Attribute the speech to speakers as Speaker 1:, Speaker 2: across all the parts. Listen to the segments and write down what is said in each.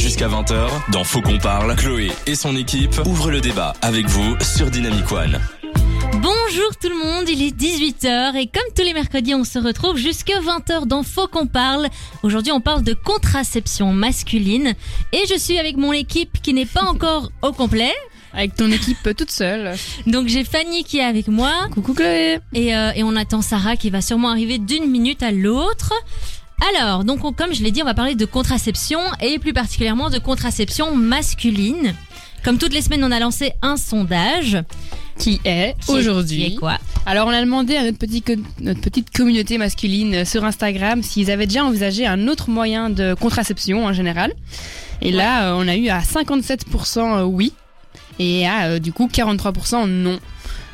Speaker 1: jusqu'à 20h, dans Faut qu'on parle, Chloé et son équipe ouvrent le débat avec vous sur Dynamic One.
Speaker 2: Bonjour tout le monde, il est 18h et comme tous les mercredis, on se retrouve jusqu'à 20h dans Faux qu'on parle. Aujourd'hui, on parle de contraception masculine et je suis avec mon équipe qui n'est pas encore au complet.
Speaker 3: Avec ton équipe toute seule.
Speaker 2: Donc j'ai Fanny qui est avec moi
Speaker 3: Coucou Chloé.
Speaker 2: et, euh, et on attend Sarah qui va sûrement arriver d'une minute à l'autre. Alors, donc on- comme je l'ai dit, on va parler de contraception et plus particulièrement de contraception masculine. Comme toutes les semaines, on a lancé un sondage.
Speaker 3: Qui est
Speaker 2: qui est-
Speaker 3: aujourd'hui.
Speaker 2: qui est quoi
Speaker 3: Alors on a demandé à notre, petit co- notre petite communauté masculine euh, sur Instagram s'ils avaient déjà envisagé un autre moyen de contraception en général. Et là, euh, on a eu à 57% euh, oui et à euh, du coup 43% non.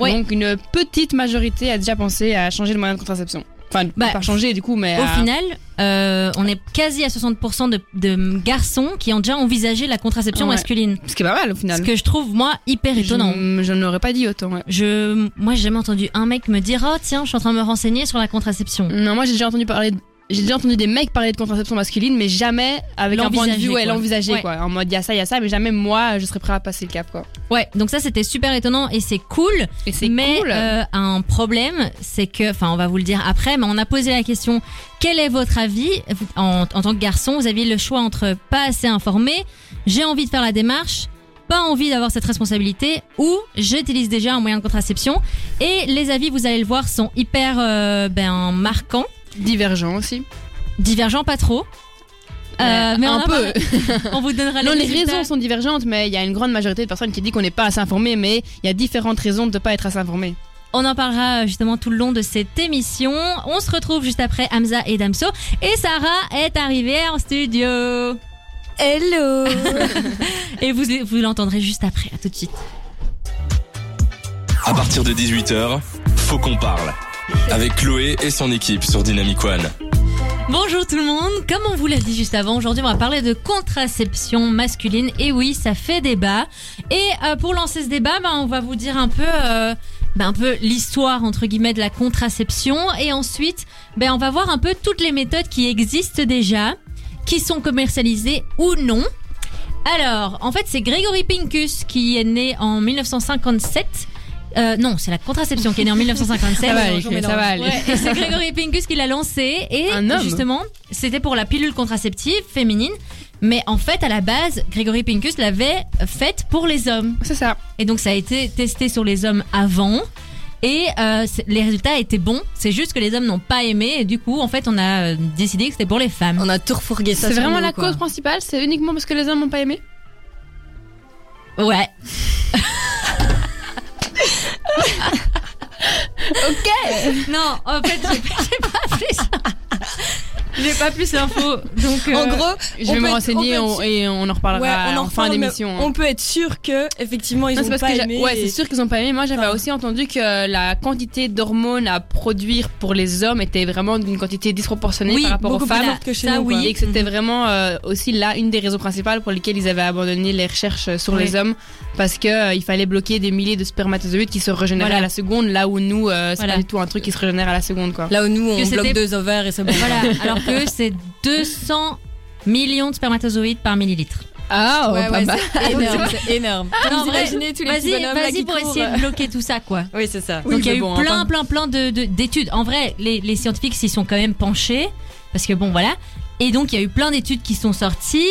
Speaker 2: Ouais.
Speaker 3: Donc une petite majorité a déjà pensé à changer de moyen de contraception. Enfin,
Speaker 2: Bah,
Speaker 3: pas changer du coup, mais
Speaker 2: Au
Speaker 3: à-
Speaker 2: final, euh, on est quasi à 60% de, de garçons qui ont déjà envisagé la contraception
Speaker 3: Ouais.
Speaker 2: masculine.
Speaker 3: ce qui est pas mal au
Speaker 2: Ce
Speaker 3: final.
Speaker 2: que je trouve, moi, hyper étonnant.
Speaker 3: Je, je n'aurais pas dit autant. ouais.
Speaker 2: Je, moi, j'ai jamais entendu un mec me dire Oh, tiens, je suis en train de me renseigner sur la contraception.
Speaker 3: Non, moi j'ai déjà entendu parler. de- J'ai déjà entendu des mecs parler de contraception masculine, mais jamais avec un point de
Speaker 2: L'envisager,
Speaker 3: vue, ouais,
Speaker 2: quoi.
Speaker 3: l'envisager,
Speaker 2: Ouais.
Speaker 3: quoi. En mode, il y a ça, il y a ça, mais jamais moi, je serais prêt à passer le cap, quoi.
Speaker 2: Ouais, donc ça, c'était super étonnant et c'est cool.
Speaker 3: Et c'est
Speaker 2: mais
Speaker 3: cool.
Speaker 2: euh, un problème, c'est que, enfin, on va vous le dire après, mais on a posé la question quel est votre avis Vous- en, en tant que garçon Vous aviez le choix entre pas assez informé, j'ai envie de faire la démarche, pas envie d'avoir cette responsabilité, ou j'utilise déjà un moyen de contraception. Et les avis, vous allez le voir, sont hyper euh, ben, marquants,
Speaker 3: Divergent aussi.
Speaker 2: divergents pas trop. Euh, mais
Speaker 3: un
Speaker 2: on a
Speaker 3: peu.
Speaker 2: pas- on vous donnera
Speaker 3: non,
Speaker 2: les,
Speaker 3: ah, les
Speaker 2: résultats.
Speaker 3: raisons sont divergentes, mais il y a une grande majorité de personnes qui disent qu'on n'est pas assez informé, mais il y a différentes raisons de ne pas être assez informé.
Speaker 2: On en parlera euh, justement tout le long de cette émission. On se retrouve juste après Hamza et Damso. Et Sarah est arrivée en studio. Hello Et vous, vous l'entendrez juste après. À tout de suite.
Speaker 1: À partir de 18h, Faut qu'on parle avec Chloé et son équipe sur Dynamic One.
Speaker 2: Bonjour tout le monde. Comme on vous l'a dit juste avant, aujourd'hui on va parler de contraception masculine. Et oui, ça fait débat. Et euh, pour lancer ce débat, bah, on va vous dire un peu... euh, bah, un peu l'histoire entre guillemets de la contraception et ensuite ben on va voir un peu toutes les méthodes qui existent déjà, qui sont commercialisées ou non. Alors, en fait, c'est Gregory Pincus qui est né en 1957. Euh, non, c'est la contraception qui est née en 1957.
Speaker 3: Ça va aller, Chloé, ça va aller.
Speaker 2: Ouais, et c'est Gregory Pincus qui l'a lancé et
Speaker 3: Un homme.
Speaker 2: justement, c'était pour la pilule contraceptive féminine. Mais en fait, à la base, Gregory Pincus l'avait faite pour les hommes.
Speaker 3: C'est ça.
Speaker 2: Et donc ça a été testé sur les hommes avant. Et euh, c'est- les résultats étaient bons. C'est juste que les hommes n'ont pas aimé. Et du coup, en fait, on a euh, décidé que c'était pour les femmes.
Speaker 4: On a tout refourgué ça.
Speaker 3: C'est
Speaker 4: sur
Speaker 3: vraiment
Speaker 4: nous,
Speaker 3: la
Speaker 4: quoi.
Speaker 3: cause principale, c'est uniquement parce que les hommes n'ont pas aimé.
Speaker 2: Ouais.
Speaker 3: Ok
Speaker 2: Non, en fait, j'ai pas- j'ai pas plus. J'ai pas plus d'infos. Donc,
Speaker 4: En
Speaker 2: euh,
Speaker 4: gros,
Speaker 3: Je vais
Speaker 4: on peut
Speaker 3: me
Speaker 4: être-
Speaker 3: renseigner
Speaker 4: on peut
Speaker 3: on-
Speaker 4: être-
Speaker 3: et on en reparlera
Speaker 4: ouais, on
Speaker 3: en, fin
Speaker 4: reparle, mais
Speaker 3: d'émission. hein.
Speaker 4: On peut être sûr que effectivement ils
Speaker 3: Non,
Speaker 4: ont
Speaker 3: c'est parce
Speaker 4: pas
Speaker 3: que j'a-
Speaker 4: aimé.
Speaker 3: ouais,
Speaker 4: et-
Speaker 3: c'est sûr qu'ils ont pas aimé. Moi, j'avais aussi entendu que la quantité d'hormones à produire pour les hommes était vraiment d'une quantité disproportionnée
Speaker 2: Oui,
Speaker 3: par rapport aux
Speaker 4: beaucoup plus
Speaker 3: femmes.
Speaker 4: forte que chez
Speaker 2: ça,
Speaker 4: nous.
Speaker 2: oui.
Speaker 4: quoi.
Speaker 3: Et que c'était vraiment euh, aussi là une des raisons principales pour lesquelles ils avaient abandonné les recherches euh, sur
Speaker 2: Ouais.
Speaker 3: les hommes parce que euh, il fallait bloquer des milliers de spermatozoïdes qui se régénéraient
Speaker 2: Voilà.
Speaker 3: à la seconde, là où nous euh, c'est
Speaker 2: Voilà.
Speaker 3: pas du tout un truc qui se régénère à la seconde quoi.
Speaker 4: Là où nous
Speaker 2: Que
Speaker 4: on
Speaker 2: c'était-
Speaker 4: bloque deux ovaires et c'est bon.
Speaker 2: voilà. Alors que c'est 200 millions de spermatozoïdes par millilitre.
Speaker 3: Ah,
Speaker 4: Ouais, ouais, c'est énorme, c'est énorme.
Speaker 2: Non,
Speaker 4: Ah, Vous
Speaker 2: vrai,
Speaker 4: imaginez tous les petits
Speaker 2: Vas-y,
Speaker 4: bonhommes là
Speaker 2: vas-y
Speaker 4: qui
Speaker 2: pour
Speaker 4: courent.
Speaker 2: essayer de bloquer tout ça, quoi.
Speaker 4: Oui, c'est ça.
Speaker 3: Oui,
Speaker 2: Donc il y a
Speaker 3: mais
Speaker 2: eu
Speaker 3: euh, bon,
Speaker 2: plein,
Speaker 3: enfin.
Speaker 2: plein, plein de- de- d'études. En vrai, les, les scientifiques s'y sont quand même penchés, parce que bon, voilà. Et donc il y a eu plein d'études qui sont sorties,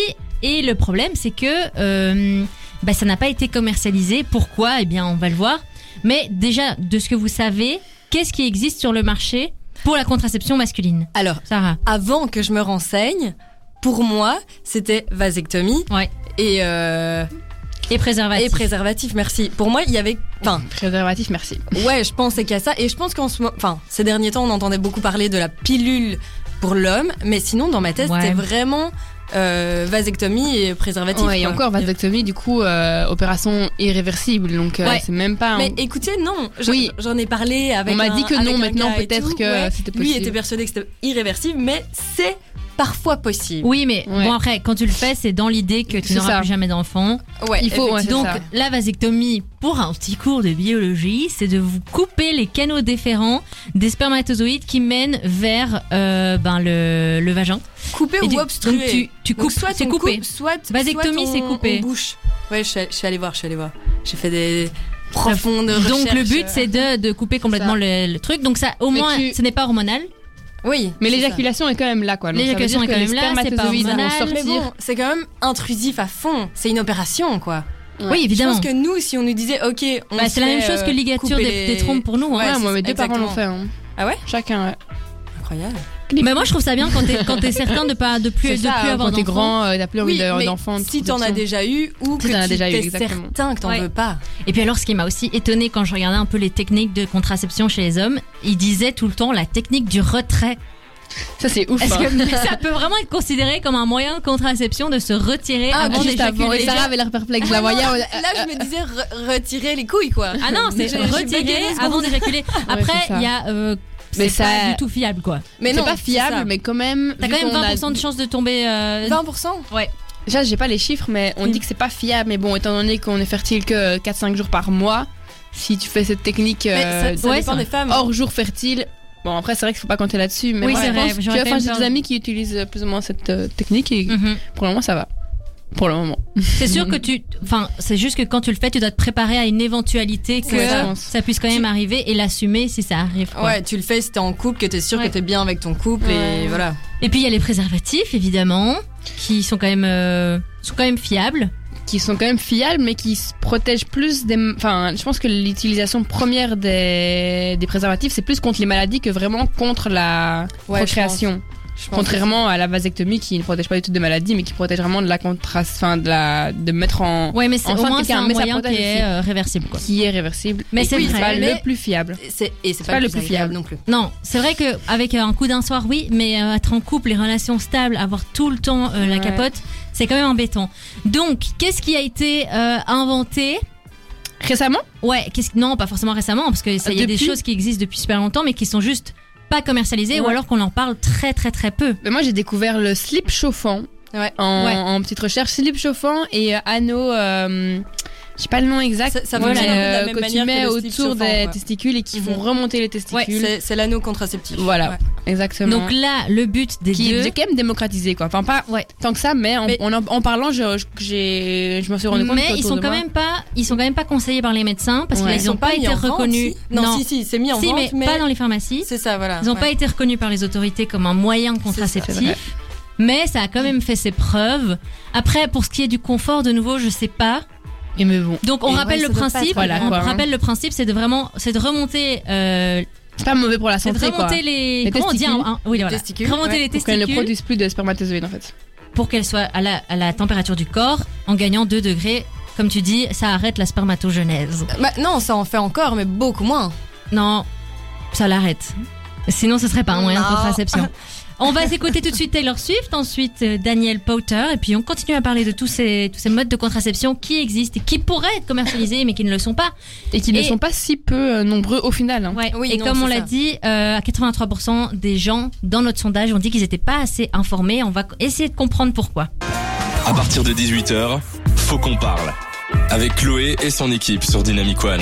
Speaker 2: et le problème c'est que euh, bah, ça n'a pas été commercialisé. Pourquoi Eh bien, on va le voir. Mais déjà, de ce que vous savez, qu'est-ce qui existe sur le marché pour la contraception masculine
Speaker 4: Alors,
Speaker 2: Sarah
Speaker 4: avant que je me renseigne, pour moi, c'était vasectomie
Speaker 2: Ouais.
Speaker 4: et euh,
Speaker 2: Et préservatif
Speaker 4: et préservatif. Merci. Pour moi, il y avait, enfin,
Speaker 3: Préservatif, merci.
Speaker 4: Ouais, je pensais qu'à ça. Et je pense qu'en ce moment, enfin, ces derniers temps, on entendait beaucoup parler de la pilule pour l'homme, mais sinon, dans ma tête,
Speaker 2: Ouais.
Speaker 4: c'était vraiment euh, vasectomie et préservatif.
Speaker 3: Ouais, et
Speaker 4: quoi.
Speaker 3: encore vasectomie du coup euh, opération irréversible donc euh,
Speaker 4: Ouais.
Speaker 3: c'est même pas un-
Speaker 4: Mais écoutez, non, je-
Speaker 3: Oui.
Speaker 4: j'en ai parlé avec.
Speaker 3: On m'a
Speaker 4: un-
Speaker 3: dit que
Speaker 4: avec
Speaker 3: non,
Speaker 4: un
Speaker 3: maintenant,
Speaker 4: gars et
Speaker 3: peut-être
Speaker 4: tout,
Speaker 3: que c'était
Speaker 4: Lui
Speaker 3: possible.
Speaker 4: était persuadé que c'était irréversible, mais c'est parfois possible.
Speaker 2: Oui, mais
Speaker 3: Ouais.
Speaker 2: bon, après, quand tu le fais, c'est dans l'idée que tu
Speaker 3: C'est
Speaker 2: n'auras
Speaker 3: ça.
Speaker 2: plus jamais d'enfant.
Speaker 4: Ouais,
Speaker 3: Il faut, ouais, c'est
Speaker 2: Donc,
Speaker 3: ça.
Speaker 2: la vasectomie, pour un petit cours de biologie, c'est de vous couper les canaux déférents des spermatozoïdes qui mènent vers euh, ben, le, le vagin.
Speaker 4: couper
Speaker 2: Et
Speaker 4: ou
Speaker 2: tu-
Speaker 4: obstruer.
Speaker 2: donc tu, tu
Speaker 4: Donc
Speaker 2: coupes,
Speaker 4: soit
Speaker 2: c'est
Speaker 4: on
Speaker 2: coupé.
Speaker 4: coupe, soit
Speaker 2: Vasectomie,
Speaker 4: soit on-
Speaker 2: c'est coupé.
Speaker 4: on bouche. Ouais, je suis, je suis allée voir, je suis allée voir. J'ai fait des profondes
Speaker 2: Donc le but
Speaker 4: recherches.
Speaker 2: c'est de, de couper complètement le, le truc. Donc ça au
Speaker 3: Mais
Speaker 2: moins
Speaker 3: tu-
Speaker 2: ce n'est pas hormonal.
Speaker 4: Oui.
Speaker 3: Mais
Speaker 4: c'est ça.
Speaker 3: l'éjaculation est quand même là, quoi. Donc ça veut
Speaker 2: L'éjaculation
Speaker 3: dire
Speaker 2: est quand
Speaker 3: que les
Speaker 2: même là, c'est pas
Speaker 3: spermatozoïdes vont
Speaker 2: hormonal,
Speaker 4: Mais
Speaker 3: sortir.
Speaker 4: bon, c'est quand même intrusif à fond. C'est une opération, quoi.
Speaker 3: Ouais.
Speaker 2: Oui évidemment.
Speaker 4: Je pense que nous, si on nous disait, ok, on
Speaker 2: Bah,
Speaker 4: se
Speaker 2: c'est la même
Speaker 4: fait,
Speaker 2: chose que
Speaker 4: euh,
Speaker 2: ligature
Speaker 4: couper
Speaker 2: des,
Speaker 4: les-
Speaker 2: des trompes pour nous. hein.
Speaker 3: Ouais,
Speaker 4: Ouais,
Speaker 3: moi,
Speaker 4: c'est-
Speaker 3: mes deux parents l'ont fait. hein.
Speaker 4: Ah ouais
Speaker 3: Chacun, euh, ouais.
Speaker 4: Incroyable.
Speaker 2: Mais moi je trouve ça bien quand t'es quand t'es certain de pas de plus
Speaker 3: C'est
Speaker 2: de
Speaker 3: ça,
Speaker 2: plus
Speaker 3: hein,
Speaker 2: avoir
Speaker 3: quand t'es
Speaker 2: d'enfant.
Speaker 3: grand, euh, t'as plus envie
Speaker 4: Oui,
Speaker 3: de-
Speaker 4: mais
Speaker 3: d'enfants. de
Speaker 4: Si t'en as
Speaker 3: protection.
Speaker 4: déjà eu ou
Speaker 3: Si
Speaker 4: que
Speaker 3: t'en as
Speaker 4: tu
Speaker 3: déjà eu,
Speaker 4: t'es
Speaker 3: exactement.
Speaker 4: certain que t'en
Speaker 2: Ouais.
Speaker 4: veux pas.
Speaker 2: Et puis alors ce qui m'a aussi étonné quand je regardais un peu les techniques de contraception chez les hommes, ils disaient tout le temps la technique du retrait.
Speaker 3: Ça, c'est ouf.
Speaker 2: Est-ce
Speaker 3: hein.
Speaker 2: que ça peut vraiment être considéré comme un moyen de contraception de se retirer
Speaker 4: Ah,
Speaker 2: avant
Speaker 3: Juste avant,
Speaker 2: d'éjaculer
Speaker 3: et Sarah avait l'air perplexe. Je la voyais. on-
Speaker 4: Là, je
Speaker 2: Euh,
Speaker 4: me disais re- retirer les couilles, quoi.
Speaker 2: Ah non, c'est
Speaker 4: J'ai- j'ai
Speaker 2: retirer
Speaker 4: bégayé une seconde.
Speaker 2: avant d'éjaculer. Après
Speaker 3: c'est
Speaker 2: il
Speaker 3: ça.
Speaker 2: y a euh,
Speaker 3: Mais
Speaker 2: c'est pas
Speaker 3: ça-
Speaker 2: du tout fiable quoi.
Speaker 4: Mais
Speaker 3: C'est
Speaker 4: non,
Speaker 3: pas
Speaker 4: c'est ça.
Speaker 3: fiable, mais quand même.
Speaker 2: T'as
Speaker 3: vu
Speaker 2: quand même
Speaker 3: qu'on a-
Speaker 2: 20% de chance de tomber. euh,
Speaker 4: 20%
Speaker 3: Déjà, j'ai pas les chiffres, mais on
Speaker 2: Mm.
Speaker 3: dit que c'est pas fiable. Mais bon, étant donné qu'on est fertile que euh, 4-5 jours par mois, si tu fais cette technique
Speaker 4: Mais
Speaker 3: euh,
Speaker 4: ça, ça
Speaker 2: ouais,
Speaker 4: dépend
Speaker 2: ça-
Speaker 4: des femmes.
Speaker 3: hors jour fertile, bon, après, c'est vrai qu'il faut pas compter là-dessus. Mais
Speaker 2: Oui,
Speaker 3: moi,
Speaker 2: c'est
Speaker 3: je
Speaker 2: vrai,
Speaker 3: pense
Speaker 2: j'aurais
Speaker 3: que-
Speaker 2: fait
Speaker 3: enfin,
Speaker 2: une
Speaker 3: j'ai des
Speaker 2: peur.
Speaker 3: amis qui utilisent euh, plus ou moins cette euh, technique et
Speaker 2: mhm.
Speaker 3: pour le moment, ça va. Pour le moment.
Speaker 2: C'est sûr que tu. Enfin, c'est juste que quand tu le fais, tu dois te préparer à une éventualité que
Speaker 4: C'est
Speaker 3: ça.
Speaker 2: ça puisse quand même arriver et l'assumer si ça arrive.
Speaker 3: Oh.
Speaker 2: quoi.
Speaker 4: Ouais, tu le fais si t'es en couple, que t'es sûr
Speaker 2: Ouais.
Speaker 4: que t'es bien avec ton couple
Speaker 3: Ouais.
Speaker 4: et voilà.
Speaker 2: Et puis il y a les préservatifs, évidemment, qui sont quand même, euh, sont quand même fiables.
Speaker 3: Qui sont quand même fiables, mais qui se protègent plus des. Enfin, je pense que l'utilisation première des, des préservatifs, c'est plus contre les maladies que vraiment contre la
Speaker 4: Ouais, je
Speaker 3: procréation.
Speaker 4: Je pense.
Speaker 3: Contrairement à la vasectomie qui ne protège pas du tout des maladies, mais qui protège vraiment de la contras, enfin de la, de mettre en,
Speaker 2: Ouais, mais c'est
Speaker 3: Enfin,
Speaker 2: au moins c'est
Speaker 3: quelqu'un,
Speaker 2: un
Speaker 3: mais ça
Speaker 2: moyen qui
Speaker 3: protège aussi.
Speaker 2: est euh, réversible, quoi.
Speaker 3: qui est réversible.
Speaker 2: Mais
Speaker 3: et
Speaker 2: c'est
Speaker 3: qui
Speaker 2: vrai,
Speaker 3: pas
Speaker 4: mais-
Speaker 3: le plus fiable.
Speaker 4: Et c'est- Et c'est
Speaker 3: pas
Speaker 4: pas
Speaker 3: le
Speaker 4: le
Speaker 3: plus
Speaker 4: plus
Speaker 3: fiable.
Speaker 4: agréable non plus.
Speaker 2: Non, c'est vrai que avec un coup d'un soir, oui, mais euh, être en couple, les relations stables, avoir tout le temps euh, la
Speaker 3: Ouais.
Speaker 2: capote, c'est quand même embêtant. Donc, qu'est-ce qui a été euh, inventé
Speaker 3: Récemment,
Speaker 2: Ouais, qu'est-ce que- non, pas forcément récemment, parce que ça, il y a des
Speaker 3: Depuis
Speaker 2: choses qui existent depuis super longtemps, mais qui sont juste pas commercialisées ou
Speaker 3: Ouais.
Speaker 2: alors qu'on en parle très très très peu.
Speaker 3: mais Ben, moi j'ai découvert le slip chauffant
Speaker 4: Ouais.
Speaker 3: en,
Speaker 2: Ouais.
Speaker 3: en petite recherche. Slip chauffant et euh, anneau, euh, je sais pas le nom exact,
Speaker 4: Ça, ça
Speaker 3: mais,
Speaker 4: fonctionne un peu de la
Speaker 3: euh,
Speaker 4: même
Speaker 3: que tu
Speaker 4: manière
Speaker 3: mets
Speaker 4: que le slip
Speaker 3: autour
Speaker 4: chauffant,
Speaker 3: des
Speaker 4: quoi.
Speaker 3: testicules et qui font
Speaker 4: Mhm.
Speaker 3: remonter les testicules.
Speaker 4: C'est- C'est l'anneau contraceptif.
Speaker 3: Voilà.
Speaker 4: Ouais.
Speaker 3: Exactement.
Speaker 2: Donc là, le but des
Speaker 3: qui
Speaker 2: deux,
Speaker 3: est quand même démocratisé quoi. Enfin pas
Speaker 2: Ouais.
Speaker 3: tant que ça, mais en,
Speaker 4: Mais-
Speaker 3: en, en parlant, je, je- j'ai, je me suis rendu compte.
Speaker 2: mais
Speaker 3: qu'autour
Speaker 2: ils sont
Speaker 3: de
Speaker 2: quand
Speaker 3: moi-
Speaker 2: même pas, ils sont quand même pas conseillés par les médecins parce
Speaker 3: Ouais.
Speaker 2: qu'ils n'ont pas
Speaker 4: mis
Speaker 2: été
Speaker 4: en vente,
Speaker 2: reconnus.
Speaker 4: si Non, si, si, c'est mis en
Speaker 2: Si,
Speaker 4: vente,
Speaker 2: mais, pas dans les pharmacies.
Speaker 4: C'est ça, voilà.
Speaker 2: Ils n'ont
Speaker 4: ouais.
Speaker 2: pas été reconnus par les autorités comme un moyen
Speaker 3: C'est vrai.
Speaker 2: contraceptif, mais ça a quand même fait ses preuves. Après, pour ce qui est du confort, de nouveau, je sais pas.
Speaker 3: Et mais bon,
Speaker 2: Donc on
Speaker 4: Et
Speaker 2: rappelle
Speaker 4: ouais,
Speaker 2: le
Speaker 4: ça doit pas être
Speaker 2: principe.
Speaker 3: voilà,
Speaker 2: on
Speaker 3: quoi, hein.
Speaker 2: rappelle le principe, c'est de vraiment, c'est de remonter euh,
Speaker 3: c'est pas mauvais pour la
Speaker 2: C'est de
Speaker 3: santé quoi.
Speaker 2: remonter les,
Speaker 3: Les
Speaker 2: comment on dit,
Speaker 3: testicules.
Speaker 2: hein, hein, oui, voilà.
Speaker 4: testicules,
Speaker 2: Remonter
Speaker 4: ouais.
Speaker 2: les
Speaker 3: Pour qu'elle ne
Speaker 2: testicules
Speaker 3: produise plus de spermatozoïdes en fait.
Speaker 2: pour qu'elles soient à la, à la température du corps en gagnant 2 degrés. Comme tu dis, ça arrête la spermatogenèse.
Speaker 4: Bah, non, ça en fait encore, mais beaucoup moins.
Speaker 2: Non, ça l'arrête. Sinon, ce serait pas un moyen de
Speaker 4: Non.
Speaker 2: contraception. On va s'écouter tout de suite Taylor Swift, ensuite euh, Daniel Powter, et puis on continue à parler de tous ces, tous ces modes de contraception qui existent et qui pourraient être commercialisés mais qui ne le sont pas.
Speaker 3: Et qui ne
Speaker 2: Et-
Speaker 3: sont pas si peu euh, nombreux au final. hein.
Speaker 2: Ouais.
Speaker 4: Oui,
Speaker 2: et
Speaker 4: non,
Speaker 2: comme
Speaker 4: c'est
Speaker 2: on l'a
Speaker 4: ça.
Speaker 2: dit, euh, à 83% des gens dans notre sondage ont dit qu'ils n'étaient pas assez informés. On va co- essayer de comprendre pourquoi.
Speaker 1: À partir de 18h, faut qu'on parle. Avec Chloé et son équipe sur Dynamic One.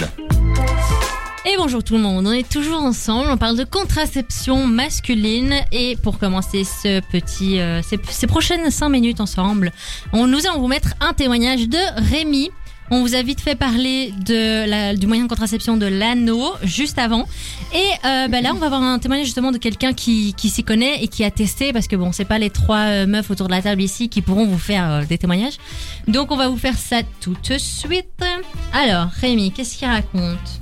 Speaker 2: Et bonjour tout le monde, on est toujours ensemble, on parle de contraception masculine et pour commencer ce petit, euh, ces, ces prochaines 5 minutes ensemble, on, nous allons vous mettre un témoignage de Rémi. On vous a vite fait parler de la- du moyen de contraception de l'anneau juste avant. Et euh, bah là, on va avoir un témoignage justement de quelqu'un qui, qui s'y connaît et qui a testé, parce que bon, c'est pas les trois euh, meufs autour de la table ici qui pourront vous faire euh, des témoignages. Donc on va vous faire ça tout de suite. Alors, Rémi, qu'est-ce qu'il raconte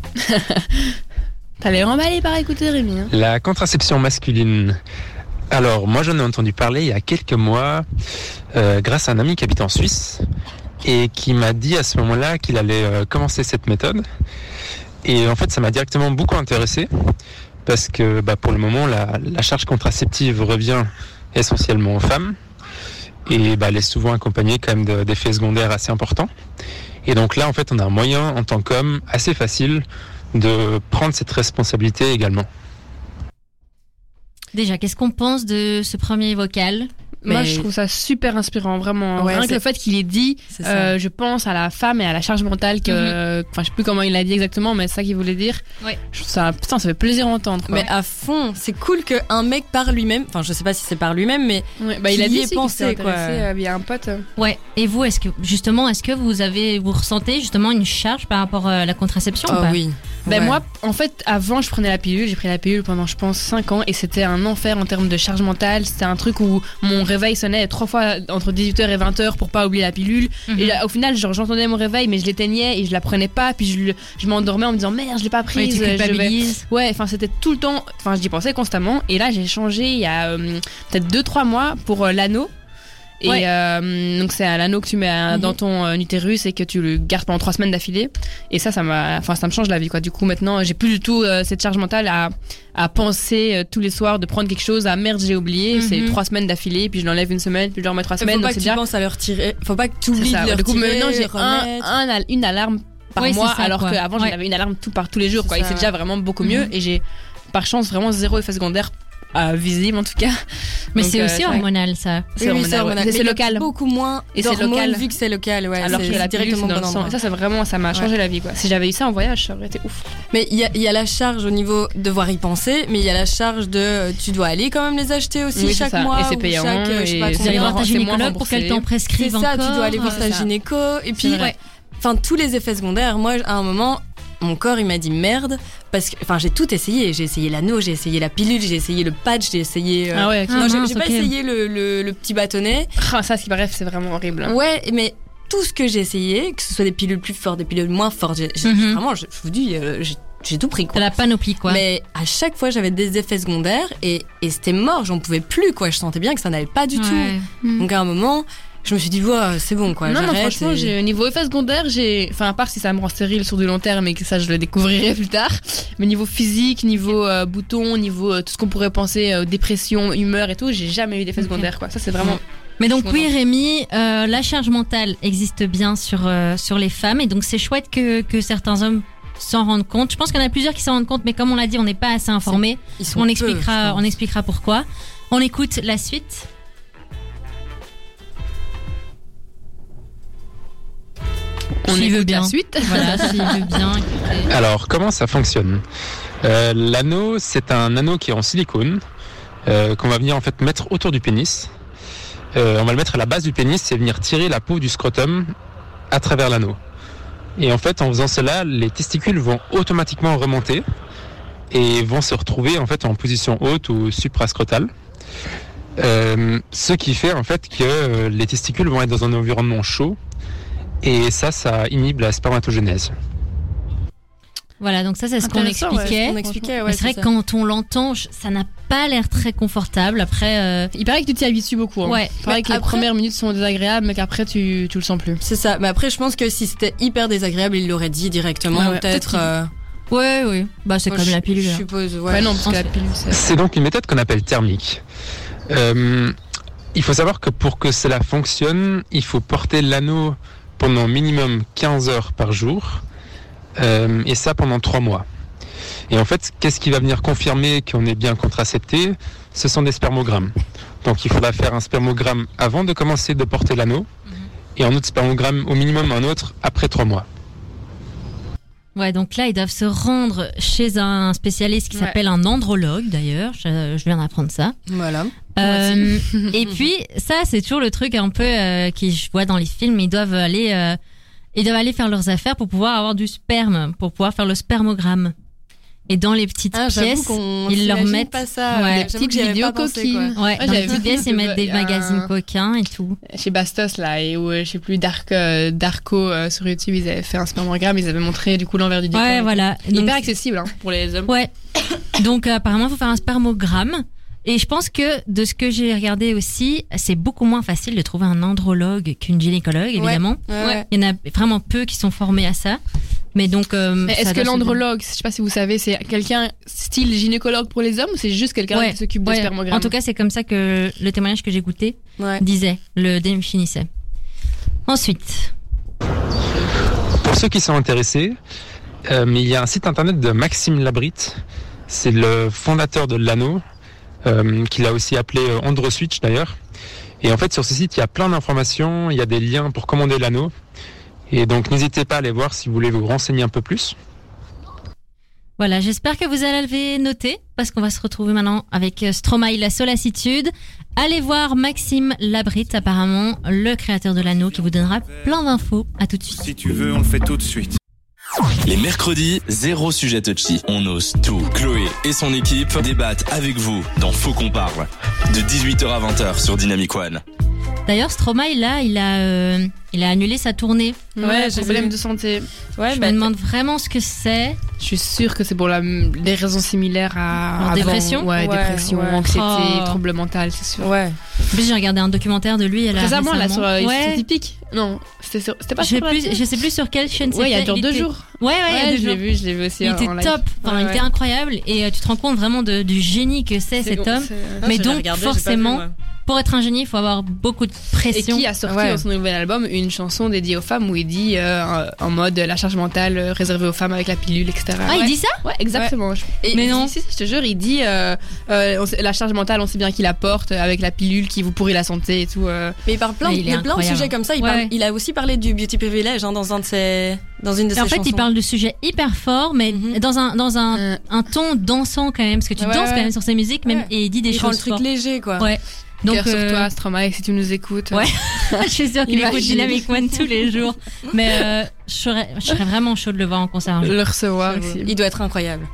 Speaker 3: T'as l'air emballé par écouter Rémi. hein.
Speaker 5: La contraception masculine. Alors, moi, j'en ai entendu parler il y a quelques mois euh, grâce à un ami qui habite en Suisse et qui m'a dit à ce moment-là qu'il allait euh, commencer cette méthode. Et en fait, ça m'a directement beaucoup intéressé parce que bah, pour le moment, la, la charge contraceptive revient essentiellement aux femmes et bah, elle est souvent accompagnée quand même de- d'effets secondaires assez importants. Et donc là, en fait, on a un moyen en tant qu'homme assez facile de prendre cette responsabilité également.
Speaker 2: Déjà, qu'est-ce qu'on pense de ce premier vocal
Speaker 3: Moi,
Speaker 4: Mais-
Speaker 3: je trouve ça super inspirant, vraiment.
Speaker 4: Ouais,
Speaker 3: Rien que
Speaker 4: c'est-
Speaker 3: le fait qu'il ait dit,
Speaker 4: C'est
Speaker 3: euh, je pense à la femme et à la charge mentale que. Enfin, je sais plus comment il l'a dit exactement, mais c'est ça qu'il voulait dire.
Speaker 2: Ouais.
Speaker 3: Je trouve ça. Putain, ça fait plaisir à entendre. quoi.
Speaker 4: Mais à fond, c'est cool qu'un mec par lui-même, enfin je sais pas si c'est par lui-même, mais
Speaker 3: Ouais, bah, il a
Speaker 4: qu'il y ait
Speaker 3: dit
Speaker 4: pensé,
Speaker 3: pensé,
Speaker 4: quoi.
Speaker 3: quoi. il y a un pote. euh,
Speaker 2: Ouais. Et vous, est-ce que justement, est-ce que vous avez, vous ressentez justement une charge par rapport euh, à la contraception ou
Speaker 4: Ah
Speaker 2: pas
Speaker 4: oui.
Speaker 3: Ben
Speaker 4: Ouais.
Speaker 3: moi, en fait, avant, je prenais la pilule. J'ai pris la pilule pendant, je pense, 5 ans et c'était un enfer en termes de charge mentale. C'était un truc où mon réveil sonnait trois fois entre 18h et 20h pour pas oublier la pilule.
Speaker 2: Mhm.
Speaker 3: Et là, au final, genre, j'entendais mon réveil, mais je l'éteignais et je la prenais pas. Puis je, le- je m'endormais en me disant merde, je l'ai pas
Speaker 2: Ouais,
Speaker 3: prise.
Speaker 2: tu
Speaker 3: euh, je vais-
Speaker 2: culpabilises.
Speaker 3: Ouais, enfin, c'était tout le temps. Enfin, j'y pensais constamment. Et là, j'ai changé il y a euh, peut-être 2-3 mois pour euh, l'anneau. Et
Speaker 2: Ouais.
Speaker 3: euh, donc c'est à l'anneau que tu mets euh,
Speaker 4: Mhm.
Speaker 3: dans ton euh, utérus et que tu le gardes pendant trois semaines d'affilée. Et ça, ça m'a, enfin ça me change la vie quoi. Du coup maintenant, j'ai plus du tout euh, cette charge mentale à à penser euh, tous les soirs de prendre quelque chose. à merde, j'ai oublié.
Speaker 2: Mhm.
Speaker 3: C'est trois semaines d'affilée, puis je l'enlève une semaine, puis je le remets trois
Speaker 4: faut
Speaker 3: semaines.
Speaker 4: pas
Speaker 3: Donc
Speaker 4: que
Speaker 3: c'est
Speaker 4: tu
Speaker 3: bien.
Speaker 4: penses à leur tirer. Faut pas que tu
Speaker 3: C'est
Speaker 4: oublies
Speaker 3: ça.
Speaker 4: de leur
Speaker 3: Du coup
Speaker 4: tirer,
Speaker 3: maintenant j'ai un,
Speaker 4: remettre.
Speaker 3: un al- une alarme par
Speaker 2: Oui, c'est
Speaker 3: mois,
Speaker 2: ça,
Speaker 3: alors
Speaker 2: quoi.
Speaker 3: qu'avant
Speaker 2: Ouais.
Speaker 3: j'avais une alarme tout par tous les jours
Speaker 4: C'est
Speaker 3: quoi. Et
Speaker 4: ça.
Speaker 3: c'est déjà vraiment beaucoup mieux. Et j'ai par chance vraiment zéro effet secondaire. euh, visible en tout cas
Speaker 2: Mais
Speaker 3: Donc,
Speaker 2: c'est
Speaker 3: euh,
Speaker 2: aussi
Speaker 3: ouais.
Speaker 2: hormonal ça.
Speaker 4: Oui, oui, c'est
Speaker 3: hormonal, ouais.
Speaker 4: hormonal.
Speaker 3: Mais
Speaker 4: Mais
Speaker 3: c'est
Speaker 4: il y a
Speaker 3: local
Speaker 4: Beaucoup moins.
Speaker 3: Et c'est
Speaker 4: d'hormones
Speaker 3: local.
Speaker 4: Vu que c'est local, ouais.
Speaker 3: alors
Speaker 4: c'est-
Speaker 3: que la
Speaker 4: c'est
Speaker 3: pilule
Speaker 4: directement
Speaker 3: c'est dans
Speaker 4: bon
Speaker 3: le sang
Speaker 4: endroit.
Speaker 3: et ça c'est vraiment ça m'a changé la vie quoi si j'avais eu ça en voyage ça aurait été ouf
Speaker 4: Mais il y, a- il y a la charge au niveau de devoir y penser, mais il y a la charge de euh, tu dois aller quand même les acheter aussi
Speaker 3: Oui, c'est
Speaker 4: chaque
Speaker 3: ça.
Speaker 4: mois
Speaker 3: Et c'est
Speaker 4: ou
Speaker 3: payant,
Speaker 4: chaque, euh, je sais
Speaker 3: et
Speaker 4: pas
Speaker 3: c'est
Speaker 2: Tu
Speaker 4: combien.
Speaker 2: aller voir ta
Speaker 3: c'est moins
Speaker 2: gynécologue pour
Speaker 3: remboursé.
Speaker 2: qu'elle t'en
Speaker 4: C'est
Speaker 2: prescrive
Speaker 4: ça,
Speaker 2: encore.
Speaker 4: tu dois aller voir
Speaker 2: euh,
Speaker 4: ta
Speaker 3: hein. c'est ça.
Speaker 4: gynéco et puis
Speaker 3: C'est vrai.
Speaker 4: ouais. enfin tous les effets secondaires. Moi à un moment mon corps il m'a dit merde parce que enfin j'ai tout essayé, j'ai essayé l'anneau, j'ai essayé la pilule, j'ai essayé le patch, j'ai essayé euh,
Speaker 3: ah ouais ok.
Speaker 2: Ah,
Speaker 4: Non, j'ai-
Speaker 2: mince,
Speaker 4: j'ai pas
Speaker 2: ok.
Speaker 4: essayé le, le- le petit bâtonnet.
Speaker 3: Ah, ça, ce qui paraît, c'est vraiment horrible. hein.
Speaker 4: Ouais, mais tout ce que j'ai essayé, que ce soit des pilules plus fortes, des pilules moins fortes, j'ai- j'ai-
Speaker 2: Mhm.
Speaker 4: vraiment, je, je vous dis, euh, j'ai- j'ai tout pris
Speaker 2: T'as
Speaker 4: quoi.
Speaker 2: la panoplie quoi.
Speaker 4: Mais à chaque fois, j'avais des effets secondaires et, et c'était mort, j'en pouvais plus quoi. Je sentais bien que ça n'allait pas du tout.
Speaker 2: Ouais.
Speaker 4: Donc à un moment, je me suis dit, ouais, c'est bon quoi.
Speaker 3: non, non,
Speaker 4: j'arrête
Speaker 3: franchement,
Speaker 4: et-
Speaker 3: j'ai au niveau effet secondaire, j'ai. Enfin, à part si ça me rend stérile sur du long terme et que ça, je le découvrirai plus tard. Mais niveau physique, niveau euh, bouton, niveau euh, tout ce qu'on pourrait penser, euh, dépression, humeur et tout, j'ai jamais eu d'effet
Speaker 2: Ok.
Speaker 3: secondaire, quoi. Ça, c'est vraiment.
Speaker 2: Mais donc
Speaker 3: Bon,
Speaker 2: oui Rémi, euh, la charge mentale existe bien sur euh, sur les femmes et donc c'est chouette que que certains hommes s'en rendent compte. Je pense qu'il y en a plusieurs qui s'en rendent compte, mais comme on l'a dit, on n'est pas assez informés.
Speaker 4: Ils sont
Speaker 2: On
Speaker 4: peu,
Speaker 2: expliquera
Speaker 4: je
Speaker 2: on
Speaker 4: pense.
Speaker 2: expliquera pourquoi. On écoute la suite. S'il
Speaker 3: écoute
Speaker 2: veut bien.
Speaker 3: La suite.
Speaker 2: Voilà, s'il veut bien. écoutez.
Speaker 5: Alors, comment ça fonctionne Euh, L'anneau, c'est un anneau qui est en silicone euh, qu'on va venir en fait mettre autour du pénis. Euh, on va le mettre à la base du pénis et venir tirer la peau du scrotum à travers l'anneau. Et en fait, en faisant cela, les testicules vont automatiquement remonter et vont se retrouver en fait en position haute ou suprascrotale. Euh, ce qui fait en fait que euh, les testicules vont être dans un environnement chaud et ça, ça inhibe la spermatogénèse.
Speaker 2: Voilà, donc ça c'est ce qu'on
Speaker 3: Intéressant, ouais,
Speaker 2: expliquait.
Speaker 4: On expliquait, ouais.
Speaker 2: Mais c'est vrai
Speaker 4: ça.
Speaker 2: que quand on l'entend, je- ça n'a pas l'air très confortable. Après, euh,
Speaker 3: Il paraît que tu t'y habitues beaucoup. Hein.
Speaker 2: ouais.
Speaker 3: Il paraît
Speaker 4: Mais
Speaker 3: que les
Speaker 4: après-
Speaker 3: premières minutes sont désagréables, mais qu'après, tu, tu le sens plus.
Speaker 4: C'est ça. Mais après, je pense que si c'était hyper désagréable, il l'aurait dit directement.
Speaker 3: Ouais, ouais.
Speaker 4: Peut-être.
Speaker 3: Peut-être qu'il-
Speaker 4: euh,
Speaker 2: Ouais, ouais. Bah, c'est
Speaker 4: moi,
Speaker 2: comme
Speaker 4: je-
Speaker 2: la pilule.
Speaker 4: Je
Speaker 2: hein.
Speaker 4: suppose, ouais.
Speaker 3: Ouais, non, parce que la
Speaker 2: Ensuite-
Speaker 3: pilule, c'est.
Speaker 5: C'est donc une méthode qu'on appelle thermique. Euh, il faut savoir que pour que cela fonctionne, il faut porter l'anneau pendant minimum 15 heures par jour, euh, et ça pendant 3 mois. Et en fait, qu'est-ce qui va venir confirmer qu'on est bien contracepté Ce sont des spermogrammes. Donc il faudra faire un spermogramme avant de commencer de porter l'anneau, et un autre spermogramme, au minimum un autre, après 3 mois.
Speaker 2: Ouais, donc là, ils doivent se rendre chez un spécialiste qui
Speaker 3: Ouais.
Speaker 2: s'appelle un andrologue, d'ailleurs. Je, je viens d'apprendre ça.
Speaker 4: Voilà.
Speaker 2: Euh, et puis, ça, c'est toujours le truc un peu euh, qui je vois dans les films. Ils doivent aller, euh, ils doivent aller faire leurs affaires pour pouvoir avoir du sperme, pour pouvoir faire le spermogramme. Et dans les petites
Speaker 4: Ah, j'avoue
Speaker 2: pièces,
Speaker 4: qu'on
Speaker 2: ils leur
Speaker 4: s'imagine
Speaker 2: mettent-
Speaker 4: pas ça.
Speaker 2: ouais.
Speaker 4: J'avoue que j'y avais pas pensé, quoi.
Speaker 2: ouais,
Speaker 3: Ah,
Speaker 2: dans les
Speaker 3: j'avais
Speaker 2: petites
Speaker 3: vu
Speaker 2: pièces, ils
Speaker 3: que-
Speaker 2: mettent des
Speaker 4: Ah.
Speaker 3: euh,
Speaker 2: magazines coquins et tout.
Speaker 3: chez Bastos là et où euh, je sais plus Dark euh, Darko euh, sur YouTube ils avaient fait un spermogramme ils avaient montré du coup l'envers du décor
Speaker 2: Ouais, voilà. Donc,
Speaker 3: hyper accessible hein, pour les hommes
Speaker 2: Ouais. Donc euh, apparemment, il faut faire un spermogramme. Et je pense que de ce que j'ai regardé aussi, c'est beaucoup moins facile de trouver un andrologue qu'une gynécologue, évidemment.
Speaker 4: ouais, ouais.
Speaker 2: Il y en a vraiment peu qui sont formés à ça. Mais donc. euh,
Speaker 3: Mais
Speaker 2: ça
Speaker 3: est-ce que
Speaker 2: doit se-
Speaker 3: l'andrologue je sais pas si vous savez c'est quelqu'un style gynécologue pour les hommes ou c'est juste quelqu'un
Speaker 2: Ouais,
Speaker 3: qui s'occupe
Speaker 2: Ouais.
Speaker 3: des spermogrammes
Speaker 2: En tout cas, c'est comme ça que le témoignage que j'ai goûté
Speaker 4: Ouais.
Speaker 2: disait, le définissait. Ensuite,
Speaker 5: Pour ceux qui sont intéressés, euh, il y a un site internet de Maxime Labrite. C'est le fondateur de l'anneau, euh, qu'il a aussi appelé euh, Androswitch d'ailleurs. Et en fait, sur ce site, il y a plein d'informations, il y a des liens pour commander l'anneau. Et donc, n'hésitez pas à aller voir si vous voulez vous renseigner un peu plus.
Speaker 2: Voilà, j'espère que vous avez noté, parce qu'on va se retrouver maintenant avec euh, Stromae La Solacitude. Allez voir Maxime Labrite, apparemment, le créateur de l'anneau, qui vous donnera plein d'infos. À tout de suite.
Speaker 6: Si tu veux, on le fait tout de suite.
Speaker 1: Les mercredis, zéro sujet touchy. On ose tout. Chloé et son équipe débattent avec vous dans Faux qu'on parle. De 18h à 20h sur Dynamic One.
Speaker 2: D'ailleurs, Stromae, là, il a, euh, il a annulé sa tournée.
Speaker 4: Ouais, j'ai
Speaker 3: problème
Speaker 4: vu.
Speaker 3: de santé.
Speaker 4: Ouais,
Speaker 2: Je
Speaker 4: bah,
Speaker 2: me demande vraiment ce que c'est.
Speaker 3: Je suis sûre que c'est pour la, des raisons similaires à.
Speaker 2: Genre
Speaker 3: avant.
Speaker 2: dépression
Speaker 3: Ouais,
Speaker 4: Ouais,
Speaker 3: dépression,
Speaker 4: ouais.
Speaker 3: anxiété,
Speaker 2: Oh.
Speaker 3: trouble mental, c'est sûr.
Speaker 4: Ouais.
Speaker 2: En plus, j'ai regardé un documentaire de lui. Là,
Speaker 3: Récemment, là, sur
Speaker 2: récemment.
Speaker 3: euh,
Speaker 2: Ouais.
Speaker 3: Ils sont typiques. Non, c'était sur- c'était pas
Speaker 2: Je sais,
Speaker 3: sur la
Speaker 2: plus,
Speaker 3: télé.
Speaker 2: je sais plus sur quelle chaîne c'était.
Speaker 3: Ouais, il y a genre deux
Speaker 2: était-
Speaker 3: jours.
Speaker 2: Ouais, ouais, il y a deux
Speaker 3: Ouais, je
Speaker 2: jours.
Speaker 3: l'ai vu, je l'ai vu aussi.
Speaker 2: Il
Speaker 3: en-
Speaker 2: était
Speaker 3: en live.
Speaker 2: top, enfin,
Speaker 3: Ouais,
Speaker 2: il était
Speaker 3: ouais.
Speaker 2: incroyable et euh, tu te rends compte vraiment de- du génie que c'est
Speaker 3: C'est
Speaker 2: cet
Speaker 3: bon,
Speaker 2: homme.
Speaker 3: c'est-
Speaker 2: Mais donc, forcément, pour être un génie, il faut avoir beaucoup de
Speaker 3: Et
Speaker 2: pression.
Speaker 3: qui a sorti
Speaker 4: Ouais.
Speaker 3: dans son nouvel album une chanson dédiée aux femmes où il dit euh, en mode la charge mentale euh, réservée aux femmes avec la pilule, etc.
Speaker 2: Ah, il dit ça
Speaker 3: Ouais, exactement. Et
Speaker 2: Mais
Speaker 3: il
Speaker 2: non.
Speaker 3: dit- si, si, je te jure, il dit euh, euh, on sait- la charge mentale, on sait bien qu'il la porte euh, avec la pilule qui vous pourrit la santé et tout. euh.
Speaker 4: Mais il parle plein,
Speaker 2: Mais
Speaker 4: de-
Speaker 2: il
Speaker 4: il
Speaker 2: est
Speaker 4: y a plein de
Speaker 2: incroyable.
Speaker 4: sujets comme ça. Il,
Speaker 2: Ouais,
Speaker 4: parle-
Speaker 2: ouais.
Speaker 4: il a aussi parlé du beauty privilege hein, dans, un de ses, dans une de
Speaker 2: Et
Speaker 4: ses
Speaker 2: en fait,
Speaker 4: chansons.
Speaker 2: il parle de sujets hyper forts, mais
Speaker 3: Mm-hmm.
Speaker 4: Mhm.
Speaker 2: dans un dans un,
Speaker 3: Euh,
Speaker 2: un ton dansant quand même, parce que tu
Speaker 4: Ouais,
Speaker 2: danses quand
Speaker 4: ouais.
Speaker 2: même sur ses musiques, même
Speaker 4: Ouais.
Speaker 2: et il dit des
Speaker 4: il rend
Speaker 2: choses
Speaker 4: le truc
Speaker 2: fortes.
Speaker 4: léger, quoi.
Speaker 2: Ouais. Donc,
Speaker 3: cœur sur
Speaker 2: euh,
Speaker 3: toi, Stromae, si tu nous écoutes. euh,
Speaker 2: Ouais. je suis sûre qu'il
Speaker 3: Imagine.
Speaker 2: écoute Dynamic One tous les jours, mais euh, je serais je serais vraiment chaud de le voir en concert. un jour.
Speaker 3: Le recevoir aussi.
Speaker 4: Il doit être incroyable.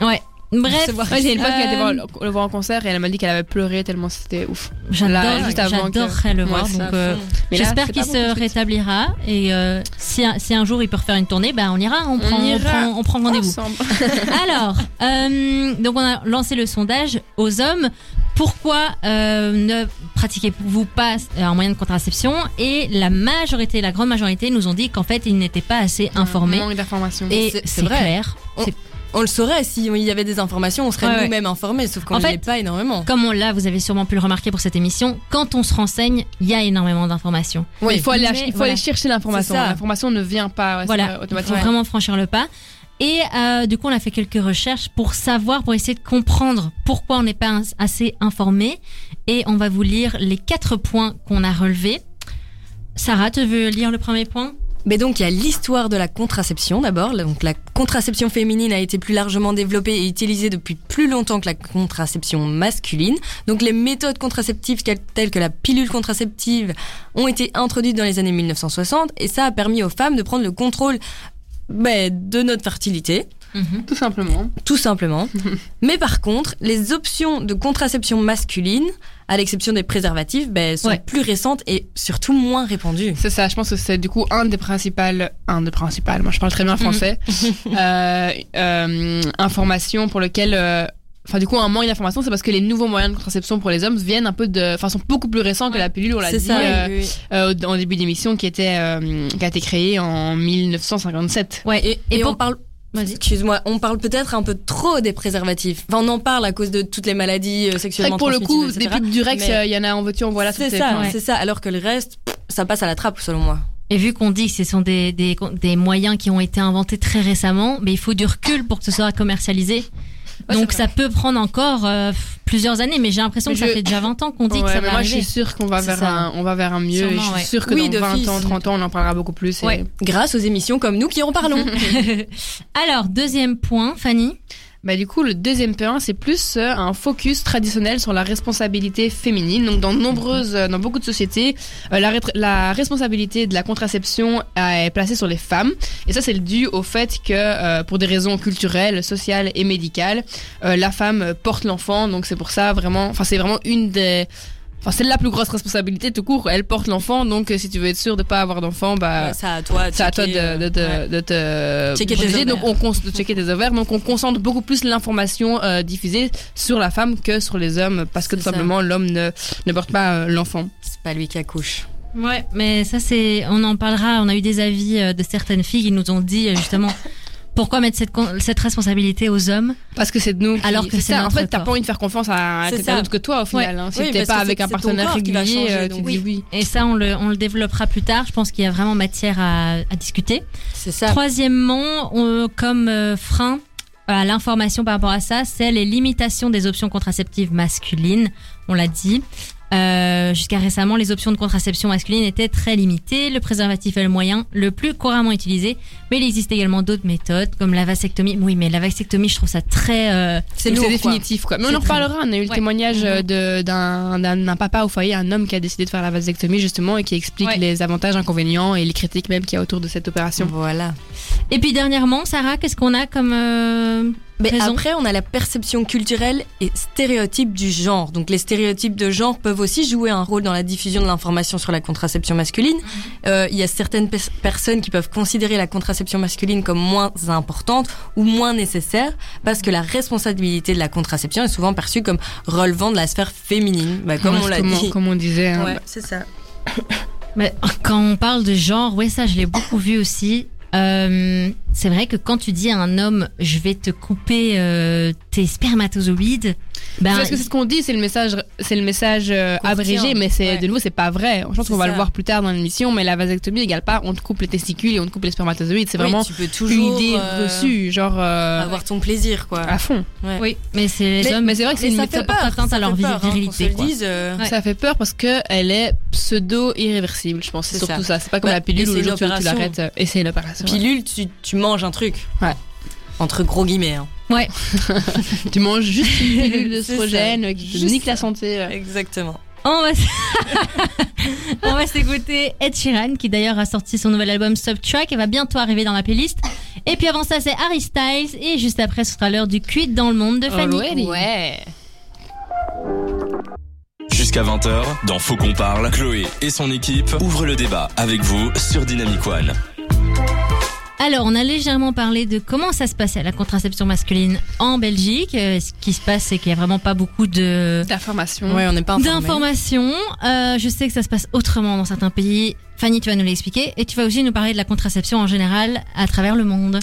Speaker 2: Bref,
Speaker 4: C'est vrai.
Speaker 3: Ouais, j'ai une pote qui a été
Speaker 2: euh,
Speaker 3: voir, le- le voir en concert et elle m'a dit qu'elle avait pleuré tellement c'était ouf.
Speaker 2: J'adore,
Speaker 3: Là, juste avant que-
Speaker 2: j'adorerais le
Speaker 3: Ouais,
Speaker 2: voir.
Speaker 3: ça
Speaker 2: donc, euh,
Speaker 3: Mais là,
Speaker 2: j'espère
Speaker 3: c'est
Speaker 2: qu'il
Speaker 3: pas pour tout
Speaker 2: se
Speaker 3: de suite.
Speaker 2: rétablira. Et euh, si, un, si un jour il peut refaire une tournée, bah, on ira, on prend, on
Speaker 3: ira.
Speaker 2: prend, on prend rendez-vous.
Speaker 3: Ensemble.
Speaker 2: Alors, euh, donc on a lancé le sondage aux hommes. Pourquoi euh, ne pratiquez-vous pas euh, un moyen de contraception Et la majorité, la grande majorité, nous ont dit qu'en fait, ils n'étaient pas assez informés.
Speaker 3: Manque d'informations.
Speaker 2: Et
Speaker 4: Mmh, c'est- c'est
Speaker 2: c'est
Speaker 4: vrai.
Speaker 2: clair.
Speaker 4: On le saurait si il y avait des informations, on serait
Speaker 2: Ouais, ouais.
Speaker 4: nous-mêmes informés, sauf qu'on
Speaker 2: En
Speaker 4: ne
Speaker 2: fait-
Speaker 4: l'est pas énormément.
Speaker 2: Comme on l'a, vous avez sûrement pu le remarquer pour cette émission, quand on se renseigne, il y a énormément d'informations.
Speaker 3: Mais il faut aller,
Speaker 2: Mais
Speaker 3: ach- il faut
Speaker 2: voilà.
Speaker 3: aller chercher l'information.
Speaker 4: C'est ça.
Speaker 3: L'information ne vient pas ouais, c'est
Speaker 2: voilà,
Speaker 3: vrai,
Speaker 2: il faut
Speaker 3: euh, automatiquement.
Speaker 2: vraiment franchir le pas. Et euh, du coup, on a fait quelques recherches pour savoir, pour essayer de comprendre pourquoi on n'est pas ins- assez informé. Et on va vous lire les quatre points qu'on a relevés. Sarah, tu veux lire le premier point
Speaker 4: Mais donc il y a l'histoire de la contraception d'abord. Donc la contraception féminine a été plus largement développée et utilisée depuis plus longtemps que la contraception masculine. Donc les méthodes contraceptives quel- telles que la pilule contraceptive ont été introduites dans les années 1960 et ça a permis aux femmes de prendre le contrôle ben, de notre fertilité
Speaker 3: Tout simplement.
Speaker 4: tout simplement. Mais par contre, les options de contraception masculine, à l'exception des préservatifs, ben, sont
Speaker 2: Ouais.
Speaker 4: plus récentes et surtout moins répandues.
Speaker 3: C'est ça, je pense que c'est du coup un des principales, un des principales, moi je parle très
Speaker 2: Mm.
Speaker 3: bien français, euh, euh, information pour lequel, euh, enfin du coup un manque d'information, c'est parce que les nouveaux moyens de contraception pour les hommes viennent un peu de, enfin sont beaucoup plus récents que la pilule, on l'a
Speaker 4: C'est
Speaker 3: dit
Speaker 4: ça.
Speaker 3: euh,
Speaker 4: oui, oui.
Speaker 3: euh, au- en début d'émission, qui était, euh, qui a été créée en 1957.
Speaker 2: Ouais.
Speaker 4: Et, et
Speaker 2: et
Speaker 4: on
Speaker 2: pour-
Speaker 4: parle.
Speaker 2: Vas-y.
Speaker 4: Excuse-moi, on parle peut-être un peu trop des préservatifs. Enfin, on en parle à cause de toutes les maladies euh,
Speaker 3: C'est vrai
Speaker 4: sexuellement
Speaker 3: que pour le coup, des
Speaker 4: transmissibles, etc.
Speaker 3: pipes du Rex,
Speaker 4: Mais-
Speaker 3: euh, il y en a en voiture, voilà,
Speaker 4: c'est
Speaker 3: c'était-
Speaker 4: ça,
Speaker 2: ouais.
Speaker 4: c'est ça. Alors que le reste, pff, ça passe à la trappe selon moi.
Speaker 2: Et vu qu'on dit que ce sont des, des, des moyens qui ont été inventés très récemment, mais il faut du recul pour que ce soit commercialisé.
Speaker 3: Ouais,
Speaker 2: Donc
Speaker 3: c'est vrai.
Speaker 2: ça peut prendre encore euh, plusieurs années, mais j'ai l'impression
Speaker 3: Mais
Speaker 2: que
Speaker 3: je-
Speaker 2: ça fait déjà 20 ans qu'on dit que
Speaker 3: Ouais,
Speaker 2: ça
Speaker 3: mais
Speaker 2: va
Speaker 3: moi, je
Speaker 2: arriver.
Speaker 3: suis sûre qu'on va
Speaker 2: C'est
Speaker 3: vers
Speaker 2: ça.
Speaker 3: un, on va vers un mieux. et
Speaker 2: Sûrement,
Speaker 3: je suis
Speaker 2: ouais.
Speaker 3: sûre que
Speaker 4: Oui,
Speaker 3: dans 20
Speaker 4: d'office.
Speaker 3: ans, 30 ans, on en parlera beaucoup plus. et-
Speaker 2: Ouais.
Speaker 4: Grâce aux émissions comme nous qui en parlons.
Speaker 2: Alors, deuxième point, Fanny.
Speaker 3: Bah, du coup, le deuxième point, c'est plus euh, un focus traditionnel sur la responsabilité féminine. Donc, dans nombreuses, euh, dans beaucoup de sociétés, euh, la, rétr- la responsabilité de la contraception euh, est placée sur les femmes. Et ça, c'est dû au fait que, euh, pour des raisons culturelles, sociales et médicales, euh, la femme euh, porte l'enfant. Donc, c'est pour ça vraiment, enfin, c'est vraiment une des, enfin, c'est la plus grosse responsabilité tout court. Elle porte l'enfant. Donc, euh, si tu veux être sûr de pas avoir d'enfant, bah,
Speaker 4: Ouais, ça à toi.
Speaker 3: c'est à toi
Speaker 4: checker,
Speaker 3: de, de,
Speaker 4: euh, ouais.
Speaker 3: de, de te
Speaker 4: Checker tes
Speaker 3: protéger.
Speaker 4: ovaires.
Speaker 3: donc on cons- de checker tes ovaires. Donc on concentre beaucoup plus l'information euh, diffusée sur la femme que sur les hommes parce que tout
Speaker 4: C'est ça.
Speaker 3: simplement l'homme ne, ne porte pas euh, l'enfant.
Speaker 4: C'est pas lui qui accouche.
Speaker 2: Ouais, mais ça c'est, on en parlera. On a eu des avis euh, de certaines filles qui nous ont dit euh, justement pourquoi mettre cette con- cette responsabilité aux hommes.
Speaker 3: Parce que c'est de nous. qui-
Speaker 2: Alors que c'est
Speaker 3: ça. En
Speaker 2: notre
Speaker 3: fait, t'as
Speaker 2: corps.
Speaker 3: pas envie de faire confiance à, à
Speaker 4: C'est
Speaker 3: quelqu'un
Speaker 4: ça.
Speaker 3: d'autre que toi au final. hein. Si
Speaker 4: Oui,
Speaker 3: t'es
Speaker 4: parce
Speaker 3: pas
Speaker 4: que
Speaker 3: avec
Speaker 4: c'est-
Speaker 3: un
Speaker 4: c'est ton
Speaker 3: partenaire
Speaker 4: corps qui va
Speaker 3: régulier,
Speaker 4: changer,
Speaker 3: euh, tu
Speaker 4: donc
Speaker 3: te
Speaker 4: oui.
Speaker 3: dis oui.
Speaker 2: Et ça, on le, on le développera plus tard. Je pense qu'il y a vraiment matière à, à discuter.
Speaker 4: C'est ça.
Speaker 2: Troisièmement, on- comme euh, frein à l'information par rapport à ça, c'est les limitations des options contraceptives masculines. On l'a dit. Euh, Jusqu'à récemment, les options de contraception masculine étaient très limitées. Le préservatif est le moyen le plus couramment utilisé, mais il existe également d'autres méthodes comme la vasectomie. Oui, mais la vasectomie, je trouve ça très. euh,
Speaker 4: C'est Mm-hmm.
Speaker 3: Donc,
Speaker 4: lourd.
Speaker 3: C'est
Speaker 4: quoi.
Speaker 3: définitif quoi. Mais on
Speaker 2: C'est
Speaker 3: en reparlera. On a eu le
Speaker 2: Ouais.
Speaker 3: témoignage euh, de- d'un d'un- d'un papa au foyer, un homme qui a décidé de faire la vasectomie justement et qui explique
Speaker 2: Ouais.
Speaker 3: les avantages, inconvénients et les critiques même qu'il y a autour de cette opération.
Speaker 4: Voilà.
Speaker 2: Et puis dernièrement, Sarah, qu'est-ce qu'on a comme euh,
Speaker 4: Mais
Speaker 2: raison
Speaker 4: après, on a la perception culturelle et stéréotype du genre. Donc, les stéréotypes de genre peuvent aussi jouer un rôle dans la diffusion de l'information sur la contraception masculine.
Speaker 3: Mm-hmm.
Speaker 4: Euh, Il y a certaines pers- personnes qui peuvent considérer la contraception masculine comme moins importante ou moins nécessaire parce que la responsabilité de la contraception est souvent perçue comme relevant de la sphère féminine. Bah, comme
Speaker 3: Ouais,
Speaker 4: on l'a
Speaker 3: comme
Speaker 4: dit.
Speaker 3: Comme on disait. hein.
Speaker 4: Ouais, c'est ça.
Speaker 2: Mais quand on parle de genre, ouais, ça, je l'ai beaucoup vu aussi. Euh, c'est vrai que quand tu dis à un homme, je vais te couper euh, tes spermatozoïdes, ben,
Speaker 4: Ah
Speaker 3: Parce que c'est ce qu'on dit, c'est le message, c'est le message euh,
Speaker 4: Court
Speaker 3: abrégé,
Speaker 4: terme,
Speaker 3: mais c'est
Speaker 4: ouais.
Speaker 3: de nouveau c'est pas vrai. Je pense
Speaker 4: C'est
Speaker 3: qu'on va
Speaker 4: ça.
Speaker 3: le voir plus tard dans l'émission, mais la vasectomie égale pas on te coupe les testicules et on te coupe les spermatozoïdes. C'est
Speaker 4: Oui,
Speaker 3: vraiment
Speaker 4: tu peux
Speaker 3: une
Speaker 4: toujours
Speaker 3: idée
Speaker 4: euh,
Speaker 3: reçue, genre euh,
Speaker 4: avoir ton plaisir, quoi.
Speaker 3: à fond.
Speaker 2: oui, euh, mais c'est les
Speaker 3: Mais,
Speaker 2: hommes.
Speaker 3: mais c'est vrai que c'est
Speaker 4: Mais
Speaker 3: une
Speaker 4: ça
Speaker 3: méthode-
Speaker 4: fait peur,
Speaker 2: atteinte à
Speaker 4: ça
Speaker 2: leur
Speaker 4: fait peur, hein, qu'on
Speaker 2: virilité,
Speaker 4: se le
Speaker 2: quoi.
Speaker 4: dise, euh,
Speaker 2: Ouais.
Speaker 3: Ça fait peur parce que elle est pseudo irréversible, je pense. C'est
Speaker 4: C'est
Speaker 3: surtout ça.
Speaker 4: ça.
Speaker 3: C'est pas comme
Speaker 4: Bah,
Speaker 3: la pilule
Speaker 4: et
Speaker 3: où
Speaker 4: c'est
Speaker 3: le
Speaker 4: une
Speaker 3: jour tu tu
Speaker 4: opération.
Speaker 3: l'arrêtes euh, et c'est une opération. ouais.
Speaker 4: Pilule, tu, tu manges un truc.
Speaker 3: Ouais.
Speaker 4: Entre gros guillemets. hein.
Speaker 3: Tu manges juste une pilule d'œstrogène
Speaker 4: C'est ça.
Speaker 3: euh, qui te
Speaker 4: Juste
Speaker 3: nique la santé. euh.
Speaker 4: Exactement.
Speaker 2: On va, s- on va s'écouter Ed Sheeran, qui d'ailleurs a sorti son nouvel album Subtrack et va bientôt arriver dans la playlist. Et puis avant ça, c'est Harry Styles. Et juste après, ce sera l'heure du quid dans le monde de Fanny.
Speaker 3: Already.
Speaker 1: Jusqu'à 20h, dans Faut qu'on parle, Chloé et son équipe ouvrent le débat avec vous sur Dynamic One.
Speaker 2: Alors, on a légèrement parlé de comment ça se passait la contraception masculine en Belgique. Euh, ce qui se passe, c'est qu'il y a vraiment pas beaucoup de
Speaker 3: La formation.
Speaker 4: Mm. Ouais, on n'est pas informés.
Speaker 2: d'informations. Euh, je sais que ça se passe autrement dans certains pays. Fanny, tu vas nous l'expliquer et tu vas aussi nous parler de la contraception en général à travers le monde.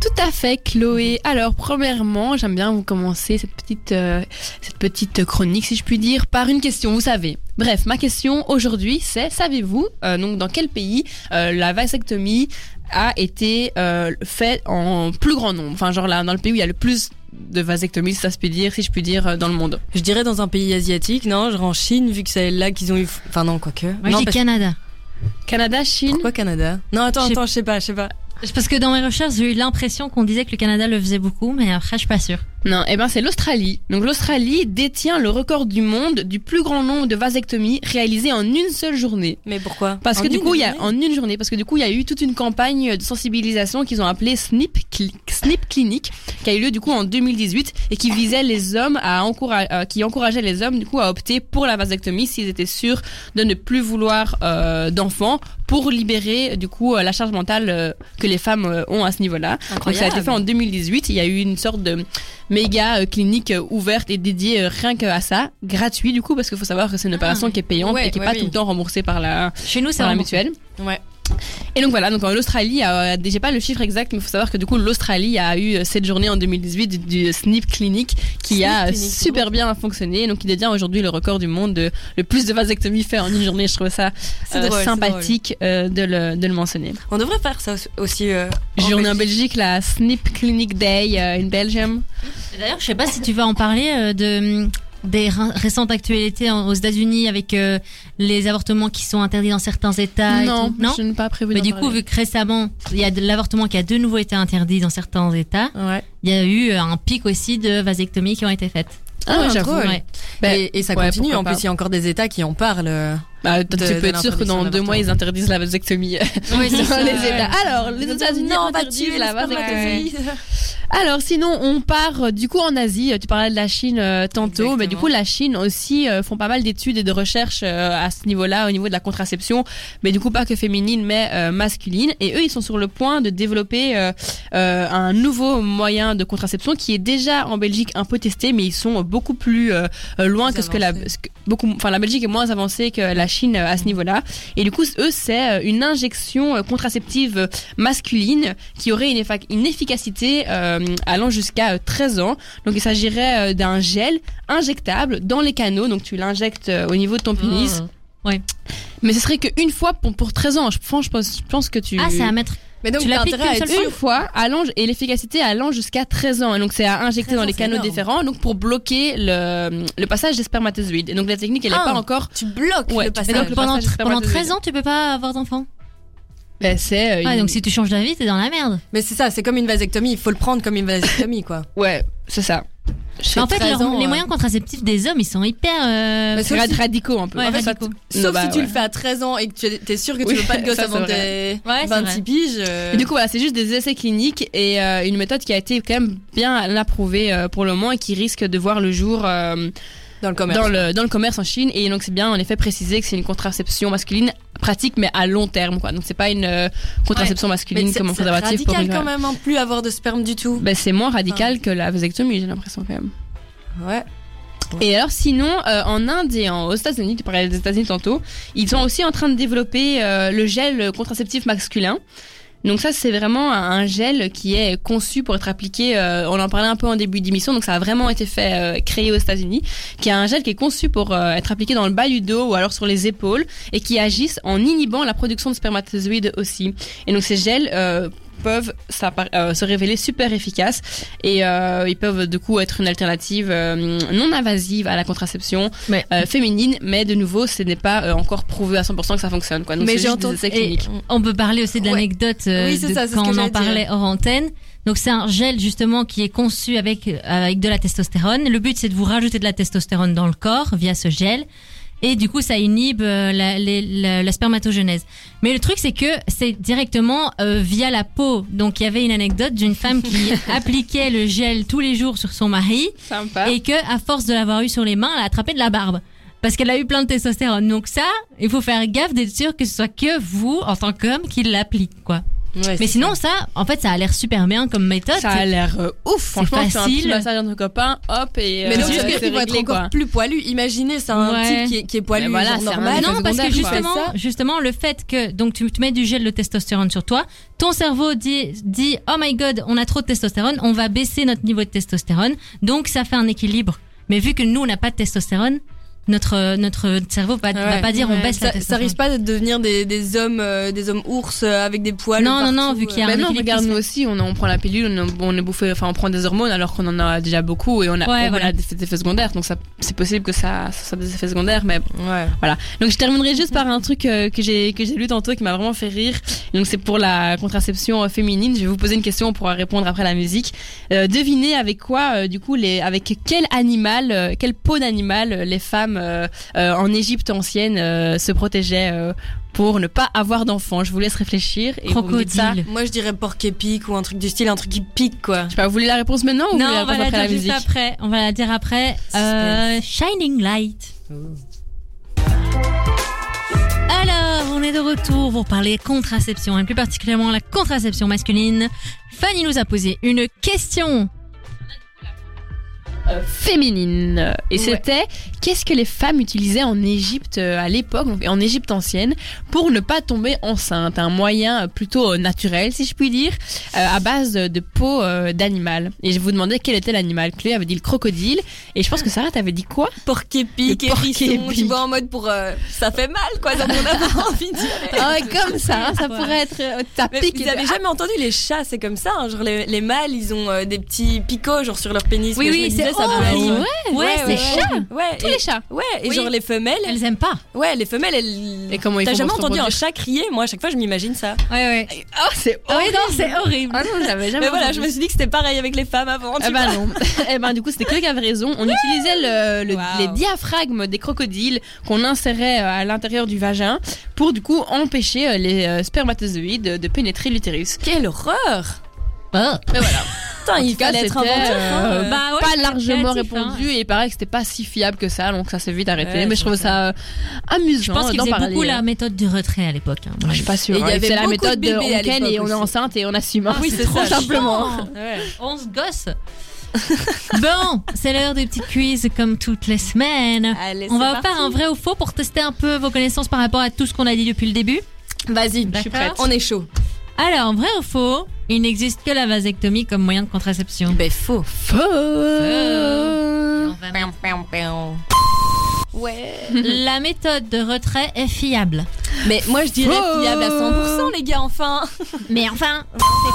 Speaker 3: Tout à fait, Chloé. Alors, premièrement, j'aime bien vous commencer cette petite, euh, cette petite chronique, si je puis dire, par une question, vous savez. Bref, ma question aujourd'hui, c'est, savez-vous, euh, donc, dans quel pays euh, la vasectomie a été euh, faite en plus grand nombre Enfin, genre, là, dans le pays où il y a le plus de vasectomies, si ça se peut dire, si je puis dire, euh, dans le monde.
Speaker 4: Je dirais dans un pays asiatique, non, genre en Chine, vu que c'est là qu'ils ont eu. Enfin, non, quoique.
Speaker 2: Moi,
Speaker 4: non,
Speaker 2: je dis
Speaker 4: parce-
Speaker 2: Canada.
Speaker 3: Canada, Chine
Speaker 4: Pourquoi Canada Non, attends,
Speaker 2: Je sais-
Speaker 4: attends, je sais pas, je sais pas.
Speaker 2: C'est Parce que dans mes recherches, j'ai eu l'impression qu'on disait que le Canada le faisait beaucoup, mais après, je suis pas sûre.
Speaker 3: Non, eh ben c'est l'Australie. Donc l'Australie détient le record du monde du plus grand nombre de vasectomies réalisées en une seule journée.
Speaker 4: Mais pourquoi
Speaker 3: Parce
Speaker 4: En
Speaker 3: que du
Speaker 4: une
Speaker 3: coup, il y a
Speaker 4: journée
Speaker 3: en une journée, parce que du coup, il y a eu toute une campagne de sensibilisation qu'ils ont appelée SNIP, Cli- SNIP Clinique, qui a eu lieu du coup en 2018 et qui visait les hommes à encourager, qui encourageait les hommes du coup à opter pour la vasectomie s'ils étaient sûrs de ne plus vouloir euh, d'enfants pour libérer du coup euh, la charge mentale euh, que les femmes euh, ont à ce niveau-là. Donc ça a été fait en 2018. Il y a eu une sorte de méga euh, clinique euh, ouverte et dédiée euh, rien qu'à ça, gratuit du coup, parce qu'il faut savoir que c'est une opération qui est payante
Speaker 4: Ah, Ouais,
Speaker 3: et qui est
Speaker 4: ouais,
Speaker 3: pas
Speaker 4: oui.
Speaker 3: tout le temps remboursée par la
Speaker 2: Chez nous, c'est
Speaker 3: par la
Speaker 2: vraiment...
Speaker 3: mutuelle.
Speaker 4: Ouais.
Speaker 3: Et donc voilà, donc en Australie, euh, j'ai pas le chiffre exact, mais il faut savoir que du coup l'Australie a eu euh, cette journée en 2018 du, du SNIP clinique qui
Speaker 4: Snip
Speaker 3: a euh,
Speaker 4: Clinic,
Speaker 3: super bien fonctionné, donc il détient aujourd'hui le record du monde de le plus de vasectomies faites en une journée. Je trouve ça
Speaker 4: Ah, C'est
Speaker 3: euh,
Speaker 4: drôle, c'est
Speaker 3: sympathique euh, de, le, de le mentionner.
Speaker 4: drôle. On devrait faire ça aussi- aussi. euh,
Speaker 3: Journée en Belgique, la SNIP Clinic Day euh, in Belgium.
Speaker 2: D'ailleurs, je sais pas si tu vas en parler euh, de des ré- récentes actualités en- aux États-Unis avec euh, les avortements qui sont interdits dans certains États. et
Speaker 3: non,
Speaker 2: tout. non.
Speaker 3: Ah, je n'ai pas prévu.
Speaker 2: Mais
Speaker 3: d'en
Speaker 2: du
Speaker 3: parler.
Speaker 2: coup, vu que récemment, il y a de l'avortement qui a de nouveau été interdit dans certains États,
Speaker 4: Ouais.
Speaker 2: il y a eu euh, un pic aussi de vasectomies qui ont été faites.
Speaker 3: ah,
Speaker 4: ouais,
Speaker 3: j'avoue.
Speaker 4: drôle.
Speaker 2: Ouais.
Speaker 3: Bah,
Speaker 4: et, et ça
Speaker 3: ouais,
Speaker 4: continue.
Speaker 3: pourquoi
Speaker 4: En
Speaker 3: pas.
Speaker 4: plus, il y a encore des États qui en parlent. euh.
Speaker 3: Bah, tu
Speaker 4: de- de
Speaker 3: peux être sûr que
Speaker 4: l'interdiction
Speaker 3: dans deux
Speaker 4: d'avortement.
Speaker 3: mois ils interdisent la vasectomie.
Speaker 2: Oui,
Speaker 3: Dans les États. Alors, les États-Unis
Speaker 4: Non, on va
Speaker 3: interdisent
Speaker 4: tuer
Speaker 3: la
Speaker 4: la
Speaker 3: vasectomie.
Speaker 4: vasectomie.
Speaker 3: Alors sinon, on part euh, du coup en Asie. Euh, Tu parlais de la Chine euh, tantôt, mais du
Speaker 4: Exactement.
Speaker 3: coup la Chine aussi euh, font pas mal d'études et de recherches euh, à ce niveau-là, au niveau de la contraception, mais du coup pas que féminine, mais euh, masculine. Et eux, ils sont sur le point de développer euh, euh, un nouveau moyen de contraception qui est déjà en Belgique un peu testé, mais ils sont beaucoup plus euh, euh, loin
Speaker 4: Plus
Speaker 3: que ce que la
Speaker 4: avancés.
Speaker 3: ce que- beaucoup, enfin la Belgique est moins avancée que la Chine euh, à
Speaker 2: Mm.
Speaker 3: ce niveau-là. Et du coup, eux, c'est euh, une injection euh, contraceptive masculine qui aurait une, effac- une efficacité euh, allant jusqu'à euh, 13 ans. Donc il s'agirait euh, d'un gel injectable dans les canaux, donc tu l'injectes euh, au niveau de ton pénis.
Speaker 4: Mm.
Speaker 2: Ouais.
Speaker 3: Mais ce serait qu'une fois pour, pour 13 ans. Je pense, je pense, je pense que tu...
Speaker 2: Ah, c'est à mettre
Speaker 4: Mais donc,
Speaker 2: Tu
Speaker 4: t'as
Speaker 2: l'appliques
Speaker 4: intérêt à
Speaker 2: qu'une
Speaker 4: être
Speaker 2: seule
Speaker 4: sûr.
Speaker 2: fois
Speaker 3: Une fois, allant, et l'efficacité allant jusqu'à 13 ans. Et donc, c'est à injecter
Speaker 4: 13
Speaker 3: dans
Speaker 4: ans,
Speaker 3: les
Speaker 4: c'est
Speaker 3: canaux
Speaker 4: énorme.
Speaker 3: différents, donc pour bloquer le, le passage des spermatozoïdes. Et donc, la technique, elle n'est
Speaker 4: Ah.
Speaker 3: pas encore.
Speaker 4: Tu bloques
Speaker 3: Ouais,
Speaker 4: le
Speaker 3: tu
Speaker 2: Et
Speaker 4: passage.
Speaker 2: donc
Speaker 3: le
Speaker 2: pendant,
Speaker 3: passage
Speaker 2: pendant
Speaker 3: spermatozoïde.
Speaker 2: 13 ans, tu peux pas avoir d'enfant.
Speaker 3: Ben, c'est. euh,
Speaker 4: Ah,
Speaker 2: Ouais,
Speaker 3: une-
Speaker 2: donc si tu changes d'avis, t'es dans la merde.
Speaker 4: Mais c'est ça, c'est comme une vasectomie. Il faut le prendre comme une vasectomie, quoi.
Speaker 3: Ouais, c'est ça.
Speaker 2: Mais en fait,
Speaker 4: 13
Speaker 2: leurs-
Speaker 4: ans,
Speaker 2: les
Speaker 4: euh,
Speaker 2: moyens contraceptifs des hommes, ils sont hyper. euh,
Speaker 4: Mais
Speaker 3: C'est
Speaker 4: sauf si-
Speaker 3: radicaux un peu.
Speaker 2: ouais,
Speaker 3: En fait,
Speaker 2: radicaux.
Speaker 3: ça-
Speaker 4: Sauf
Speaker 3: Non, bah,
Speaker 4: si tu
Speaker 3: ouais.
Speaker 4: le fais à 13 ans et que tu es- t'es sûr que tu
Speaker 3: Oui,
Speaker 4: veux pas te gosser
Speaker 3: ça,
Speaker 4: avant
Speaker 3: c'est
Speaker 4: tes
Speaker 2: Ouais, c'est
Speaker 4: 26
Speaker 2: vrai.
Speaker 4: piges. euh,
Speaker 3: Et du coup, voilà, c'est juste des essais cliniques et euh, une méthode qui a été quand même bien approuvée euh, pour le moment et qui risque de voir le jour euh,
Speaker 4: dans le commerce.
Speaker 3: dans, le, dans le commerce en Chine. Et donc, c'est bien en effet précisé que c'est une contraception masculine pratique, mais à long terme. Quoi. Donc, c'est pas une euh, contraception masculine
Speaker 4: c'est
Speaker 3: comme un
Speaker 4: c'est
Speaker 3: préservatif pour
Speaker 4: radical
Speaker 3: une-
Speaker 4: quand même, hein, plus avoir de sperme du tout.
Speaker 3: Ben, c'est moins radical que la vasectomie, j'ai l'impression quand même.
Speaker 4: Ouais.
Speaker 3: Et alors sinon, euh, en Inde et en, aux États-Unis, tu parlais des États-Unis tantôt, ils sont aussi en train de développer euh, le gel contraceptif masculin. Donc ça, c'est vraiment un- un gel qui est conçu pour être appliqué. euh, on en parlait un peu en début d'émission, donc ça a vraiment été fait euh, créé aux États-Unis, qui est un gel qui est conçu pour euh, être appliqué dans le bas du dos ou alors sur les épaules et qui agissent en inhibant la production de spermatozoïdes aussi. Et donc ces gels euh, peuvent s'appar- euh, se révéler super efficaces et euh, ils peuvent du coup être une alternative euh, non invasive à la contraception
Speaker 2: Mais-
Speaker 3: euh, féminine, mais de nouveau, ce n'est pas euh, encore prouvé à 100% que ça fonctionne. Quoi. Donc,
Speaker 4: Mais
Speaker 3: c'est
Speaker 4: j'ai
Speaker 3: juste des
Speaker 4: entendu-
Speaker 3: essais
Speaker 2: et-
Speaker 3: cliniques.
Speaker 2: On peut parler aussi de
Speaker 4: Ouais.
Speaker 2: l'anecdote euh,
Speaker 4: Oui, c'est
Speaker 2: de
Speaker 4: ça, c'est ce
Speaker 2: quand on
Speaker 4: que
Speaker 2: en
Speaker 4: j'allais dire.
Speaker 2: parlait hors antenne. Donc c'est un gel justement qui est conçu avec avec de la testostérone. Le but c'est de vous rajouter de la testostérone dans le corps via ce gel. Et du coup, ça inhibe euh, la, les- la- la spermatogenèse. Mais le truc, c'est que c'est directement euh, via la peau. Donc, il y avait une anecdote d'une femme qui appliquait le gel tous les jours sur son mari
Speaker 3: Sympa.
Speaker 2: et que à force de l'avoir eu sur les mains, elle a attrapé de la barbe parce qu'elle a eu plein de testostérone. Donc ça, il faut faire gaffe d'être sûr que ce soit que vous en tant qu'homme qui l'applique quoi.
Speaker 4: mm,
Speaker 2: Mais sinon ça, en fait, ça a l'air super bien comme méthode.
Speaker 3: ça a l'air euh, ouf, franchement, tu fais un petit
Speaker 2: facile.
Speaker 3: massage entre copains, hop, et euh,
Speaker 4: Mais donc,
Speaker 2: c'est
Speaker 4: je pense
Speaker 2: vrai,
Speaker 3: c'est
Speaker 4: qu'il va être
Speaker 3: réglé, quoi.
Speaker 4: encore plus poilu. Imaginez, c'est un
Speaker 2: Ouais.
Speaker 4: type qui est, qui est poilu,
Speaker 3: Mais voilà,
Speaker 4: genre
Speaker 3: c'est un
Speaker 4: normal.
Speaker 3: effet
Speaker 2: non, parce que
Speaker 3: secondaire,
Speaker 2: justement,
Speaker 4: quoi.
Speaker 2: justement, le fait que donc tu tu mets du gel de testostérone sur toi, ton cerveau dit dit oh my god, on a trop de testostérone, on va baisser notre niveau de testostérone, donc ça fait un équilibre. Mais vu que nous on n'a pas de testostérone, notre notre cerveau va,
Speaker 4: Ah
Speaker 2: va
Speaker 4: ouais.
Speaker 2: pas dire on
Speaker 4: Ouais.
Speaker 2: baisse la hein.
Speaker 4: ça, ça
Speaker 2: testostérone.
Speaker 4: risque pas de devenir des, des hommes, euh, des hommes ours euh, avec des poils.
Speaker 2: Non, non, non,
Speaker 4: partout,
Speaker 2: vu qu'il y a
Speaker 4: euh.
Speaker 2: un
Speaker 3: Ben non,
Speaker 2: équilibre
Speaker 3: regarde,
Speaker 2: qui se
Speaker 3: nous aussi, on, on prend la pilule, on, on est bouffé, enfin, on prend des hormones alors qu'on en a déjà beaucoup et on a,
Speaker 2: Ouais,
Speaker 3: on
Speaker 2: voilà.
Speaker 3: a des, des effets secondaires. Donc, ça, c'est possible que ça, ça, ça a des effets secondaires, mais
Speaker 4: euh. Ouais.
Speaker 3: Donc je terminerai juste par un truc euh, que j'ai que j'ai lu tantôt et qui m'a vraiment fait rire. Donc c'est pour la contraception euh, féminine. Je vais vous poser une question, on pourra répondre après la musique. Euh, devinez avec quoi, euh, du coup, les avec quel animal, euh, quelle peau d'animal euh, les femmes euh, euh, en Égypte ancienne euh, se protégeaient euh, pour ne pas avoir d'enfants. Je vous laisse réfléchir et vous me dites ça.
Speaker 2: Crocodile.
Speaker 4: Moi, je dirais porc épic ou un truc du style, un truc qui pique, quoi.
Speaker 3: Je sais pas, vous voulez la réponse maintenant ou vous voulez
Speaker 2: Non,
Speaker 3: la
Speaker 2: on va
Speaker 3: réponse
Speaker 2: la
Speaker 3: après la
Speaker 2: dire
Speaker 3: musique
Speaker 2: juste après. On va la dire après. Euh, Shining Light. Alors, on est de retour pour parler contraception et plus particulièrement la contraception masculine. Fanny nous a posé une question.
Speaker 3: féminine. Et
Speaker 4: Ouais.
Speaker 3: c'était qu'est-ce que les femmes utilisaient en Égypte euh, à l'époque, donc en Égypte ancienne, pour ne pas tomber enceinte. Un moyen euh, plutôt euh, naturel, si je puis dire, euh, à base de, de peau euh, d'animal. Et je vous demandais quel était l'animal. Chloé avait dit le crocodile. Et je pense que Sarah t'avait dit quoi
Speaker 4: Porc épic,
Speaker 3: Le porc
Speaker 4: hérisson,
Speaker 3: épic.
Speaker 4: tu vois, en mode pour. euh, ça fait mal, quoi, donc on a pas envie de dire.
Speaker 3: Ah ouais, comme ça, hein, ça
Speaker 2: Ouais.
Speaker 3: pourrait être euh, ta
Speaker 4: Mais
Speaker 3: pique.
Speaker 4: vous avez jamais entendu les chats, c'est comme ça, hein, genre les, les mâles, ils ont euh, des petits picots, genre sur leur pénis.
Speaker 2: Oui,
Speaker 4: mais je
Speaker 2: oui,
Speaker 4: me
Speaker 2: c'est
Speaker 4: disais, ça doit
Speaker 2: horrible. Ouais,
Speaker 4: être- Eh ouais,
Speaker 2: c'est
Speaker 4: ouais.
Speaker 2: chiant.
Speaker 4: Ouais,
Speaker 3: Tous
Speaker 4: et,
Speaker 3: les chats.
Speaker 4: ouais, et
Speaker 2: Oui.
Speaker 4: genre les femelles,
Speaker 2: Elles aiment pas.
Speaker 4: ouais, les femelles, elles.
Speaker 3: Et comment ils
Speaker 4: T'as
Speaker 3: font
Speaker 4: jamais
Speaker 3: pour se
Speaker 4: entendu un
Speaker 3: reproduire
Speaker 4: chat crier Moi, à chaque fois, je m'imagine ça.
Speaker 2: Ouais, ouais.
Speaker 3: Oh, c'est
Speaker 2: Ah oui, non, c'est horrible.
Speaker 3: Ah non, j'avais jamais
Speaker 4: Mais voilà, je
Speaker 3: entendu
Speaker 4: me suis dit que c'était pareil avec les femmes avant. tu
Speaker 3: Eh ben non. eh ben du coup, c'était Chloé qui avait raison. On utilisait le, le-
Speaker 4: Wow.
Speaker 3: les diaphragmes des crocodiles qu'on insérait euh, à l'intérieur du vagin pour du coup empêcher euh, les euh, spermatozoïdes euh, de pénétrer l'utérus.
Speaker 4: Quelle horreur
Speaker 2: Ah.
Speaker 3: En
Speaker 4: Putain, il
Speaker 3: tout cas,
Speaker 4: fallait être
Speaker 3: c'était,
Speaker 4: inventeur. hein.
Speaker 3: euh,
Speaker 2: Bah ouais,
Speaker 3: pas
Speaker 2: c'était
Speaker 3: largement
Speaker 2: créatif, hein.
Speaker 3: répondu et il paraît que c'était pas si fiable que ça, donc ça s'est vite arrêté.
Speaker 4: Ouais,
Speaker 3: Mais je
Speaker 4: c'est
Speaker 3: trouve
Speaker 4: ça.
Speaker 3: ça euh, amusant.
Speaker 2: Je pense qu'ils
Speaker 3: d'en
Speaker 2: faisaient
Speaker 3: parler.
Speaker 2: beaucoup la méthode du retrait à l'époque. hein, moi,
Speaker 3: Je suis pas sûre.
Speaker 4: Et il y
Speaker 3: hein.
Speaker 4: avait
Speaker 3: C'est la
Speaker 4: beaucoup de
Speaker 3: méthode de,
Speaker 4: bébés à
Speaker 3: on ken et
Speaker 4: l'époque
Speaker 3: on est
Speaker 4: aussi.
Speaker 3: enceinte et on assume. hein.
Speaker 2: Ah,
Speaker 4: oui,
Speaker 2: c'est
Speaker 4: c'est
Speaker 2: trop
Speaker 4: ça.
Speaker 3: simplement.
Speaker 2: chiant.
Speaker 4: Ouais.
Speaker 2: On se gosse. bon, c'est l'heure des petites quiz comme toutes les semaines.
Speaker 4: Allez,
Speaker 2: On
Speaker 4: Ah, c'est
Speaker 2: va
Speaker 4: parti.
Speaker 2: faire un vrai ou faux pour tester un peu vos connaissances par rapport à tout ce qu'on a dit depuis le début.
Speaker 4: Vas-y,
Speaker 2: D'accord.
Speaker 4: On est chaud.
Speaker 2: Alors, vrai ou faux, il n'existe que la vasectomie comme moyen de contraception.
Speaker 4: Ben faux.
Speaker 2: Faux.
Speaker 3: Faux. Ouais.
Speaker 2: La méthode de retrait est fiable.
Speaker 4: Mais moi, je dirais
Speaker 3: Oh.
Speaker 4: fiable à 100%, les gars, enfin.
Speaker 2: Mais enfin, c'est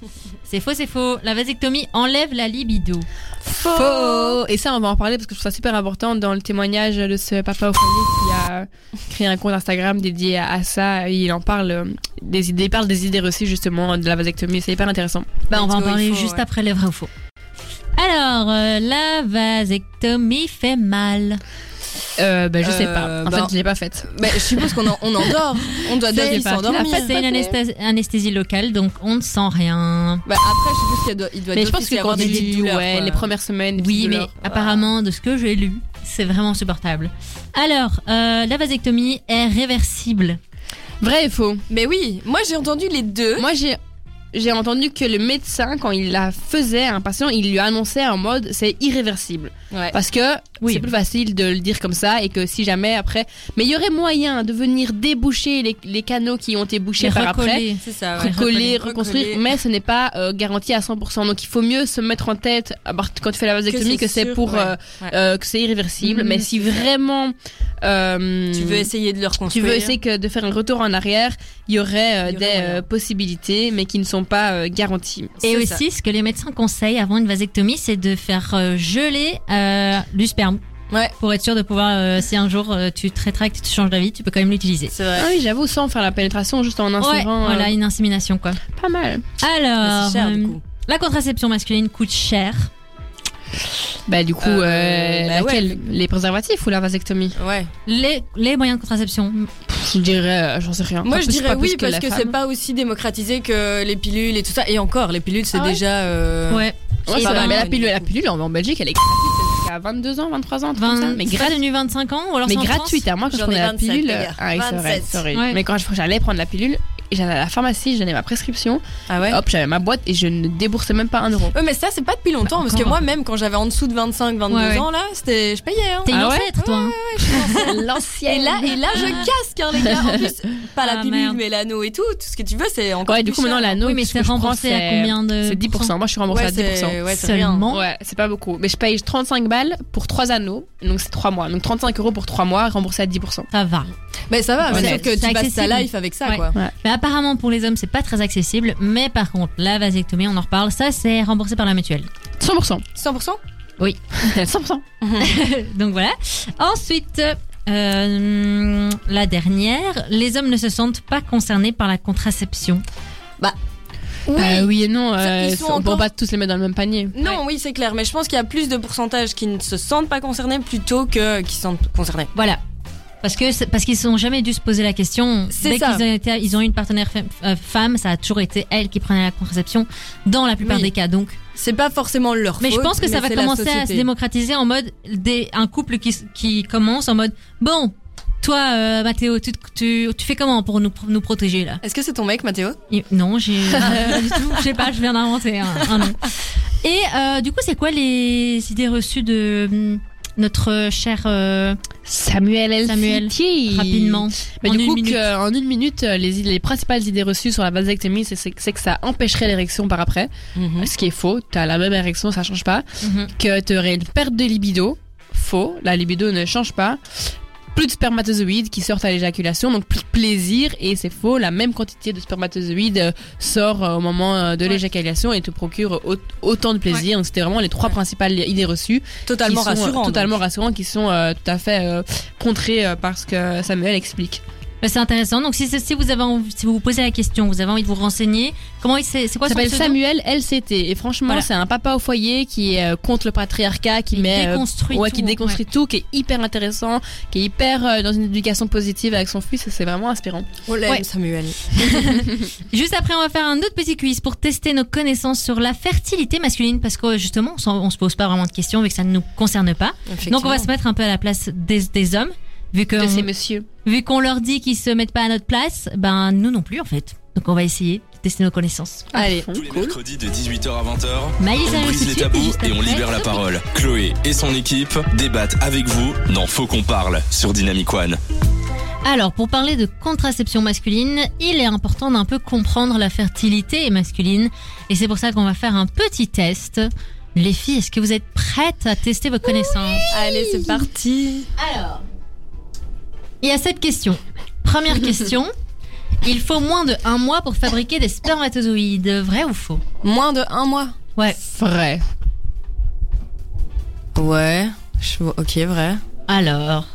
Speaker 2: faux. C'est faux, c'est faux. La vasectomie enlève la libido.
Speaker 3: Faux. Et ça, on va en parler parce que je trouve ça super important dans le témoignage de ce papa au foyer qui a créé un compte Instagram dédié à, à ça. Il en parle euh, des idées, il parle des idées reçues justement de la vasectomie. C'est hyper intéressant.
Speaker 2: Bah, on va en
Speaker 4: Let's go,
Speaker 2: parler
Speaker 4: il faut,
Speaker 2: juste
Speaker 4: ouais.
Speaker 2: après les vrais ou faux. Alors, euh, la vasectomie fait mal.
Speaker 3: Euh, bah, je sais
Speaker 4: Euh,
Speaker 3: pas. En
Speaker 4: bah-
Speaker 3: fait, je l'ai pas faite.
Speaker 4: Mais je suppose qu'on en, on endort. On doit
Speaker 3: C'est-
Speaker 4: déjà
Speaker 3: c'est pas-
Speaker 4: s'endormir.
Speaker 3: la
Speaker 2: C'est une anesthé- anesthésie locale, donc on ne sent rien.
Speaker 4: Bah, après, je suppose qu'il doit, il doit
Speaker 3: Mais je
Speaker 4: d'office
Speaker 3: pense
Speaker 4: y
Speaker 3: que
Speaker 4: avoir
Speaker 3: quand
Speaker 4: des
Speaker 3: tu-
Speaker 4: petites douleurs.
Speaker 3: ouais,
Speaker 4: quoi.
Speaker 3: les premières semaines, les
Speaker 2: Oui,
Speaker 3: petites
Speaker 2: mais
Speaker 3: douleurs.
Speaker 2: apparemment, de ce que j'ai lu, c'est vraiment supportable. Alors, euh, la vasectomie est réversible.
Speaker 3: vrai et faux.
Speaker 4: Mais oui, moi j'ai entendu les deux.
Speaker 3: Moi, j'ai j'ai entendu que le médecin, quand il la faisait à un patient, il lui annonçait en mode c'est irréversible.
Speaker 4: Ouais.
Speaker 3: Parce que
Speaker 2: Oui.
Speaker 3: c'est plus facile de le dire comme ça et que si jamais après. Mais il y aurait moyen de venir déboucher les, les canaux qui ont été bouchés
Speaker 2: Les
Speaker 3: par après.
Speaker 2: recoller.
Speaker 4: C'est ça, ouais.
Speaker 3: Recoller,
Speaker 4: Recoller,
Speaker 3: reconstruire,
Speaker 4: recoller.
Speaker 3: mais ce n'est pas euh, garanti à 100%. Donc il faut mieux se mettre en tête à part- quand tu fais la vasectomie que
Speaker 4: Que c'est
Speaker 3: c'est
Speaker 4: sûr,
Speaker 3: pour
Speaker 4: ouais.
Speaker 3: euh,
Speaker 4: Ouais. Mm-hmm.
Speaker 3: euh, que c'est irréversible.
Speaker 2: Mhm.
Speaker 3: Mais si vraiment euh,
Speaker 4: Tu veux essayer de le
Speaker 3: tu
Speaker 4: reconstruire.
Speaker 3: veux essayer que de faire un retour en arrière, il y aurait euh,
Speaker 4: Il y aurait
Speaker 3: des
Speaker 4: moyen.
Speaker 3: euh, possibilités, mais qui ne sont pas euh, garanties.
Speaker 2: Et
Speaker 4: C'est ça.
Speaker 2: aussi, ce que les médecins conseillent avant une vasectomie, c'est de faire euh, geler euh, du sperme.
Speaker 4: Ouais.
Speaker 2: Pour être sûr de pouvoir, euh, si un jour euh, tu te rétractes, tu changes d'avis, tu peux quand même l'utiliser.
Speaker 4: C'est vrai.
Speaker 3: Ah oui, j'avoue, sans faire la pénétration, juste en
Speaker 2: Ouais,
Speaker 3: insérant. euh,
Speaker 2: voilà, une insémination quoi.
Speaker 3: Pas mal.
Speaker 2: Alors,
Speaker 3: Ah,
Speaker 4: Mais c'est cher
Speaker 2: euh,
Speaker 3: hmm.
Speaker 4: du coup.
Speaker 2: la contraception masculine coûte cher.
Speaker 3: Bah du coup,
Speaker 4: Euh,
Speaker 3: euh,
Speaker 4: bah ouais.
Speaker 3: laquelle Les préservatifs ou la vasectomie
Speaker 4: Ouais.
Speaker 2: Les, les moyens de contraception,
Speaker 3: Je dirais, euh, j'en sais rien.
Speaker 4: Moi je dirais oui parce que c'est pas aussi démocratisé que les pilules et tout ça. Et encore, les pilules c'est
Speaker 3: Ah ouais
Speaker 4: déjà. euh,
Speaker 2: ouais.
Speaker 4: Ouais,
Speaker 2: Et
Speaker 4: ça va,
Speaker 2: ben,
Speaker 3: mais la
Speaker 4: au
Speaker 3: pilule,
Speaker 4: niveau
Speaker 3: la
Speaker 4: coût.
Speaker 3: pilule en, en Belgique, elle est gratuite jusqu'à 22 ans, 23 ans, un truc comme
Speaker 2: 20,
Speaker 3: ça,
Speaker 2: mais
Speaker 3: mais
Speaker 2: c'est pas
Speaker 3: gratuite.
Speaker 2: devenu 25 ans ou alors
Speaker 3: Mais
Speaker 2: c'est en France
Speaker 3: gratuite, hein, moi quand je
Speaker 4: J'en ai
Speaker 3: prenais la
Speaker 4: 27,
Speaker 3: pilule,
Speaker 4: les gars.
Speaker 3: ah, oui, c'est vrai,
Speaker 4: 27.
Speaker 3: sorry.
Speaker 2: Ouais.
Speaker 3: mais quand je- j'allais prendre la pilule, j'allais à la pharmacie, j'avais ma prescription,
Speaker 4: Ah ouais.
Speaker 3: hop, j'avais ma boîte et je ne déboursais même pas un euro.
Speaker 4: Ouais, mais ça c'est pas depuis longtemps
Speaker 3: Bah,
Speaker 4: parce que
Speaker 2: encore.
Speaker 4: moi même quand j'avais en dessous de 25, 22
Speaker 2: Ouais, ouais.
Speaker 4: ans là, c'était je payais. Hein.
Speaker 2: T'es une
Speaker 3: Ah ouais
Speaker 2: ancêtre, toi. hein.
Speaker 4: Et
Speaker 3: L'ancienne.
Speaker 4: là, et là, je casque, hein, les gars. En plus, pas la
Speaker 2: Ah,
Speaker 4: pilule,
Speaker 2: merde.
Speaker 4: mais l'anneau et tout. Tout ce que tu veux, c'est encore.
Speaker 3: Ouais, du
Speaker 4: plus
Speaker 3: coup, maintenant,
Speaker 4: cher.
Speaker 3: l'anneau,
Speaker 2: oui, mais
Speaker 3: ce
Speaker 2: c'est
Speaker 3: que je prends,
Speaker 2: remboursé à
Speaker 3: c'est-
Speaker 2: combien de
Speaker 3: C'est 10%. Moi, je suis remboursée
Speaker 4: Ouais,
Speaker 3: à 10%.
Speaker 4: c'est ouais, c'est rien.
Speaker 2: seulement
Speaker 3: Euh, Ouais, c'est pas beaucoup. Mais je paye 35 balles pour 3 anneaux, donc c'est 3 mois. Donc 35 euros pour 3 mois, remboursé à 10%.
Speaker 2: Ça va.
Speaker 4: Mais ça va,
Speaker 3: Ouais,
Speaker 4: mais
Speaker 2: c'est-
Speaker 4: sauf que
Speaker 2: c'est
Speaker 4: tu passes ta
Speaker 2: accessible.
Speaker 4: life avec ça,
Speaker 2: Ouais.
Speaker 4: quoi.
Speaker 2: Mais apparemment, pour les hommes, c'est pas très accessible. Mais par contre, la vasectomie, on en reparle. Ça, c'est remboursé par la mutuelle.
Speaker 3: 100%.
Speaker 4: 100%
Speaker 3: 100%.
Speaker 2: Euh, Donc voilà. Ensuite, euh, la dernière. Les hommes ne se sentent pas concernés par la contraception.
Speaker 4: Oui.
Speaker 3: Euh, oui et non,
Speaker 4: Ça,
Speaker 3: euh,
Speaker 4: ils sont
Speaker 3: on peut
Speaker 4: encore-
Speaker 3: pas tous les mettre dans le même panier.
Speaker 4: Non, oui, c'est clair, mais je pense qu'il y a plus de pourcentages qui ne se sentent pas concernés plutôt que qui se sentent concernés.
Speaker 2: Voilà. Parce que c'est- parce qu'ils n'ont jamais dû se poser la question.
Speaker 4: C'est
Speaker 2: Dès
Speaker 4: ça.
Speaker 2: qu'ils ont, été- ils ont eu une partenaire fem- euh, femme, ça a toujours été elle qui prenait la contraception dans la plupart
Speaker 4: Oui.
Speaker 2: des cas. Donc,
Speaker 4: C'est pas forcément leur
Speaker 2: mais je
Speaker 4: faute,
Speaker 2: pense que ça va
Speaker 4: c'est la
Speaker 2: commencer à se
Speaker 4: société.
Speaker 2: démocratiser en mode des, un couple qui, s- qui commence en mode bon, toi euh, Mathéo, tu, te- tu, tu fais comment pour nous, pour nous protéger là
Speaker 4: Est-ce que c'est ton mec, Mathéo
Speaker 2: Et- Non, j'ai euh, pas du tout, je sais pas, je viens d'inventer un, un nom. Et euh, du coup, c'est quoi les idées reçues de hum, notre cher euh,
Speaker 3: Samuel L.
Speaker 2: Samuel,
Speaker 3: Fittier.
Speaker 2: rapidement
Speaker 3: Mais
Speaker 2: en
Speaker 3: du
Speaker 2: une
Speaker 3: coup,
Speaker 2: minute.
Speaker 3: que, en une minute, euh, les, id- les principales idées reçues sur la vasectomie, c'est- c'est c'est que ça empêcherait l'érection par après. Ce qui est faux. T'as la même érection, ça change pas.
Speaker 2: Mhm.
Speaker 3: que tu aurais une perte de libido. Faux, la libido ne change pas. Plus de spermatozoïdes qui sortent à l'éjaculation, donc plus de plaisir, et c'est faux, la même quantité de spermatozoïdes euh, sort euh, au moment euh, de
Speaker 2: Ouais.
Speaker 3: l'éjaculation et te procure au- autant de plaisir. Donc c'était vraiment les trois
Speaker 4: Ouais.
Speaker 3: principales idées reçues.
Speaker 4: Totalement
Speaker 3: qui sont, euh,
Speaker 4: rassurant. donc.
Speaker 3: Totalement rassurantes, qui sont euh, tout à fait euh, contrées euh, par ce que Samuel explique.
Speaker 2: Bah, C'est intéressant. Donc, si, si vous avez envie- si vous vous posez la question, vous avez envie de vous renseigner, comment il s'est- c'est quoi
Speaker 3: Ça
Speaker 2: son
Speaker 3: s'appelle
Speaker 2: pseudo
Speaker 3: Samuel LCT, et franchement,
Speaker 2: Voilà.
Speaker 3: c'est un papa au foyer qui est euh, contre le patriarcat, qui
Speaker 2: Il
Speaker 3: met euh,
Speaker 2: déconstruit
Speaker 3: ouais,
Speaker 2: tout.
Speaker 3: qui déconstruit tout, qui est hyper intéressant, qui est hyper euh, dans une éducation positive avec son fils, et c'est vraiment inspirant.
Speaker 4: On l'aime,
Speaker 2: Ouais.
Speaker 4: Samuel.
Speaker 2: Juste après, on va faire un autre petit quiz pour tester nos connaissances sur la fertilité masculine, parce que euh, justement, on, s'en- on se pose pas vraiment de questions vu que ça ne nous concerne pas. Donc, on va se mettre un peu à la place des, des hommes, vu que
Speaker 3: De ces
Speaker 2: on-
Speaker 3: messieurs.
Speaker 2: vu qu'on leur dit qu'ils se mettent pas à notre place, ben nous non plus en fait. Donc, on va essayer de tester nos connaissances.
Speaker 3: Allez.
Speaker 1: Tous les mercredis de 18h à 20h,
Speaker 2: Maïs,
Speaker 1: on
Speaker 2: arrive
Speaker 1: brise les
Speaker 2: tout de suite,
Speaker 1: tabous
Speaker 2: juste
Speaker 1: et on
Speaker 2: après,
Speaker 1: libère la
Speaker 2: Sophie.
Speaker 1: parole. Chloé et son équipe débattent avec vous dans Faut qu'on parle sur Dynamic One.
Speaker 2: Alors, pour parler de contraception masculine, il est important d'un peu comprendre la fertilité masculine. Et c'est pour ça qu'on va faire un petit test. Les filles, est-ce que vous êtes prêtes à tester vos connaissances
Speaker 4: Allez, c'est parti.
Speaker 2: Alors, il y a cette question. Première question. Il faut moins de un mois pour fabriquer des spermatozoïdes. Vrai ou faux
Speaker 4: Moins de un mois.
Speaker 2: Ouais.
Speaker 3: Vrai.
Speaker 4: Ouais. Je... vois- Ok, vrai.
Speaker 2: Alors,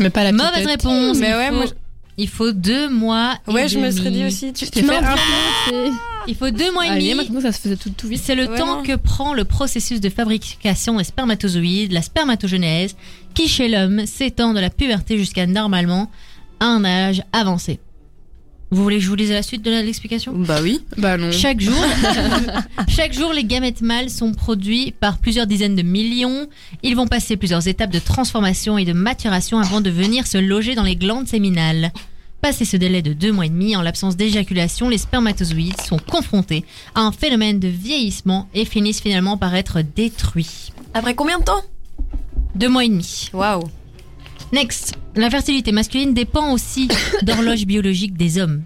Speaker 3: Mais pas la petite
Speaker 2: mauvaise
Speaker 3: tête.
Speaker 2: réponse.
Speaker 4: Mais
Speaker 2: il
Speaker 4: ouais,
Speaker 2: faut-
Speaker 4: moi, je-
Speaker 2: Il faut deux mois. et
Speaker 4: Ouais, je me
Speaker 2: demi.
Speaker 4: serais dit aussi. Tu,
Speaker 3: Tu t'es
Speaker 4: non,
Speaker 3: fait
Speaker 4: en fait,
Speaker 3: implanter.
Speaker 2: Il faut deux mois et
Speaker 3: Allez,
Speaker 2: demi.
Speaker 3: maintenant ça se faisait tout, tout vite.
Speaker 2: C'est le
Speaker 4: Ouais,
Speaker 2: temps
Speaker 4: non.
Speaker 2: que prend le processus de fabrication des spermatozoïdes, la spermatogenèse, qui chez l'homme s'étend de la puberté jusqu'à normalement un âge avancé. Vous voulez que je vous lise la suite de la- l'explication
Speaker 4: Bah oui.
Speaker 3: Bah non.
Speaker 2: Chaque jour, chaque jour, les gamètes mâles sont produits par plusieurs dizaines de millions. Ils vont passer plusieurs étapes de transformation et de maturation avant de venir se loger dans les glandes séminales. Passé ce délai de deux mois et demi, en l'absence d'éjaculation, les spermatozoïdes sont confrontés à un phénomène de vieillissement et finissent finalement par être détruits.
Speaker 4: Après combien de temps
Speaker 2: Deux mois et demi.
Speaker 4: Waouh.
Speaker 2: Next. La fertilité masculine dépend aussi d'horloge biologique des hommes.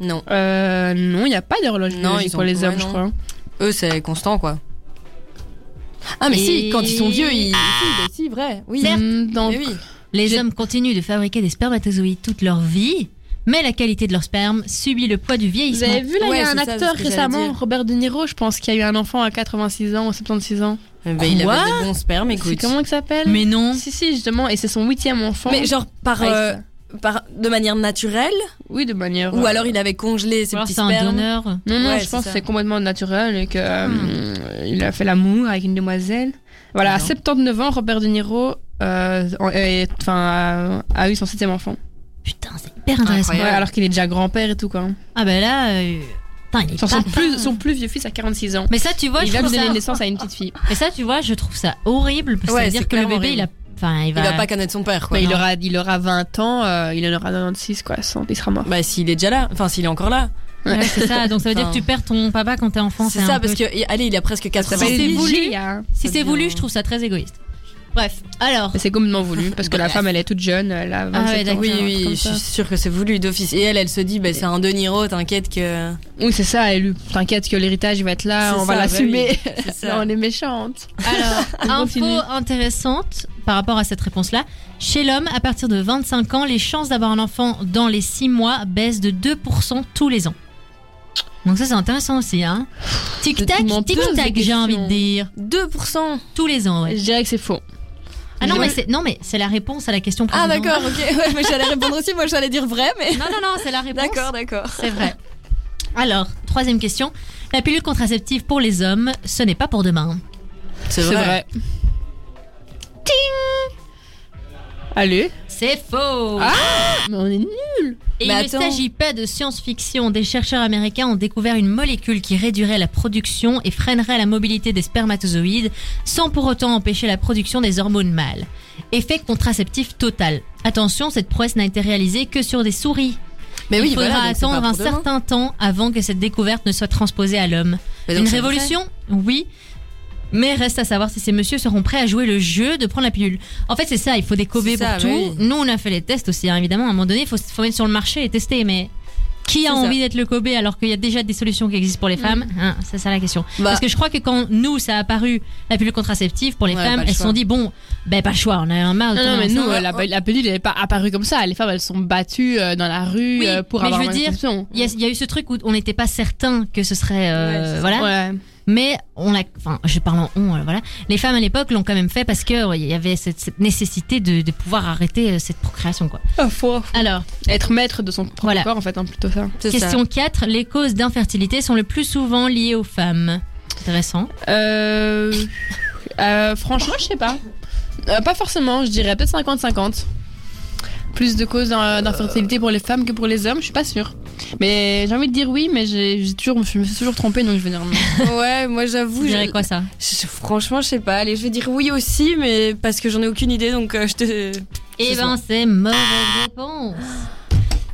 Speaker 4: Non.
Speaker 3: Euh, non, il n'y a pas d'horloge
Speaker 4: Non,
Speaker 3: biologique
Speaker 4: ils ont-
Speaker 3: pour les
Speaker 4: ouais,
Speaker 3: hommes, je
Speaker 4: non.
Speaker 3: crois.
Speaker 4: Eux, c'est constant, quoi. Ah, mais
Speaker 2: Et-
Speaker 4: si, quand ils sont vieux, ils. Si, bah si, vrai. Oui.
Speaker 3: Hmm, dans-
Speaker 4: Mais oui.
Speaker 2: Les
Speaker 3: J'ai-
Speaker 2: hommes continuent de fabriquer des spermatozoïdes toute leur vie, mais la qualité de leur sperme subit le poids du
Speaker 3: Vous
Speaker 2: vieillissement.
Speaker 3: avez vu là, il y
Speaker 4: Ouais,
Speaker 3: a
Speaker 4: c'est
Speaker 3: un
Speaker 4: ça, c'est
Speaker 3: acteur
Speaker 4: ce que j'allais
Speaker 3: récemment,
Speaker 4: dire.
Speaker 3: Robert De Niro, je pense, qui a eu un enfant à 86 ans ou 76 ans.
Speaker 4: Bah, il
Speaker 2: Quoi
Speaker 4: avait des bons spermes,
Speaker 3: C'est
Speaker 4: écoute.
Speaker 3: comment il s'appelle
Speaker 2: Mais non.
Speaker 3: Si, si, justement, et c'est son huitième enfant. Ah,
Speaker 4: Mais genre, par.
Speaker 3: Ouais,
Speaker 4: euh, par... De manière naturelle
Speaker 3: Oui, de manière. euh,
Speaker 4: Ou alors il avait congelé ses
Speaker 2: Ou alors
Speaker 4: petits
Speaker 2: c'est un
Speaker 4: spermes
Speaker 2: donneur.
Speaker 3: Non, non,
Speaker 4: Ouais,
Speaker 3: je pense
Speaker 4: c'est ça. Hmm.
Speaker 3: que c'est complètement naturel et que euh, il a fait l'amour avec une demoiselle. Voilà, à
Speaker 2: Non.
Speaker 3: 79 ans, Robert De Niro euh, en- est- enfin, a, a eu son septième enfant.
Speaker 2: Putain, c'est hyper intéressant.
Speaker 4: Incroyable. Ouais.
Speaker 3: Ouais, alors qu'il est déjà grand-père et tout, quoi.
Speaker 2: Ah bah là, euh, putain, il est
Speaker 3: Son, son
Speaker 2: pas-
Speaker 3: plus, son plus vieux fils a 46 ans.
Speaker 2: Mais ça, tu vois,
Speaker 3: il
Speaker 2: je
Speaker 3: vient de
Speaker 2: trouve
Speaker 3: donner
Speaker 2: ça.
Speaker 3: naissance à une petite fille.
Speaker 2: Mais ça, tu vois, je trouve ça horrible. parce que
Speaker 4: Ouais,
Speaker 2: ça veut
Speaker 4: c'est
Speaker 2: dire que le bébé,
Speaker 4: clairement
Speaker 2: il a, enfin, il
Speaker 4: Il
Speaker 2: va.
Speaker 4: va pas connaître son père, quoi.
Speaker 3: Bah, il,
Speaker 4: Non.
Speaker 3: aura, il aura 20 ans, euh, il en aura 96, quoi. 100, il sera mort.
Speaker 4: Bah, s'il est déjà là, enfin s'il est encore là.
Speaker 2: Ouais, c'est ça. Donc ça veut dire que
Speaker 4: Enfin.
Speaker 2: tu perds ton papa quand t'es enfant.
Speaker 4: C'est ça, parce que, et- allez, il a presque 80
Speaker 2: va.
Speaker 4: ans.
Speaker 2: c'est voulu.
Speaker 3: hein.
Speaker 2: si
Speaker 4: ça
Speaker 2: c'est
Speaker 4: devient-
Speaker 2: voulu, je trouve ça très égoïste. Bref, alors.
Speaker 3: Mais C'est complètement voulu, parce que la femme, elle est toute jeune, elle a
Speaker 4: Ah
Speaker 3: 27
Speaker 2: Ah ouais,
Speaker 3: ans.
Speaker 2: d'accord.
Speaker 4: Oui,
Speaker 3: un truc
Speaker 4: oui,
Speaker 3: comme
Speaker 4: je
Speaker 3: ça.
Speaker 4: suis sûre que c'est voulu d'office. Et elle, elle se dit, bah, c'est un De Niro, t'inquiète que.
Speaker 3: Oui, c'est ça, elle lui- t'inquiète que l'héritage, il va être là,
Speaker 4: C'est
Speaker 3: on va
Speaker 4: ça, bah
Speaker 3: l'assumer.
Speaker 4: oui, c'est ça.
Speaker 3: Là, on est méchante.
Speaker 2: Alors, info
Speaker 3: continue.
Speaker 2: intéressante par rapport à cette réponse-là. Chez l'homme, à partir de 25 ans, les chances d'avoir un enfant dans les 6 mois baissent de 2% tous les ans. Donc ça, c'est intéressant aussi, hein. Tic-tac,
Speaker 3: Tout le monde pose des
Speaker 2: tic-tac, j'ai
Speaker 3: questions.
Speaker 2: envie de dire.
Speaker 4: 2%
Speaker 2: Tous les ans, ouais.
Speaker 3: Je dirais que c'est faux.
Speaker 2: Ah non,
Speaker 4: Moi,
Speaker 2: mais
Speaker 4: je-
Speaker 2: c'est, non, mais c'est la réponse à la question
Speaker 4: Ah,
Speaker 2: précédente.
Speaker 4: d'accord, ok. Ouais, mais j'allais répondre aussi, moi j'allais dire vrai, mais.
Speaker 2: Non, non, non, c'est la réponse.
Speaker 4: D'accord, d'accord.
Speaker 2: C'est vrai. Alors, troisième question. La pilule contraceptive pour les hommes, ce n'est pas pour demain.
Speaker 4: C'est
Speaker 3: Allez.
Speaker 2: C'est
Speaker 4: Ah
Speaker 2: faux.
Speaker 3: Mais on est nuls.
Speaker 2: Et
Speaker 4: Mais
Speaker 2: il
Speaker 4: attends.
Speaker 2: ne s'agit pas de science-fiction. Des chercheurs américains ont découvert une molécule qui réduirait la production et freinerait la mobilité des spermatozoïdes sans pour autant empêcher la production des hormones mâles. Effet contraceptif total. Attention, cette prouesse n'a été réalisée que sur des souris.
Speaker 4: Mais Eh oui,
Speaker 2: il faudra
Speaker 4: voilà, donc c'est pas
Speaker 2: attendre
Speaker 4: pour
Speaker 2: un
Speaker 4: demain.
Speaker 2: certain temps avant que cette découverte ne soit transposée à l'homme.
Speaker 4: Mais donc,
Speaker 2: Une
Speaker 4: c'est vrai.
Speaker 2: révolution Oui. Mais reste à savoir si ces messieurs seront prêts à jouer le jeu de prendre la pilule. En fait, c'est ça, il faut décober
Speaker 4: C'est
Speaker 2: pour
Speaker 4: ça, bah
Speaker 2: tout.
Speaker 4: oui.
Speaker 2: Nous, on a fait les tests aussi, hein, évidemment. À un moment donné, il faut, faut mettre sur le marché et tester, mais qui
Speaker 4: C'est
Speaker 2: a
Speaker 4: ça. Mm.
Speaker 2: envie d'être le cobé alors qu'il y a déjà des solutions qui existent pour les femmes Hein, C'est ça la question.
Speaker 4: Bah,
Speaker 2: Parce que je crois que quand nous, ça a apparu, la pilule contraceptive pour les
Speaker 4: Ouais,
Speaker 2: femmes,
Speaker 4: pas le
Speaker 2: elles se
Speaker 4: choix.
Speaker 2: sont dit, bon, ben pas le choix, on a un marre de
Speaker 3: Non,
Speaker 2: tomber
Speaker 3: non, mais
Speaker 2: enceinte.
Speaker 3: nous, euh, la, la pilule, elle n'est pas apparue comme ça. Les femmes, elles sont battues euh, dans la rue
Speaker 2: Oui,
Speaker 3: euh, pour
Speaker 2: mais
Speaker 3: avoir
Speaker 2: je veux
Speaker 3: une
Speaker 2: dire,
Speaker 3: conception.
Speaker 2: Il y, a, il y a eu ce truc où on n'était pas certain que ce serait... euh, voilà.
Speaker 3: Ouais.
Speaker 2: Mais on l'a, enfin, je parle en on, euh, voilà. Les femmes à l'époque l'ont quand même fait parce que euh, il y avait cette, cette nécessité de, de pouvoir arrêter euh, cette procréation, quoi.
Speaker 3: Ah, faut
Speaker 2: Alors,
Speaker 3: être maître de son propre
Speaker 2: Voilà.
Speaker 3: corps, en fait, hein, plutôt ça.
Speaker 4: Bah, c'est ça.
Speaker 2: question 4, les causes d'infertilité sont le plus souvent liées aux femmes. Intéressant.
Speaker 3: Euh, euh, franchement, je sais pas. Euh, pas forcément, je dirais peut-être 50-50. Plus de causes d'in- d'infertilité pour les femmes que pour les hommes, je suis pas sûre. Mais j'ai envie de dire oui, mais j'ai j'ai toujours, je me suis toujours trompée, donc je vais dire non.
Speaker 4: Ouais, moi j'avoue.
Speaker 2: Vous
Speaker 4: je-
Speaker 2: direz quoi ça
Speaker 4: je- Franchement, je sais pas. Allez, je vais dire oui aussi, mais parce que j'en ai aucune idée, donc euh, je te.
Speaker 2: Eh ben, c'est mauvaise réponse.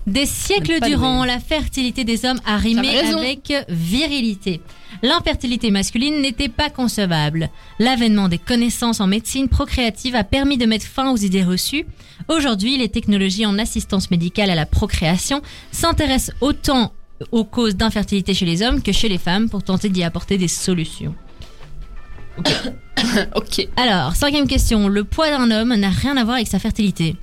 Speaker 2: Des siècles
Speaker 3: pas
Speaker 2: durant, la fertilité des hommes a rimé
Speaker 3: T'as raison.
Speaker 2: avec virilité. L'infertilité masculine n'était pas concevable. L'avènement des connaissances en médecine procréative a permis de mettre fin aux idées reçues. Aujourd'hui, les technologies en assistance médicale à la procréation s'intéressent autant aux causes d'infertilité chez les hommes que chez les femmes pour tenter d'y apporter des solutions.
Speaker 3: ok.
Speaker 2: Alors, cinquième question. Le poids d'un homme n'a rien à voir avec sa fertilité.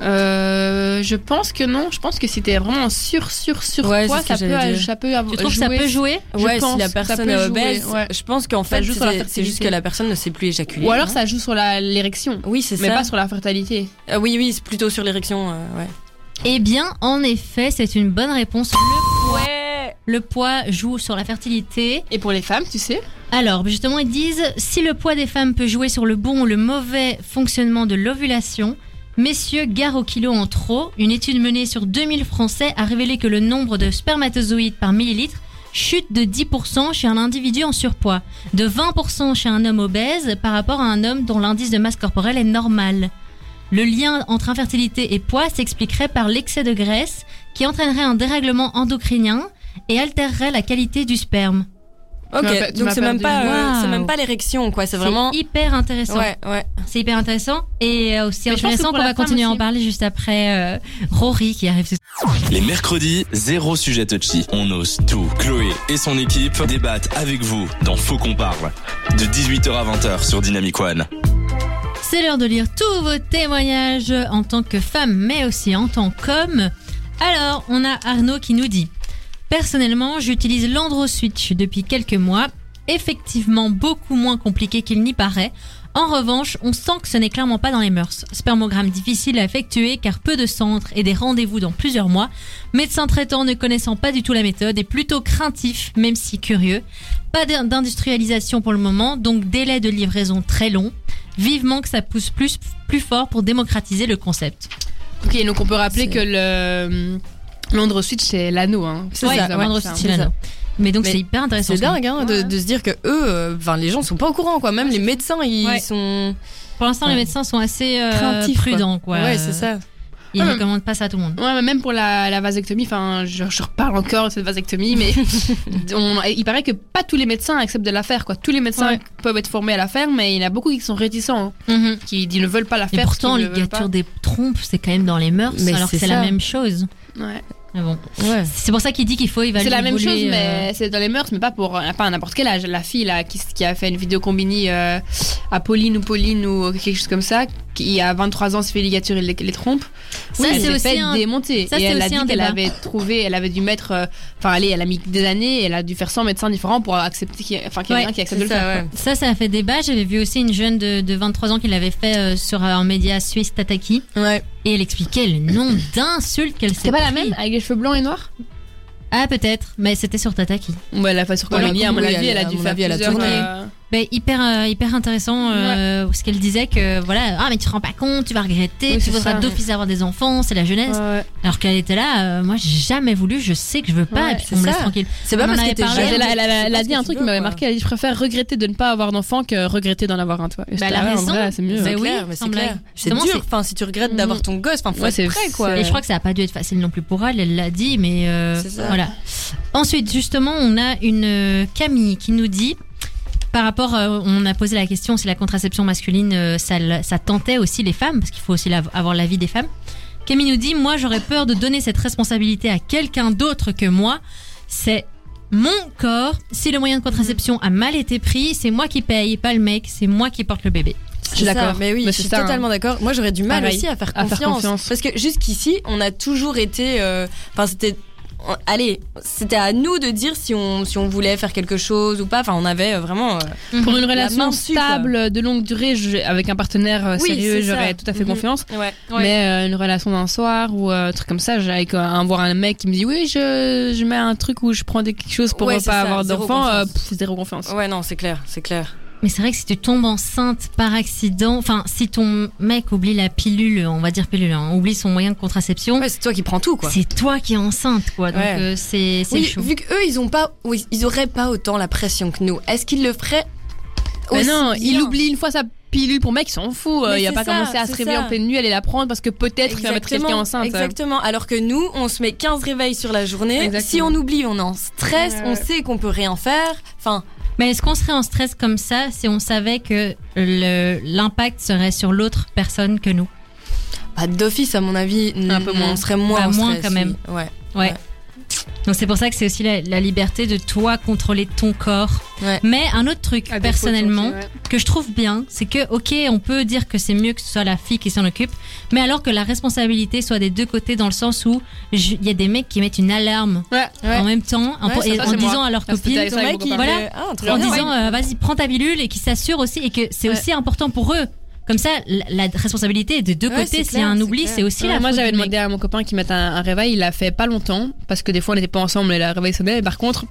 Speaker 3: Euh, je pense que non. Je pense que si t'es vraiment sur, sur, sur
Speaker 4: Ouais,
Speaker 3: poids,
Speaker 4: c'est ce que
Speaker 3: ça peut,
Speaker 4: j'allais
Speaker 3: euh,
Speaker 4: dire.
Speaker 3: ça peut avoir.
Speaker 2: Tu trouves que ça peut jouer
Speaker 3: Je
Speaker 4: ouais,
Speaker 3: pense
Speaker 4: si la
Speaker 3: que ça
Speaker 4: personne
Speaker 3: peut
Speaker 4: est
Speaker 3: jouer,
Speaker 4: obèse,
Speaker 3: ouais.
Speaker 4: je pense qu'en
Speaker 3: Ça
Speaker 4: fait,
Speaker 3: joue sur la
Speaker 4: c'est c'est juste
Speaker 3: fertilité.
Speaker 4: que la personne ne sait plus éjaculer.
Speaker 3: Ou alors
Speaker 4: non
Speaker 3: ça joue sur la- l'érection.
Speaker 4: Oui, c'est
Speaker 3: Mais
Speaker 4: ça.
Speaker 3: pas sur la fertilité.
Speaker 4: Ah oui, oui, c'est plutôt sur l'érection. euh, ouais.
Speaker 2: Eh bien, en effet, c'est une bonne réponse. Le poids, le poids joue sur la fertilité.
Speaker 3: Et pour les femmes, tu sais
Speaker 2: Alors, justement, ils disent si le poids des femmes peut jouer sur le bon ou le mauvais fonctionnement de l'ovulation, messieurs, gare au kilo en trop. Une étude menée sur 2000 Français a révélé que le nombre de spermatozoïdes par millilitre chute de 10% chez un individu en surpoids, de 20% chez un homme obèse par rapport à un homme dont l'indice de masse corporelle est normal. Le lien entre infertilité et poids s'expliquerait par l'excès de graisse qui entraînerait un dérèglement endocrinien et altérerait la qualité du sperme.
Speaker 3: m'as
Speaker 4: Ok,
Speaker 3: pas- tu
Speaker 4: donc
Speaker 3: m'as
Speaker 4: c'est même
Speaker 3: perdu.
Speaker 4: pas, euh, c'est
Speaker 2: Waouh.
Speaker 4: même pas l'érection, quoi. C'est
Speaker 2: C'est
Speaker 4: vraiment.
Speaker 2: hyper intéressant.
Speaker 4: Ouais, Ah, ouais.
Speaker 2: C'est hyper intéressant et euh, aussi
Speaker 3: Mais je pense que
Speaker 2: intéressant
Speaker 3: pour
Speaker 2: qu'on
Speaker 3: la
Speaker 2: va
Speaker 3: femme
Speaker 2: continuer à en
Speaker 3: aussi.
Speaker 2: parler juste après euh, Rory qui arrive.
Speaker 1: Les mercredis, zéro sujet touchy. On ose tout. Chloé et son équipe débattent avec vous dans Faux qu'on parle. De 18h à 20h sur Dynamic One.
Speaker 2: C'est l'heure de lire tous vos témoignages en tant que femme mais aussi en tant qu'homme. Alors, on a Arnaud qui nous dit Personnellement, j'utilise l'AndroSwitch depuis quelques mois. Effectivement, beaucoup moins compliqué qu'il n'y paraît. En revanche, on sent que ce n'est clairement pas dans les mœurs. Spermogramme difficile à effectuer car peu de centres et des rendez-vous dans plusieurs mois. Médecin traitant ne connaissant pas du tout la méthode et plutôt craintif, même si curieux. Pas d'in- d'industrialisation pour le moment, donc délai de livraison très long. Vivement que ça pousse plus, plus fort pour démocratiser le concept.
Speaker 3: Ok, donc on peut rappeler
Speaker 4: C'est-
Speaker 3: que le. L'andre switch, c'est l'anneau. Hein. C'est
Speaker 2: Ouais,
Speaker 3: ça,
Speaker 2: ouais,
Speaker 3: ouais,
Speaker 2: Andros
Speaker 3: c'est un-
Speaker 2: Stylano. Mais donc
Speaker 4: Mais
Speaker 2: c'est hyper intéressant.
Speaker 4: C'est
Speaker 2: ce qu'on
Speaker 4: dingue hein, de,
Speaker 3: Ouais.
Speaker 4: de se dire que eux, euh, enfin les gens sont pas au courant, quoi. Même les médecins, ils
Speaker 2: Ouais.
Speaker 4: sont.
Speaker 2: Pour l'instant, les
Speaker 4: Ouais.
Speaker 2: médecins sont assez euh,
Speaker 4: Craintifs, quoi.
Speaker 2: prudents, quoi.
Speaker 4: Ouais, c'est ça.
Speaker 2: Ils
Speaker 3: Ouais, mais-
Speaker 2: recommandent pas ça à tout le monde.
Speaker 3: Ouais, mais même pour la, la vasectomie, enfin, je, je reparle encore de cette vasectomie, mais on- il paraît que pas tous les médecins acceptent de la faire, quoi. Tous les médecins
Speaker 2: Ouais.
Speaker 3: peuvent être formés à la faire, mais il y en a beaucoup qui sont réticents, hein,
Speaker 2: Mhm.
Speaker 3: qui ils ne veulent pas la
Speaker 2: Et
Speaker 3: faire.
Speaker 2: pourtant,
Speaker 3: parce qu'ils ne veulent
Speaker 2: ligature des trompes, c'est quand même dans les mœurs,
Speaker 4: Mais
Speaker 2: alors que
Speaker 4: c'est
Speaker 2: c'est la
Speaker 4: ça.
Speaker 2: même chose.
Speaker 3: pas. Ouais.
Speaker 2: Mais bon.
Speaker 4: Ouais.
Speaker 2: C'est pour ça qu'il dit qu'il faut évaluer.
Speaker 3: C'est la même chose,
Speaker 2: évoluer, euh,
Speaker 3: mais c'est dans les mœurs, mais pas pour euh, pas à n'importe quel âge. La fille là, qui, qui a fait une vidéo combinée euh, à Pauline ou Pauline ou quelque chose comme ça, qui à 23 ans s'est fait ligaturer les, les trompes.
Speaker 2: Ça,
Speaker 3: elle
Speaker 2: c'est
Speaker 3: s'est
Speaker 2: aussi
Speaker 3: fait
Speaker 2: un-
Speaker 3: démonter.
Speaker 2: ça,
Speaker 3: et
Speaker 2: c'est
Speaker 3: elle a
Speaker 2: aussi
Speaker 3: dit
Speaker 2: un
Speaker 3: qu'elle
Speaker 2: débat.
Speaker 3: avait trouvé, elle avait dû mettre, euh, enfin allez, elle a mis des années, elle a dû faire 100 médecins différents pour accepter, qu'il y ait- enfin quelqu'un
Speaker 2: Ouais,
Speaker 3: qui accepte de
Speaker 4: C'est
Speaker 3: le faire.
Speaker 4: ça,
Speaker 3: quoi.
Speaker 4: ouais.
Speaker 2: euh, Ça, ça a fait débat. J'avais vu aussi une jeune de, de 23 ans qui l'avait fait euh, sur euh, un média suisse, Tataki.
Speaker 4: Ouais.
Speaker 2: Et elle expliquait le nombre d'insultes qu'elle s'est
Speaker 3: C'était pas la
Speaker 2: pris.
Speaker 3: même avec les cheveux blancs et noirs
Speaker 2: Ah, peut-être. Mais c'était sur Tataki.
Speaker 3: Ouais, elle a fait sur
Speaker 4: Ouais,
Speaker 3: Combini, à mon
Speaker 4: oui,
Speaker 3: avis,
Speaker 4: elle-
Speaker 3: elle a
Speaker 4: à
Speaker 3: dû
Speaker 4: mon
Speaker 3: faire
Speaker 4: avis, elle a
Speaker 3: plusieurs.
Speaker 4: tourné.
Speaker 3: euh,
Speaker 2: Ben, hyper, euh, hyper intéressant euh, ce qu'elle disait que voilà, ah, mais tu te rends pas compte, tu vas regretter,
Speaker 3: Oui,
Speaker 2: tu
Speaker 3: c'est
Speaker 2: voudras
Speaker 3: ça.
Speaker 2: d'office avoir des enfants, c'est la jeunesse. Alors qu'elle était là, euh, moi j'ai jamais voulu, je sais que je veux pas,
Speaker 3: Ouais,
Speaker 2: et puis
Speaker 4: c'est
Speaker 2: on me
Speaker 4: ça.
Speaker 2: laisse tranquille.
Speaker 4: C'est pas
Speaker 2: On en
Speaker 4: parce
Speaker 2: avait
Speaker 4: que t'es
Speaker 2: parlé,
Speaker 4: jeune.
Speaker 3: Elle, a- elle a-
Speaker 4: que
Speaker 3: elle
Speaker 4: tu sais
Speaker 3: a
Speaker 4: pas
Speaker 3: dit
Speaker 4: ce
Speaker 3: un
Speaker 4: que
Speaker 3: truc
Speaker 4: tu
Speaker 3: qui m'avait
Speaker 4: veux,
Speaker 3: marqué. Elle a dit Je préfère regretter de ne pas avoir d'enfant que regretter d'en avoir un, toi. Et
Speaker 2: Bah,
Speaker 3: j'étais,
Speaker 2: elle a
Speaker 3: ah ouais, en
Speaker 2: raison.
Speaker 3: vrai, c'est mieux.
Speaker 4: quoi.
Speaker 2: Mais
Speaker 4: C'est
Speaker 2: oui,
Speaker 4: clair, mais
Speaker 2: sans
Speaker 4: c'est
Speaker 2: blague.
Speaker 4: clair. C'est
Speaker 2: Justement,
Speaker 4: dur.
Speaker 2: c'est-
Speaker 4: Enfin, si tu regrettes d'avoir ton gosse, enfin, faut
Speaker 3: Ouais,
Speaker 4: être
Speaker 3: c'est-
Speaker 4: prêt, quoi.
Speaker 2: Et je crois que ça a pas dû être facile non plus pour elle, elle l'a dit, mais euh,
Speaker 4: C'est ça.
Speaker 2: voilà. Ensuite, justement, on a une euh, Camille qui nous dit. Par rapport, euh, on a posé la question si la contraception masculine, euh, ça, le- ça tentait aussi les femmes, parce qu'il faut aussi la- avoir l'avis des femmes. Camille nous dit, moi j'aurais peur de donner cette responsabilité à quelqu'un d'autre que moi. C'est mon corps. Si le moyen de contraception a mal été pris, c'est moi qui paye, pas le mec, c'est moi qui porte le bébé.
Speaker 3: Je suis
Speaker 4: C'est ça,
Speaker 3: d'accord.
Speaker 4: Mais oui,
Speaker 3: Mais
Speaker 4: je
Speaker 3: c'est
Speaker 4: suis
Speaker 3: ça, hein.
Speaker 4: totalement d'accord. Moi, j'aurais du mal
Speaker 3: Pareil,
Speaker 4: aussi à faire
Speaker 3: à
Speaker 4: confiance.
Speaker 3: faire confiance.
Speaker 4: Parce que jusqu'ici, on a toujours été. euh, Enfin, c'était. on- Allez, c'était à nous de dire si on, si on voulait faire quelque chose ou pas. Enfin, on avait euh, vraiment. euh,
Speaker 2: Mhm.
Speaker 3: Pour une
Speaker 4: La
Speaker 3: relation
Speaker 4: main dessus, quoi.
Speaker 3: stable de longue durée je- avec un partenaire euh,
Speaker 4: Oui,
Speaker 3: sérieux,
Speaker 4: c'est ça.
Speaker 3: j'aurais tout à fait
Speaker 4: Mhm.
Speaker 3: confiance.
Speaker 4: ouais.
Speaker 3: Mais euh, une relation d'un soir ou euh, un truc comme ça, j'allais un, voir un mec qui me dit Oui, je, je mets un truc où je prends des- quelque chose pour
Speaker 4: Ouais,
Speaker 3: euh,
Speaker 4: c'est
Speaker 3: pas
Speaker 4: ça,
Speaker 3: avoir
Speaker 4: zéro
Speaker 3: d'enfant, euh,
Speaker 4: confiance.
Speaker 3: pff, zéro confiance.
Speaker 4: Ouais, non, c'est clair, c'est clair.
Speaker 2: Mais c'est vrai que si tu tombes enceinte par accident, enfin si ton mec oublie la pilule, on va dire pilule, hein, oublie son moyen de contraception,
Speaker 4: Ouais, c'est toi qui prends tout, quoi.
Speaker 2: c'est toi qui es enceinte, quoi. Donc
Speaker 4: Ouais.
Speaker 2: euh, c'est c'est
Speaker 4: Oui,
Speaker 2: chaud.
Speaker 4: vu qu'eux, ils ont pas, oui, ils auraient pas autant la pression que nous. Est-ce qu'ils le feraient
Speaker 3: Mais
Speaker 4: aussi
Speaker 3: Bah non, il
Speaker 4: bien
Speaker 3: oublie une fois sa pilule pour mec, il s'en fout. euh,
Speaker 4: Mais
Speaker 3: il a
Speaker 4: c'est
Speaker 3: pas
Speaker 4: ça,
Speaker 3: commencé à se
Speaker 4: c'est
Speaker 3: réveiller
Speaker 4: ça.
Speaker 3: en pleine nuit, aller la prendre parce que peut-être qu'il va mettre quelqu'un enceinte. euh. hein.
Speaker 4: Exactement. Alors que nous, on se met 15 réveils sur la journée.
Speaker 3: Exactement.
Speaker 4: Si on oublie, on est en stress,
Speaker 3: Ouais,
Speaker 4: on
Speaker 3: ouais.
Speaker 4: sait qu'on peut rien faire. Enfin,
Speaker 2: Mais est-ce qu'on serait en stress comme ça si on savait que le- l'impact serait sur l'autre personne que nous
Speaker 4: bah, d'office, à mon avis, n-
Speaker 3: Un peu moins.
Speaker 4: on serait moins
Speaker 2: Bah,
Speaker 4: en
Speaker 2: moins,
Speaker 4: stress,
Speaker 2: quand même.
Speaker 4: oui. Ouais.
Speaker 2: Ouais.
Speaker 4: Ouais.
Speaker 2: Donc c'est pour ça que c'est aussi la, la liberté de toi contrôler ton corps.
Speaker 4: Ouais. Ah,
Speaker 2: Mais un autre truc
Speaker 3: À défaut de
Speaker 2: Ah, personnellement
Speaker 3: sortir, ouais.
Speaker 2: que je trouve bien, c'est que ok, on peut dire que c'est mieux que ce soit la fille qui s'en occupe, mais alors que la responsabilité soit des deux côtés dans le sens où je- il y a des mecs qui mettent une alarme
Speaker 3: Ouais.
Speaker 2: en même temps en,
Speaker 4: Ouais,
Speaker 2: et
Speaker 3: ça,
Speaker 2: en
Speaker 3: c'est moi.
Speaker 2: disant à leur
Speaker 3: Ah, c'était
Speaker 2: copine,
Speaker 3: ça, avec mon
Speaker 4: mec, il-
Speaker 3: copain.
Speaker 2: voilà,
Speaker 4: Ah, trop
Speaker 2: en
Speaker 4: bien.
Speaker 2: disant euh, vas-y prends ta pilule et qui s'assure aussi et que c'est
Speaker 4: Ouais.
Speaker 2: aussi important pour eux. Comme ça, la, la responsabilité est des deux
Speaker 4: Ouais,
Speaker 2: côtés. S'il
Speaker 4: c'est
Speaker 2: y a
Speaker 4: clair,
Speaker 2: un
Speaker 4: c'est
Speaker 2: oubli,
Speaker 4: clair.
Speaker 2: c'est aussi
Speaker 3: Ouais,
Speaker 2: la
Speaker 3: Euh, moi
Speaker 2: faute
Speaker 3: j'avais
Speaker 2: du mec.
Speaker 3: demandé à mon copain qui mette un, un réveil, il l'a fait pas longtemps parce que des fois on n'était pas ensemble et le réveil sonnait. Par contre,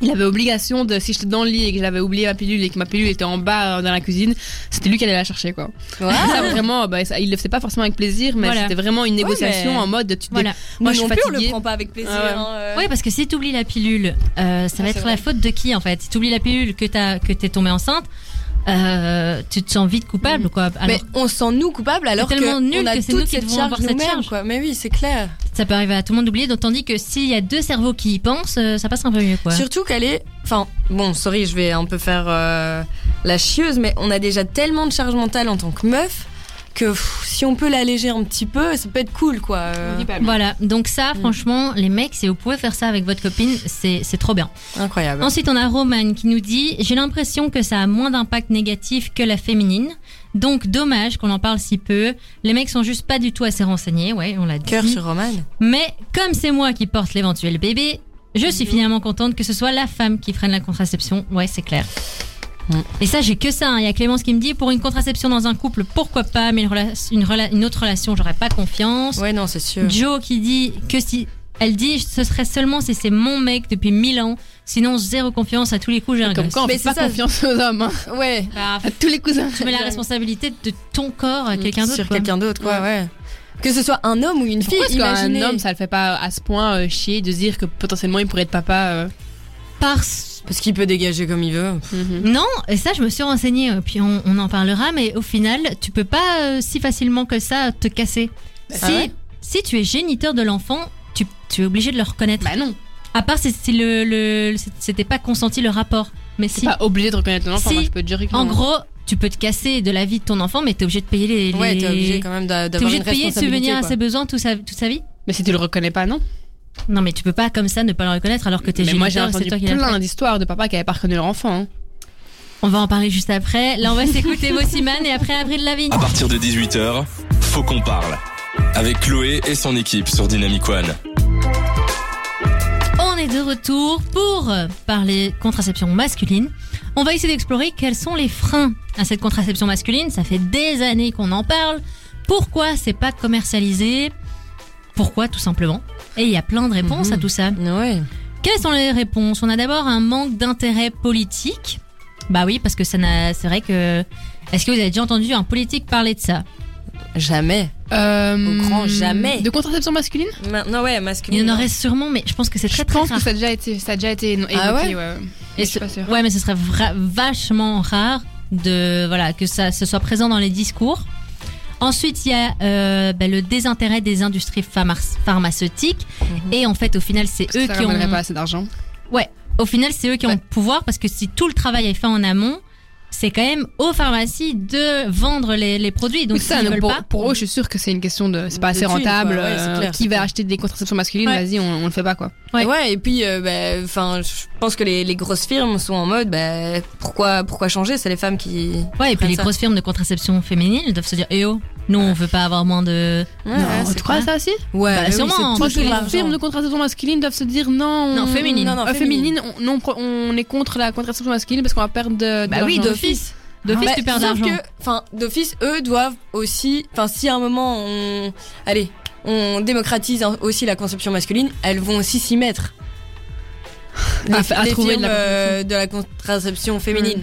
Speaker 3: il avait obligation de si j'étais dans le lit et que j'avais oublié ma pilule et que ma pilule était en bas euh, dans la cuisine, c'était lui qui allait la chercher quoi.
Speaker 4: Ouais.
Speaker 3: Et ça vraiment, bah, ça- il le faisait pas forcément avec plaisir, mais
Speaker 2: Voilà.
Speaker 3: c'était vraiment une
Speaker 4: Ouais,
Speaker 3: négociation
Speaker 4: mais-
Speaker 3: en mode tu te dis,
Speaker 2: Voilà.
Speaker 3: moi je
Speaker 4: Nous
Speaker 3: suis
Speaker 4: non plus, on le
Speaker 3: fatiguée.
Speaker 4: prend pas avec plaisir.
Speaker 3: Ah ouais.
Speaker 4: hein, euh.
Speaker 2: Oui, parce que si t'oublies la pilule, euh, ça
Speaker 3: Ah,
Speaker 2: va
Speaker 3: c'est
Speaker 2: être
Speaker 3: vrai.
Speaker 2: la faute de qui en fait Si t'oublies la pilule que t'as que t'es tombée enceinte, euh, tu te sens vite
Speaker 3: Mm.
Speaker 2: coupable quoi. Alors,
Speaker 4: mais on se sent nous coupables alors que
Speaker 2: tellement nul
Speaker 4: on a
Speaker 2: que c'est nous
Speaker 4: toute
Speaker 2: qui
Speaker 4: cette
Speaker 2: devons
Speaker 4: charge
Speaker 2: avoir cette
Speaker 4: nous-mêmes,
Speaker 2: charge.
Speaker 4: quoi. Mais oui, c'est clair.
Speaker 2: ça peut arriver à tout le monde d'oublier. donc Tandis que s'il y a deux cerveaux qui y pensent, euh, ça passe un peu mieux quoi.
Speaker 4: Surtout qu'elle est. Enfin, bon, sorry, je vais un peu faire euh, la chieuse, mais on a déjà tellement de charge mentale en tant que meuf que pff, si on peut l'alléger un petit peu, ça peut être cool, quoi. euh,
Speaker 2: Voilà, donc
Speaker 4: Mm.
Speaker 2: ça, franchement, les mecs, si vous pouvez faire ça avec votre copine, c'est c'est trop bien.
Speaker 4: incroyable.
Speaker 2: Ensuite, on a Romane qui nous dit J'ai l'impression que ça a moins d'impact négatif que la féminine. Donc, dommage qu'on en parle si peu. Les mecs sont juste pas du tout assez renseignés. Ouais, on l'a dit.
Speaker 4: Cœur sur Roman.
Speaker 2: Mais comme c'est moi qui porte l'éventuel bébé, je
Speaker 3: Mhm.
Speaker 2: suis finalement contente que ce soit la femme qui freine la contraception. Ouais, c'est clair.
Speaker 4: Mm.
Speaker 2: Et ça, j'ai que ça. hein. Il y a Clémence qui me dit pour une contraception dans un couple, pourquoi pas, mais une, rela- une, rela- une autre relation, j'aurais pas confiance.
Speaker 4: Ouais, non, c'est
Speaker 3: euh.
Speaker 4: sûr.
Speaker 2: Joe qui dit que si. Elle dit ce serait seulement si c'est mon mec depuis 1000 ans, sinon zéro confiance à tous les coups, j'ai un
Speaker 3: Comme quoi on
Speaker 4: Mais
Speaker 3: fait
Speaker 4: c'est
Speaker 3: pas
Speaker 4: ça.
Speaker 3: confiance aux hommes, hein.
Speaker 4: Ouais.
Speaker 2: Bah,
Speaker 3: à tous les cousins.
Speaker 2: tu mets la responsabilité de ton corps
Speaker 3: Mm.
Speaker 2: à quelqu'un d'autre.
Speaker 4: Sur
Speaker 2: quoi.
Speaker 4: quelqu'un d'autre, quoi, ouais. Que ce soit un homme ou une fille,
Speaker 3: Pourquoi est-ce qu'un
Speaker 4: imaginez.
Speaker 3: homme ça le fait pas à ce point euh, chier de dire que potentiellement il pourrait être papa euh,
Speaker 2: Parce
Speaker 4: Parce qu'il peut dégager comme il veut.
Speaker 3: mhm.
Speaker 2: Non, et ça, je me suis renseignée, euh, puis on, on en parlera, mais au final, tu peux pas euh, si facilement que ça te casser. si,
Speaker 4: Ah ouais
Speaker 2: si tu es géniteur de l'enfant, tu, tu es obligé de le reconnaître.
Speaker 3: Bah non,
Speaker 2: À part si, si le, le- c'était pas consenti le rapport. Mais
Speaker 3: c'est
Speaker 2: si,
Speaker 3: pas obligé de reconnaître ton enfant,
Speaker 2: Si.
Speaker 3: moi, je peux te jurer que
Speaker 2: en
Speaker 3: non.
Speaker 2: gros, tu peux te casser de la vie de ton enfant, mais t'es obligé de payer les.
Speaker 4: Ouais,
Speaker 2: les-
Speaker 4: t'es obligé quand même d'a-
Speaker 2: t'es
Speaker 4: d'avoir
Speaker 2: obligé
Speaker 4: une
Speaker 2: de payer de
Speaker 4: responsabilité,
Speaker 2: subvenir à
Speaker 4: quoi.
Speaker 2: ses besoin toute sa, toute sa vie
Speaker 3: Mais si tu le reconnais pas, non.
Speaker 2: Non, mais tu peux pas comme ça ne pas le reconnaître alors que t'es
Speaker 3: Mais
Speaker 2: géniteur.
Speaker 3: moi j'ai
Speaker 2: c'est
Speaker 3: entendu
Speaker 2: toi qui l'as
Speaker 3: plein d'histoires de papas qui avaient pas reconnu leur enfant. hein.
Speaker 2: On va en parler juste après. Là, on va s'écouter Mossiman et après Avril Lavigne.
Speaker 1: À partir de 18h, faut qu'on parle. Avec Chloé et son équipe sur Dynamic One.
Speaker 2: On est de retour pour euh, parler contraception masculine. On va essayer d'explorer quels sont les freins à cette contraception masculine. Ça fait des années qu'on en parle. Pourquoi c'est pas commercialisé Pourquoi tout simplement Et il y a plein de réponses
Speaker 4: Mhm.
Speaker 2: à tout ça.
Speaker 4: Ouais.
Speaker 2: Quelles sont les réponses On a d'abord un manque d'intérêt politique. Bah oui, parce que ça n'a. C'est vrai que. Est-ce que vous avez déjà entendu un politique parler de ça
Speaker 4: Jamais.
Speaker 3: Euh,
Speaker 4: Au grand jamais.
Speaker 3: De contraception masculine
Speaker 4: Maintenant, ouais, masculin.
Speaker 2: Il y en aurait sûrement, mais je pense que c'est très
Speaker 3: Je
Speaker 2: très
Speaker 3: pense
Speaker 2: rare.
Speaker 3: que ça a déjà été, ça a déjà été évoqué,
Speaker 4: Ah ouais
Speaker 3: Mais
Speaker 2: Et
Speaker 3: je suis
Speaker 2: ce-
Speaker 3: pas sûre.
Speaker 2: Ouais, mais ce serait vra- vachement rare de voilà que ça se soit présent dans les discours. Ensuite, il y a euh, ben, le désintérêt des industries pharma- pharmaceutiques.
Speaker 4: Mhm.
Speaker 2: Et en fait, au final, c'est
Speaker 3: Parce que
Speaker 2: eux
Speaker 3: ça
Speaker 2: qui
Speaker 3: ramènerait
Speaker 2: ont.
Speaker 3: pas assez d'argent.
Speaker 2: Au final, c'est eux qui ont
Speaker 3: Ouais.
Speaker 2: le pouvoir parce que si tout le travail est fait en amont, c'est quand même aux pharmacies de vendre les, les produits. Donc,
Speaker 3: Oui, ça,
Speaker 2: s'ils
Speaker 3: donc
Speaker 2: veulent
Speaker 3: pour,
Speaker 2: pas,
Speaker 3: pour eux, je suis sûre que c'est une question de. C'est pas
Speaker 4: De
Speaker 3: assez
Speaker 4: thunes, quoi.
Speaker 3: rentable.
Speaker 4: Ouais, c'est
Speaker 3: euh,
Speaker 4: clair,
Speaker 3: qui
Speaker 4: c'est
Speaker 3: va
Speaker 4: clair.
Speaker 3: acheter des contraceptions masculines
Speaker 2: Ouais.
Speaker 3: Vas-y, on, on le fait pas quoi.
Speaker 2: Ouais.
Speaker 4: Ouais. et puis, euh, bah, enfin, je pense que les, les grosses firmes sont en mode, bah, pourquoi, pourquoi changer C'est les femmes qui.
Speaker 2: ouais, et puis
Speaker 4: prennent
Speaker 2: les
Speaker 4: ça.
Speaker 2: grosses firmes de contraception féminine elles doivent se dire Eh oh, nous, on veut pas avoir moins de.
Speaker 4: Ouais,
Speaker 3: Non,
Speaker 4: ouais, c'est
Speaker 3: tu crois
Speaker 4: clair.
Speaker 3: ça aussi
Speaker 4: Ouais,
Speaker 2: Bah,
Speaker 4: mais oui,
Speaker 2: sûrement,
Speaker 4: c'est
Speaker 2: hein, parce
Speaker 4: tout
Speaker 3: Parce que
Speaker 4: pour
Speaker 3: les
Speaker 4: l'argent.
Speaker 3: firmes de contraception masculine doivent se dire non.
Speaker 2: Non, féminine.
Speaker 4: Non, non,
Speaker 3: Euh,
Speaker 4: féminine.
Speaker 3: féminine, on, non, pro- on est contre la contraception masculine parce qu'on va perdre de. de
Speaker 2: Bah oui,
Speaker 3: l'argent.
Speaker 2: d'office. D'office,
Speaker 4: Bah,
Speaker 2: tu perds
Speaker 4: sauf
Speaker 2: d'argent.
Speaker 4: que, Enfin, d'office, eux doivent aussi. Enfin, si à un moment on. Allez, on démocratise hein, aussi la conception masculine, elles vont aussi s'y mettre.
Speaker 3: À- à trouver de
Speaker 4: firmes,
Speaker 3: la
Speaker 4: euh, de la contraception féminine.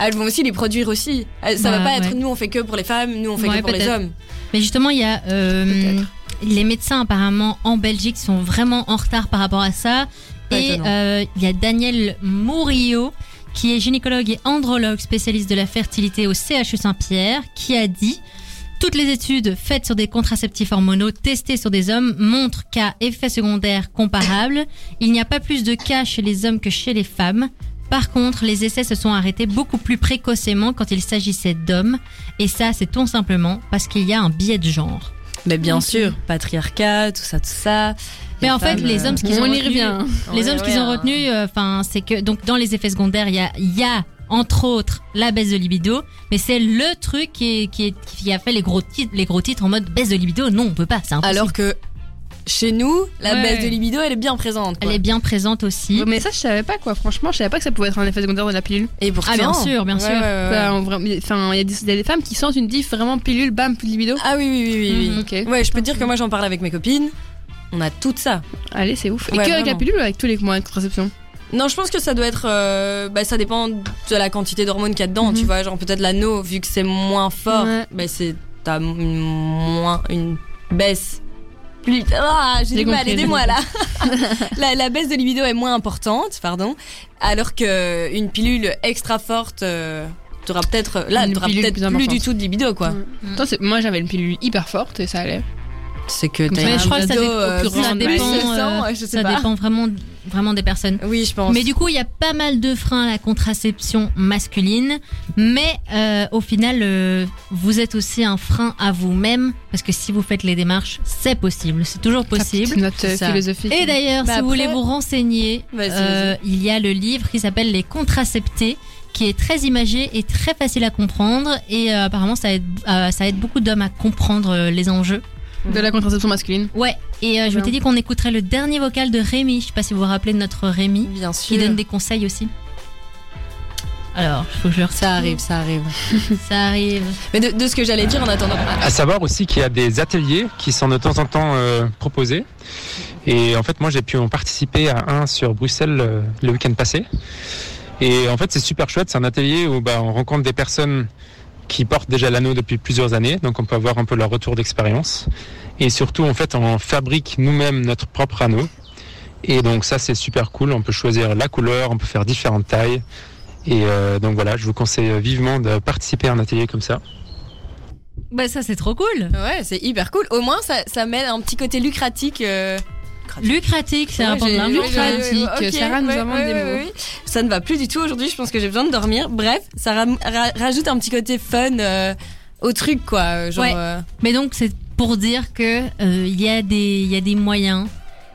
Speaker 4: Elles vont aussi les produire aussi. Elles- Ça
Speaker 2: Hmm. Bah,
Speaker 4: va pas
Speaker 2: ouais.
Speaker 4: être nous on fait que pour les femmes, nous on fait
Speaker 2: Ouais,
Speaker 4: que pour les
Speaker 2: peut-être.
Speaker 4: hommes.
Speaker 2: Mais justement, il y a euh,
Speaker 4: Peut-être.
Speaker 2: les médecins apparemment en Belgique sont vraiment en retard par rapport à ça.
Speaker 4: Pas
Speaker 2: et
Speaker 4: étonnant.
Speaker 2: euh, il y a Daniel Murillo, qui est gynécologue et andrologue spécialiste de la fertilité au CHU Saint-Pierre, qui a dit toutes les études faites sur des contraceptifs hormonaux testés sur des hommes montrent qu'à effet secondaire comparable, il n'y a pas plus de cas chez les hommes que chez les femmes. Par contre, les essais se sont arrêtés beaucoup plus précocement quand il s'agissait d'hommes, et ça, c'est tout simplement parce qu'il y a un biais de genre.
Speaker 4: Mais bien
Speaker 2: Ok.
Speaker 4: sûr, euh, patriarcat, tout ça, tout ça.
Speaker 2: Mais en fait,
Speaker 4: femmes, euh,
Speaker 2: les hommes, ce qu'ils ont
Speaker 3: On y
Speaker 2: retenu,
Speaker 3: revient.
Speaker 2: les
Speaker 4: Ouais,
Speaker 2: hommes
Speaker 4: ouais,
Speaker 2: qu'ils ont
Speaker 4: hein.
Speaker 2: retenu, euh, enfin, c'est que donc dans les effets secondaires, il y a, il y a entre autres la baisse de libido, mais c'est le truc qui, est- qui, est- qui a fait les gros titres, les gros titres en mode baisse de libido. Non, on peut pas, c'est impossible.
Speaker 4: Alors que chez nous, la
Speaker 3: Ouais.
Speaker 4: baisse de libido, elle est bien présente. quoi.
Speaker 2: elle est bien présente aussi.
Speaker 3: Mais ça, je savais pas quoi. Franchement, je savais pas que ça pouvait être un effet secondaire de la pilule.
Speaker 4: Et pourtant.
Speaker 2: Ah bien sûr, bien
Speaker 4: Ouais,
Speaker 2: sûr. Bah,
Speaker 4: ouais, ouais, ouais.
Speaker 3: Quoi, en vrai- mais- Enfin, il y, a des- il y a des femmes qui sentent une diff vraiment pilule, bam, plus de libido.
Speaker 4: Ah oui, oui, oui, oui. oui.
Speaker 2: Mhm.
Speaker 3: Ok.
Speaker 4: Ouais, je peux te dire que moi j'en parle avec mes copines. On a tout ça.
Speaker 3: Allez, c'est ouf. Et
Speaker 4: Ouais,
Speaker 3: que avec la
Speaker 4: vraiment.
Speaker 3: pilule ou avec tous les moyens de contraception
Speaker 4: Non, je pense que ça doit être. euh, bah, ça dépend de la quantité d'hormones qu'il y a dedans,
Speaker 3: Mhm.
Speaker 4: tu vois. Genre, peut-être l'anneau, vu que c'est moins fort,
Speaker 3: Ouais.
Speaker 4: bah, c'est. T'as m- moins. Une baisse. Plus. Ah, j'ai
Speaker 3: J'ai
Speaker 4: du mal,
Speaker 3: compris,
Speaker 4: aidez-moi
Speaker 3: j'ai
Speaker 4: là. la, la baisse de libido est moins importante, pardon. Alors que euh, une pilule extra forte. euh, T'auras peut-être. Là,
Speaker 3: Une
Speaker 4: t'auras
Speaker 3: pilule
Speaker 4: peut-être
Speaker 3: plus
Speaker 4: plus, du
Speaker 3: importante. Mhm.
Speaker 4: tout de libido, quoi.
Speaker 3: Ouais. Attends, c'est- moi j'avais une pilule hyper forte et ça allait.
Speaker 4: C'est que
Speaker 3: Comme ça,
Speaker 4: un
Speaker 3: je
Speaker 2: crois que ça
Speaker 4: ado,
Speaker 2: dépend-
Speaker 4: euh,
Speaker 2: ça
Speaker 4: plus
Speaker 2: dépend,
Speaker 4: de sang,
Speaker 2: euh,
Speaker 4: je sais
Speaker 2: Ça
Speaker 4: pas.
Speaker 2: dépend vraiment, vraiment des personnes.
Speaker 4: Oui, je pense.
Speaker 2: Mais du coup, il y a pas mal de freins à la contraception masculine. Mais euh, au final, euh, vous êtes aussi un frein à vous-même. Parce que si vous faites les démarches, c'est possible. C'est toujours possible.
Speaker 3: Notre euh,
Speaker 4: C'est ça.
Speaker 3: philosophique.
Speaker 2: Et d'ailleurs,
Speaker 4: Bah
Speaker 2: si vous
Speaker 4: après-
Speaker 2: voulez vous renseigner,
Speaker 4: Vas-y,
Speaker 2: euh, il y a le livre qui s'appelle Les Contraceptés, qui est très imagé et très facile à comprendre. Et euh, apparemment, ça aide, euh, ça aide beaucoup d'hommes à comprendre euh, les enjeux.
Speaker 3: de la contraception masculine.
Speaker 2: Ouais, et euh, je
Speaker 4: Bah
Speaker 3: Bien.
Speaker 2: m'étais dit qu'on écouterait le dernier vocal de Rémi. Je sais pas si vous vous rappelez de notre Rémi,
Speaker 4: Bien sûr.
Speaker 2: qui donne des conseils aussi. Alors, faut que je le retrouve.
Speaker 4: Ça arrive, ça arrive.
Speaker 2: Ça arrive.
Speaker 4: Mais de, de ce que j'allais dire en attendant.
Speaker 5: À savoir aussi qu'il y a des ateliers qui sont de temps en temps euh, proposés. Et en fait, moi, j'ai pu en participer à un sur Bruxelles euh, le week-end passé. Et en fait, c'est super chouette. C'est un atelier où bah, on rencontre des personnes qui portent déjà l'anneau depuis plusieurs années. Donc, on peut avoir un peu leur retour d'expérience. Et surtout, en fait, on fabrique nous-mêmes notre propre anneau. Et donc, ça, c'est super cool. On peut choisir la couleur, on peut faire différentes tailles. Et euh, donc, voilà, je vous conseille vivement de participer à un atelier comme ça.
Speaker 2: Bah, ça, c'est trop cool.
Speaker 4: Ah, Ouais, c'est hyper cool. Au moins, ça, ça met un petit côté lucratique. euh,
Speaker 2: Lucratique, c'est
Speaker 4: ouais,
Speaker 2: un rapport
Speaker 4: j'ai-
Speaker 2: de
Speaker 4: j'ai-
Speaker 2: l'argent.
Speaker 3: Lucratique.
Speaker 4: j'ai- ok,
Speaker 3: Sarah nous
Speaker 4: ouais,
Speaker 3: invente
Speaker 4: ouais,
Speaker 3: des
Speaker 4: ouais,
Speaker 3: mots.
Speaker 4: ouais. Ça ne va plus du tout aujourd'hui. Je pense que j'ai besoin de dormir. Bref, ça ram- ra- rajoute un petit côté fun euh, au truc, quoi. euh, Genre.
Speaker 2: Ouais.
Speaker 4: euh,
Speaker 2: Mais donc, c'est pour dire que euh, il y, a des- il y a des moyens,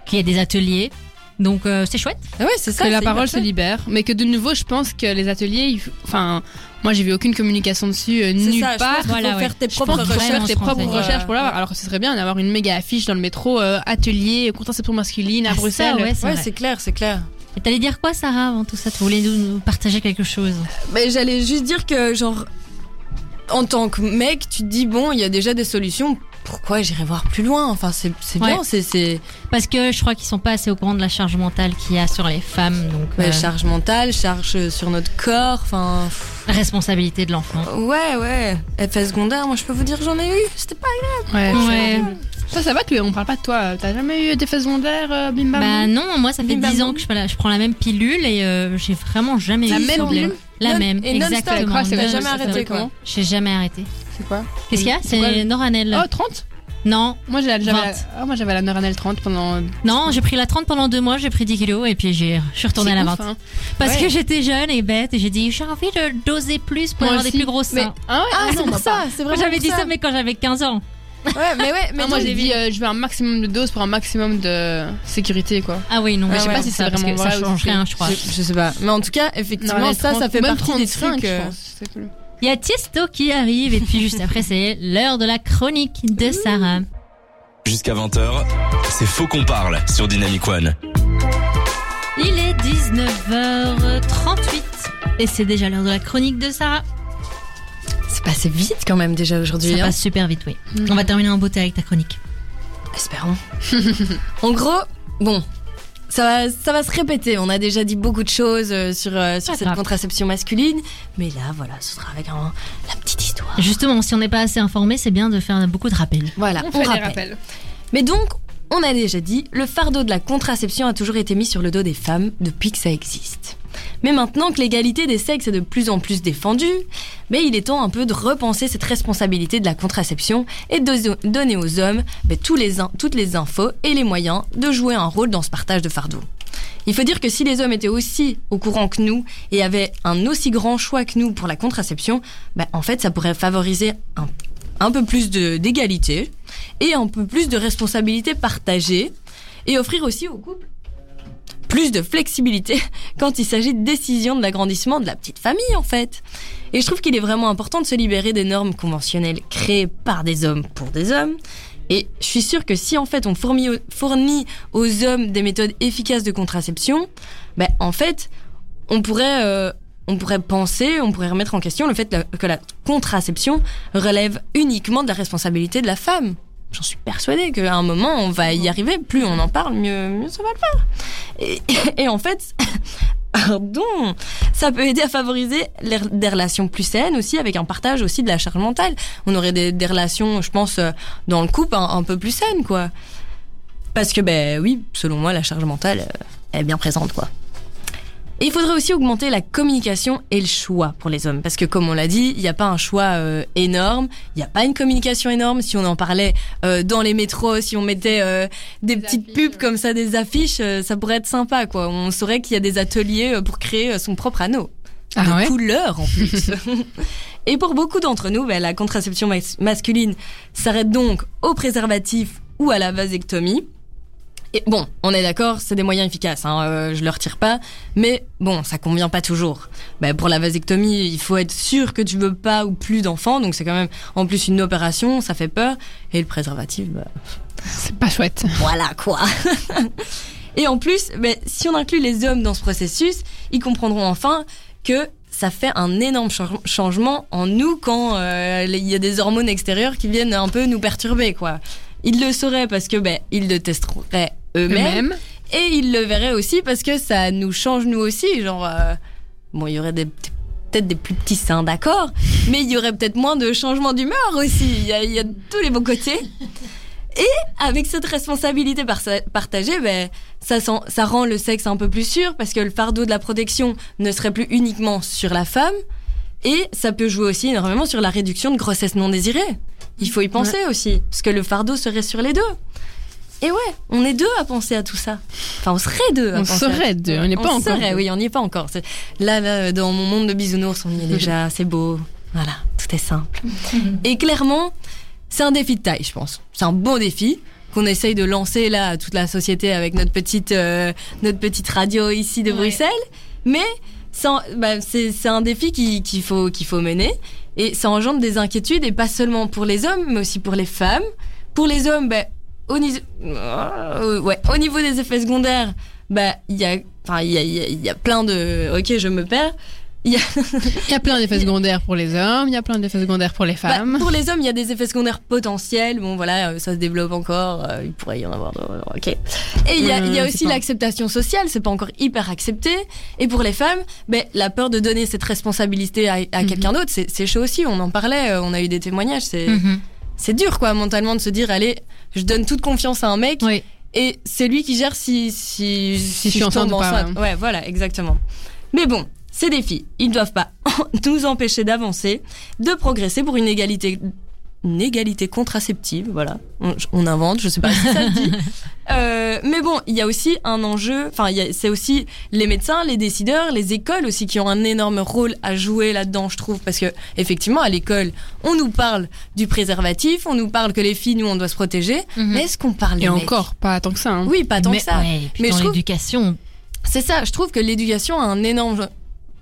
Speaker 2: qu'il y a des ateliers. Donc, euh, c'est chouette.
Speaker 4: ah ouais, c'est ça.
Speaker 3: que la
Speaker 4: c'est hyper
Speaker 3: parole se
Speaker 4: chouette.
Speaker 3: libère. Mais que de nouveau, je pense que les ateliers, il faut- enfin, moi j'ai vu aucune communication dessus euh,
Speaker 4: C'est
Speaker 3: nulle
Speaker 4: ça,
Speaker 3: part.
Speaker 4: je pense qu'il faut
Speaker 2: Voilà, ouais.
Speaker 4: faire tes
Speaker 3: Je
Speaker 4: propres
Speaker 3: pense qu'il faut
Speaker 4: recherches.
Speaker 3: faire
Speaker 2: on
Speaker 3: tes
Speaker 2: se
Speaker 3: propres
Speaker 2: renseigne.
Speaker 3: recherches pour l'avoir.
Speaker 4: Ouais.
Speaker 3: Alors que ce serait bien d'avoir une méga affiche dans le métro, euh, atelier, contraception masculine à
Speaker 2: Ah, ça,
Speaker 3: Bruxelles.
Speaker 2: ouais, c'est
Speaker 4: Ouais,
Speaker 2: vrai.
Speaker 4: c'est clair, c'est clair.
Speaker 2: Et T'allais dire quoi, Sarah, avant tout ça Tu voulais nous, nous partager quelque chose
Speaker 4: Mais j'allais juste dire que, genre, en tant que mec, tu te dis, bon, il y a déjà des solutions. Pourquoi j'irai voir plus loin Enfin, c'est c'est
Speaker 2: Ouais.
Speaker 4: bien, c'est- c'est
Speaker 2: Parce que je crois qu'ils sont pas assez au courant de la charge mentale qu'il y a sur les femmes. Donc,
Speaker 4: bah,
Speaker 2: euh,
Speaker 4: charge mentale, charge euh, sur notre corps, enfin. pff,
Speaker 2: responsabilité de l'enfant.
Speaker 4: Ouais, ouais. Effet secondaire, moi je peux vous dire, j'en ai eu. C'était pas.
Speaker 3: Ouais.
Speaker 2: Ouais.
Speaker 3: Ça, ça va que on parle pas de toi. T'as jamais eu d'effet secondaire, euh, bim bam
Speaker 2: Bah non, moi ça fait
Speaker 4: Bim, bam,
Speaker 2: 10 ans
Speaker 4: boum.
Speaker 2: que je, prends la- je prends la même pilule et euh, j'ai vraiment jamais
Speaker 3: La
Speaker 2: eu ce
Speaker 3: même
Speaker 2: problème.
Speaker 3: pilule
Speaker 2: La
Speaker 4: Non-
Speaker 2: même,
Speaker 4: et non-stop,
Speaker 3: Je
Speaker 2: exactement.
Speaker 3: crois que ça va
Speaker 2: Non,
Speaker 4: jamais
Speaker 2: ça
Speaker 4: arrêter,
Speaker 2: s'appelle
Speaker 4: quoi.
Speaker 2: comment J'ai jamais arrêté.
Speaker 3: C'est quoi
Speaker 2: Qu'est-ce qu'il y a
Speaker 3: C'est quoi
Speaker 2: C'est Noranel.
Speaker 3: Oh, 30
Speaker 2: Non,
Speaker 3: Moi j'avais j'avais-
Speaker 2: 20.
Speaker 3: oh, moi, j'avais la Neuranel 30 pendant. euh,
Speaker 2: non, j'ai pris la 30 pendant deux mois, j'ai pris 10 kilos et puis j'ai, je suis retournée à la 20.
Speaker 3: vente.
Speaker 2: Parce
Speaker 4: Ouais.
Speaker 2: que j'étais jeune et bête et j'ai dit j'ai envie de doser plus pour avoir des plus grosses
Speaker 3: Mais...
Speaker 2: seins.
Speaker 3: Ah, ouais, ah, non, bah,
Speaker 4: c'est
Speaker 2: J'avais dit ça, mais quand j'avais 15 ans.
Speaker 4: Ouais, mais ouais, mais
Speaker 3: Ah, moi
Speaker 4: non,
Speaker 3: j'ai dit euh, je veux un maximum de doses pour un maximum de sécurité quoi.
Speaker 2: Ah oui, non,
Speaker 4: Ah,
Speaker 2: mais
Speaker 4: je sais pas
Speaker 3: si
Speaker 2: ça,
Speaker 3: c'est
Speaker 2: parce
Speaker 3: vraiment
Speaker 2: que ça
Speaker 3: vrai ou
Speaker 2: change
Speaker 3: c'est-
Speaker 2: rien, je crois.
Speaker 4: Je, je sais pas. Mais en tout cas, effectivement, ça, ça fait
Speaker 3: même
Speaker 4: partie des
Speaker 3: 35,
Speaker 4: trucs. euh,
Speaker 3: je pense. C'est cool.
Speaker 2: Il y a Tiesto qui arrive et puis juste après c'est l'heure de la chronique
Speaker 3: Mmh.
Speaker 2: de Sarah.
Speaker 1: Jusqu'à 20h, c'est Faux qu'on parle sur Dynamic One.
Speaker 2: Il est 19h38 et c'est déjà l'heure de la chronique de Sarah.
Speaker 4: C'est passé vite quand même déjà
Speaker 2: Ça
Speaker 4: aujourd'hui. hein.
Speaker 2: passe super vite, oui. On va terminer en beauté avec ta chronique.
Speaker 4: Espérons. en gros, bon, ça va, ça va se répéter. On a déjà dit beaucoup de choses euh, sur, euh, sur
Speaker 2: Pas
Speaker 4: cette
Speaker 2: grave.
Speaker 4: contraception masculine. Mais là, voilà, ce sera avec un- la petite histoire.
Speaker 2: Justement, si on n'est pas assez informé, c'est bien de faire beaucoup de rappels.
Speaker 4: Voilà, on,
Speaker 3: On fait des
Speaker 4: rappelle.
Speaker 3: rappels.
Speaker 4: Mais donc, on a déjà dit, le fardeau de la contraception a toujours été mis sur le dos des femmes depuis que ça existe. Mais maintenant que l'égalité des sexes est de plus en plus défendue, mais il est temps un peu de repenser cette responsabilité de la contraception et de zo- donner aux hommes ben, tous les in- toutes les infos et les moyens de jouer un rôle dans ce partage de fardeau. Il faut dire que si les hommes étaient aussi au courant que nous et avaient un aussi grand choix que nous pour la contraception, ben, en fait ça pourrait favoriser un, un peu plus de- d'égalité et un peu plus de responsabilité partagée et offrir aussi aux couples plus de flexibilité quand il s'agit de décisions de l'agrandissement de la petite famille en fait. Et je trouve qu'il est vraiment important de se libérer des normes conventionnelles créées par des hommes pour des hommes. Et je suis sûre que si en fait on fourmi- fournit aux hommes des méthodes efficaces de contraception, ben en fait on pourrait euh, on pourrait penser, on pourrait remettre en question le fait la- que la contraception relève uniquement de la responsabilité de la femme. J'en suis persuadée qu'à un moment on va y arriver. Plus on en parle, mieux, mieux ça va le faire. Et, et en fait, pardon, ça peut aider à favoriser les- des relations plus saines aussi, avec un partage aussi de la charge mentale. On aurait des, des relations, je pense, euh, dans le couple un, un peu plus saines, quoi. Parce que, ben oui, selon moi, la charge mentale, euh, elle est bien présente, quoi. Et il faudrait aussi augmenter la communication et le choix pour les hommes. Parce que comme on l'a dit, il n'y a pas un choix euh, énorme, il n'y a pas une communication énorme. Si on en parlait euh, dans les métros, si on mettait euh, des, petites
Speaker 3: affiches,
Speaker 4: pubs comme ça, des affiches, euh, ça pourrait être sympa, quoi. On saurait qu'il y a des ateliers euh, pour créer euh, son propre anneau. de
Speaker 3: Ah ouais
Speaker 4: couleur en plus. et pour beaucoup d'entre nous, ben, la contraception mas- masculine s'arrête donc au préservatif ou à la vasectomie. Et bon, on est d'accord, c'est des moyens efficaces, hein, euh, je le retire pas, mais bon, ça convient pas toujours. Ben, pour la vasectomie, il faut être sûr que tu veux pas ou plus d'enfants, donc c'est quand même en plus une opération, ça fait peur. Et le préservatif, ben,
Speaker 3: C'est pas chouette.
Speaker 4: voilà quoi. Et en plus, ben, si on inclut les hommes dans ce processus, ils comprendront enfin que ça fait un énorme change- changement en nous quand euh, les- il y a des hormones extérieures qui viennent un peu nous perturber quoi. Ils le sauraient parce que ben ils le testeraient eux-mêmes et ils le verraient aussi parce que ça nous change nous aussi. Genre, euh, bon, il y aurait des petits- peut-être des plus petits seins, d'accord, mais il y aurait peut-être moins de changements d'humeur aussi. Il y, a, il y a tous les bons côtés. Et avec cette responsabilité parsa- partagée, ben, ça, sent- ça rend le sexe un peu plus sûr parce que le fardeau de la protection ne serait plus uniquement sur la femme. Et ça peut jouer aussi énormément sur la réduction de grossesse non désirée. Il faut y penser aussi, parce que le fardeau serait sur les deux. Et ouais, on est deux à penser à tout ça. Enfin, on serait deux à
Speaker 3: On
Speaker 4: penser à
Speaker 3: serait deux, on n'est pas
Speaker 4: on
Speaker 3: encore.
Speaker 4: serait,
Speaker 3: deux.
Speaker 4: oui, on n'y est pas encore. C'est- Là, là, dans mon monde de bisounours, on y est déjà, c'est beau. Voilà, tout est simple. Et clairement, c'est un défi de taille, je pense. C'est un bon défi qu'on essaye de lancer là à toute la société avec notre petite, euh, notre petite radio ici de
Speaker 2: Ouais.
Speaker 4: Bruxelles. Mais c'est un, bah, c'est- c'est un défi qui- qu'il faut, qu'il faut mener. Et ça engendre des inquiétudes, et pas seulement pour les hommes, mais aussi pour les femmes. Pour les hommes, bah, au, ni- euh, ouais, au niveau des effets secondaires, bah, il y a, enfin, il y a, il y a- il y a plein de. Ok, je me perds. Il y a-
Speaker 3: Il y a plein d'effets secondaires pour les hommes, il y a plein d'effets secondaires pour les
Speaker 4: bah,
Speaker 3: femmes.
Speaker 4: pour les hommes, il y a des effets secondaires potentiels. Bon, voilà, euh, ça se développe encore. euh, il pourrait y en avoir. euh, ok. Et il y a,
Speaker 3: Ouais,
Speaker 4: il y a
Speaker 3: ouais, c'est
Speaker 4: aussi
Speaker 3: pas-
Speaker 4: l'acceptation sociale. C'est pas encore hyper accepté. Et pour les femmes, ben, la peur de donner cette responsabilité à, à
Speaker 2: Mhm.
Speaker 4: quelqu'un d'autre, c'est c'est chaud aussi. On en parlait. euh, On a eu des témoignages. C'est
Speaker 2: Mhm.
Speaker 4: c'est dur, quoi, mentalement, de se dire allez, je donne toute confiance à un mec.
Speaker 2: Oui.
Speaker 4: Et c'est lui qui gère si, si,
Speaker 3: je suis enceinte
Speaker 4: tombe
Speaker 3: ou pas,
Speaker 4: enceinte. Ouais, voilà, exactement. Mais bon, ces défis, ils ne doivent pas nous empêcher d'avancer, de progresser pour une égalité, une égalité contraceptive, voilà. On, on invente, je sais pas si ça le dit. Euh, mais bon, il y a aussi un enjeu, enfin, il y a- c'est aussi les médecins, les décideurs, les écoles aussi qui ont un énorme rôle à jouer là-dedans, je trouve, parce que effectivement, à l'école, on nous parle du préservatif, on nous parle que les filles, nous, on doit se protéger,
Speaker 2: Mhm.
Speaker 4: mais est-ce qu'on parle des
Speaker 3: Et
Speaker 4: mecs
Speaker 3: encore, pas tant que ça. hein.
Speaker 4: oui, pas tant
Speaker 2: mais,
Speaker 4: que ça.
Speaker 2: ouais, et puis
Speaker 4: Mais
Speaker 2: dans
Speaker 4: je trouve-
Speaker 2: l'éducation.
Speaker 4: C'est ça, je trouve que l'éducation a un énorme.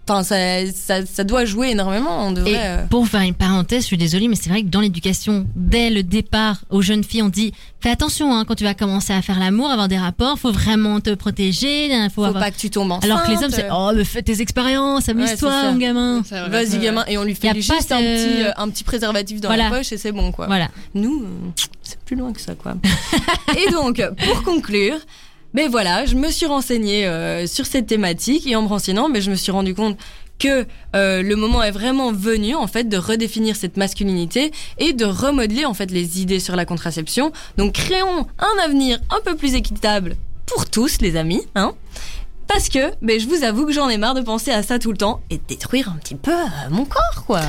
Speaker 4: Enfin, ça, ça, ça doit jouer énormément, on
Speaker 2: Et
Speaker 4: devrait. euh,
Speaker 2: pour faire une parenthèse, je suis désolée, mais c'est vrai que dans l'éducation, dès le départ aux jeunes filles, on dit fais attention hein, quand tu vas commencer à faire l'amour, avoir des rapports, faut vraiment te protéger, hein, faut,
Speaker 4: Faut
Speaker 2: avoir.
Speaker 4: pas que tu tombes enceinte.
Speaker 2: Alors que les hommes, c'est oh, mais fais tes expériences,
Speaker 4: Ouais, c'est
Speaker 2: amuse-toi,
Speaker 4: ça.
Speaker 2: mon gamin.
Speaker 3: C'est vrai.
Speaker 4: Vas-y, gamin, et on lui
Speaker 2: Y a
Speaker 4: fait
Speaker 2: pas
Speaker 4: juste un,
Speaker 2: de-
Speaker 4: petit, euh, un petit préservatif dans la
Speaker 2: Voilà.
Speaker 4: poche et c'est bon, quoi.
Speaker 2: Voilà.
Speaker 4: Nous, euh, c'est plus loin que ça, quoi. et donc, pour conclure, ben voilà, je me suis renseignée euh, sur cette thématique et en me renseignant, ben, je me suis rendu compte que euh, le moment est vraiment venu en fait de redéfinir cette masculinité et de remodeler en fait les idées sur la contraception. Donc créons un avenir un peu plus équitable pour tous les amis, hein. Parce que, ben, je vous avoue que j'en ai marre de penser à ça tout le temps et de détruire un petit peu euh, mon corps, quoi.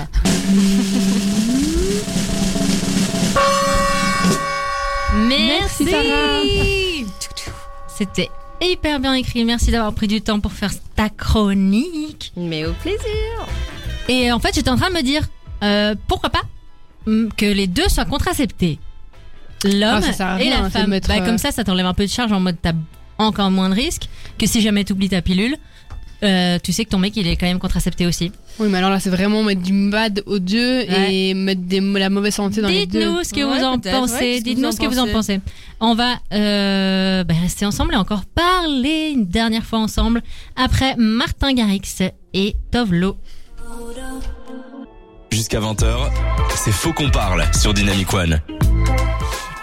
Speaker 2: Merci,
Speaker 3: Sarah.
Speaker 2: C'était hyper bien écrit. Merci d'avoir pris du temps pour faire ta chronique.
Speaker 4: Mais au plaisir.
Speaker 2: Et en fait, j'étais en train de me dire, euh, pourquoi pas hum, que les deux soient contraceptés l'homme
Speaker 3: Ah, ça sert à
Speaker 2: et
Speaker 3: rien,
Speaker 2: la
Speaker 3: hein, c'est de
Speaker 2: femme.
Speaker 3: mettre,
Speaker 2: Bah,
Speaker 3: euh,
Speaker 2: comme ça, ça t'enlève un peu de charge en mode t'as encore moins de risques que si jamais t'oublies ta pilule. euh, tu sais que ton mec il est quand même contracepté aussi.
Speaker 3: Oui, mais alors là, c'est vraiment mettre du bad aux deux et mettre des, la mauvaise santé dans les deux.
Speaker 2: Dites-nous ce que
Speaker 4: Ouais,
Speaker 2: vous en
Speaker 4: peut-être, ouais,
Speaker 2: pensez.
Speaker 4: qu'est-ce que
Speaker 2: Dites-nous
Speaker 4: vous
Speaker 2: ce
Speaker 4: en
Speaker 2: que vous en pensez. On va euh, bah, rester ensemble et encore parler une dernière fois ensemble après Martin Garrix et Tovlo.
Speaker 1: Jusqu'à 20h, c'est Faux qu'on parle sur Dynamic One.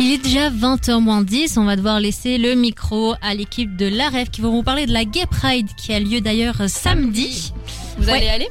Speaker 2: Il est déjà 20h 10, on va devoir laisser le micro à l'équipe de la rêve qui vont vous parler de la Gay Pride qui a lieu d'ailleurs euh, samedi.
Speaker 3: Vous
Speaker 2: Ouais.
Speaker 3: allez aller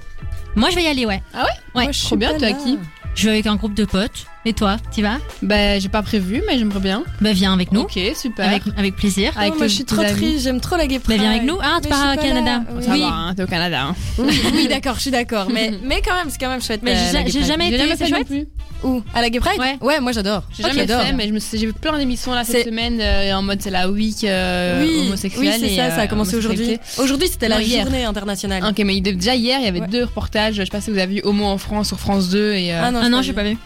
Speaker 2: Moi je vais y aller, ouais. Ouais,
Speaker 4: Moi, je
Speaker 3: trop
Speaker 4: suis
Speaker 3: bien,
Speaker 4: pas
Speaker 3: toi,
Speaker 4: là.
Speaker 3: qui
Speaker 2: Je vais avec un groupe de potes. Et toi, t'y vas
Speaker 3: Bah, j'ai pas prévu, mais j'aimerais bien.
Speaker 2: Bah viens avec nous,
Speaker 3: Ok, super.
Speaker 2: avec, avec plaisir.
Speaker 4: Ah,
Speaker 3: Avec
Speaker 4: moi,
Speaker 3: tes-
Speaker 4: je suis
Speaker 3: tes
Speaker 4: trop
Speaker 3: amis.
Speaker 4: triste, j'aime trop la guêpe.
Speaker 2: Mais viens avec nous. Ah, tu
Speaker 4: Mais
Speaker 2: pars
Speaker 4: je
Speaker 2: au
Speaker 4: suis pas
Speaker 2: Canada.
Speaker 4: là,
Speaker 3: Ça
Speaker 2: Oui.
Speaker 3: va, hein, t'es au Canada. hein.
Speaker 4: Oui, oui, d'accord, je suis d'accord. Mais, mais quand même, c'est quand même chouette.
Speaker 2: Mais
Speaker 4: euh,
Speaker 2: j'ai-
Speaker 4: la Gay
Speaker 2: j'ai
Speaker 4: Pride.
Speaker 2: jamais
Speaker 3: J'ai
Speaker 2: été,
Speaker 3: jamais
Speaker 2: c'est
Speaker 3: fait non
Speaker 2: chouette
Speaker 3: plus.
Speaker 4: Où À la Gay Pride
Speaker 2: Ouais.
Speaker 4: moi j'adore.
Speaker 3: J'ai
Speaker 4: Ok,
Speaker 3: jamais
Speaker 4: j'adore.
Speaker 3: fait, mais je me suis- j'ai vu plein d'émissions là cette
Speaker 4: C'est-
Speaker 3: semaine euh, en mode c'est la week euh,
Speaker 4: oui,
Speaker 3: homosexuelle.
Speaker 4: oui, c'est
Speaker 3: et,
Speaker 4: ça, ça a
Speaker 3: euh,
Speaker 4: commencé aujourd'hui.
Speaker 3: homosexualité.
Speaker 4: Aujourd'hui, c'était la
Speaker 3: Non, hier.
Speaker 4: journée internationale.
Speaker 3: Ok, mais il- déjà hier, il y avait
Speaker 4: Ouais.
Speaker 3: deux reportages. Je sais pas si vous avez vu Homo en France sur France 2 et. euh,
Speaker 2: Ah non,
Speaker 4: j'ai
Speaker 2: j'ai
Speaker 4: pas vu.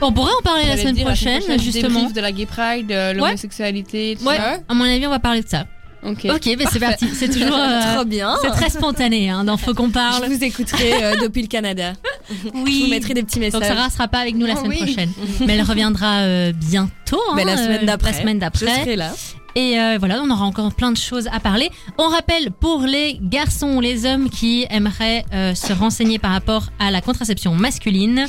Speaker 2: On pourrait en parler la
Speaker 3: j'allais
Speaker 2: semaine,
Speaker 3: dire
Speaker 2: prochaine, justement.
Speaker 3: débrief de la gay pride, de l'homosexualité, tout
Speaker 2: Ouais,
Speaker 3: ça.
Speaker 2: à mon avis, on va parler de ça.
Speaker 3: Ok.
Speaker 2: Ok, bah c'est parti. C'est toujours. euh,
Speaker 4: Trop bien.
Speaker 2: c'est très spontané, hein, dans Faut qu'on parle.
Speaker 4: Je vous écouterai euh, depuis le Canada. Je vous
Speaker 2: Oui.
Speaker 4: mettrai des petits messages.
Speaker 2: Donc Sarah sera pas avec nous la
Speaker 4: Oh,
Speaker 2: semaine
Speaker 4: oui.
Speaker 2: prochaine, mais elle reviendra euh, bientôt. hein,
Speaker 4: Mais la semaine
Speaker 2: euh,
Speaker 4: d'après.
Speaker 2: La semaine
Speaker 4: je
Speaker 2: d'après.
Speaker 4: serai là.
Speaker 2: Et euh, voilà, on aura encore plein de choses à parler. On rappelle pour les garçons ou les hommes qui aimeraient euh, se renseigner par rapport à la contraception masculine.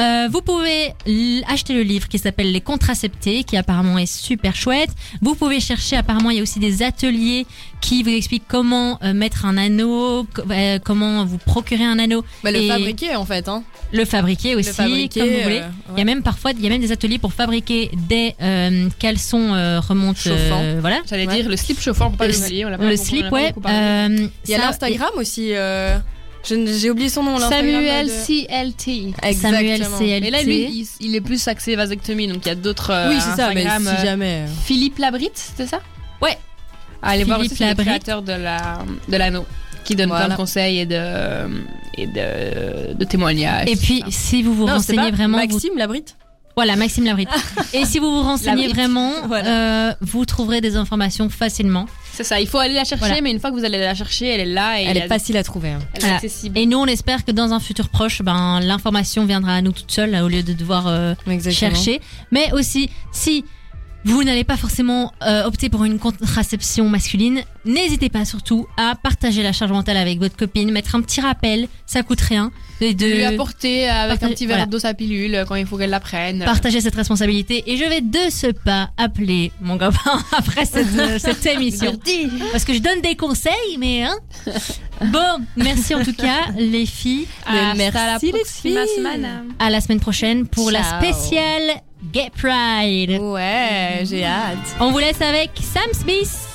Speaker 2: euh, vous pouvez l- acheter le livre qui s'appelle Les contraceptés, qui apparemment est super chouette. Vous pouvez chercher, apparemment, il y a aussi des ateliers qui vous expliquent comment euh, mettre un anneau, co- euh, comment vous procurer un anneau,
Speaker 4: Bah, le
Speaker 2: Et-
Speaker 4: fabriquer en fait. Hein.
Speaker 2: le fabriquer aussi,
Speaker 4: le fabriquer.
Speaker 2: comme vous voulez.
Speaker 4: euh,
Speaker 2: Il y a
Speaker 4: ouais.
Speaker 2: même parfois, il y a même des ateliers pour fabriquer des euh, caleçons euh, remontes, euh, voilà,
Speaker 3: J'allais
Speaker 4: Ouais.
Speaker 3: dire le slip chauffant, faut pas
Speaker 2: Le
Speaker 3: l'oublier. on l'a pas
Speaker 2: le
Speaker 3: beaucoup- on
Speaker 2: slip,
Speaker 3: l'a pas
Speaker 2: ouais.
Speaker 3: beaucoup parlé.
Speaker 2: euh,
Speaker 4: Il y a
Speaker 2: ça-
Speaker 4: l'Instagram aussi. euh, je ne- J'ai oublié son nom. l'Instagram
Speaker 3: Samuel
Speaker 4: de-
Speaker 3: CLT.
Speaker 2: Samuel
Speaker 4: Exactement.
Speaker 2: CLT.
Speaker 3: Mais là, lui, il, il est plus axé vasectomie, donc il y a d'autres. euh,
Speaker 4: Oui, c'est ça. Mais
Speaker 3: Instagram,
Speaker 4: si
Speaker 3: euh,
Speaker 4: jamais. euh,
Speaker 3: Philippe Labrite, c'était ça
Speaker 2: Ouais.
Speaker 3: Allez voir
Speaker 2: Philippe
Speaker 3: aussi c'est le
Speaker 2: Labrite.
Speaker 3: créateur de la de l'anneau qui donne plein
Speaker 4: Voilà.
Speaker 3: de conseils et de et de, de témoignages.
Speaker 2: Et puis, si vous vous
Speaker 4: Ah. non, c'est
Speaker 2: renseignez
Speaker 4: pas
Speaker 2: vraiment, vous-
Speaker 4: Maxime Labrite.
Speaker 2: voilà, Maxime Labrite. Et si vous vous renseignez
Speaker 3: Labrite.
Speaker 2: vraiment,
Speaker 4: Voilà.
Speaker 2: euh, vous trouverez des informations facilement.
Speaker 3: c'est ça, il faut aller la chercher,
Speaker 2: Voilà.
Speaker 3: mais une fois que vous allez la chercher, elle est là et
Speaker 4: Elle
Speaker 3: elle
Speaker 4: est facile à trouver. hein.
Speaker 3: elle est
Speaker 2: Voilà.
Speaker 3: accessible.
Speaker 2: Et nous, on espère que dans un futur proche, ben, l'information viendra à nous toute seule, là, au lieu de devoir euh,
Speaker 4: Exactement.
Speaker 2: chercher. Mais aussi, si vous n'allez pas forcément euh, opter pour une contraception masculine, n'hésitez pas surtout à partager la charge mentale avec votre copine, mettre un petit rappel, ça coûte rien. Et de...
Speaker 4: Euh,
Speaker 3: lui apporter avec un
Speaker 2: Partager-
Speaker 3: petit verre
Speaker 2: voilà.
Speaker 3: d'eau sa pilule quand il faut qu'elle la prenne.
Speaker 2: partager cette responsabilité et je vais de ce pas appeler mon copain après cette, euh, cette émission parce que je donne des conseils mais hein bon merci en tout cas les filles
Speaker 3: Ah,
Speaker 4: Mais
Speaker 3: hasta la
Speaker 4: merci, les
Speaker 3: próxima
Speaker 4: filles.
Speaker 3: semana.
Speaker 2: à la semaine prochaine pour la
Speaker 4: Ciao.
Speaker 2: spéciale Gay Pride
Speaker 4: Ouais, j'ai hâte.
Speaker 2: on vous laisse avec Sam Smith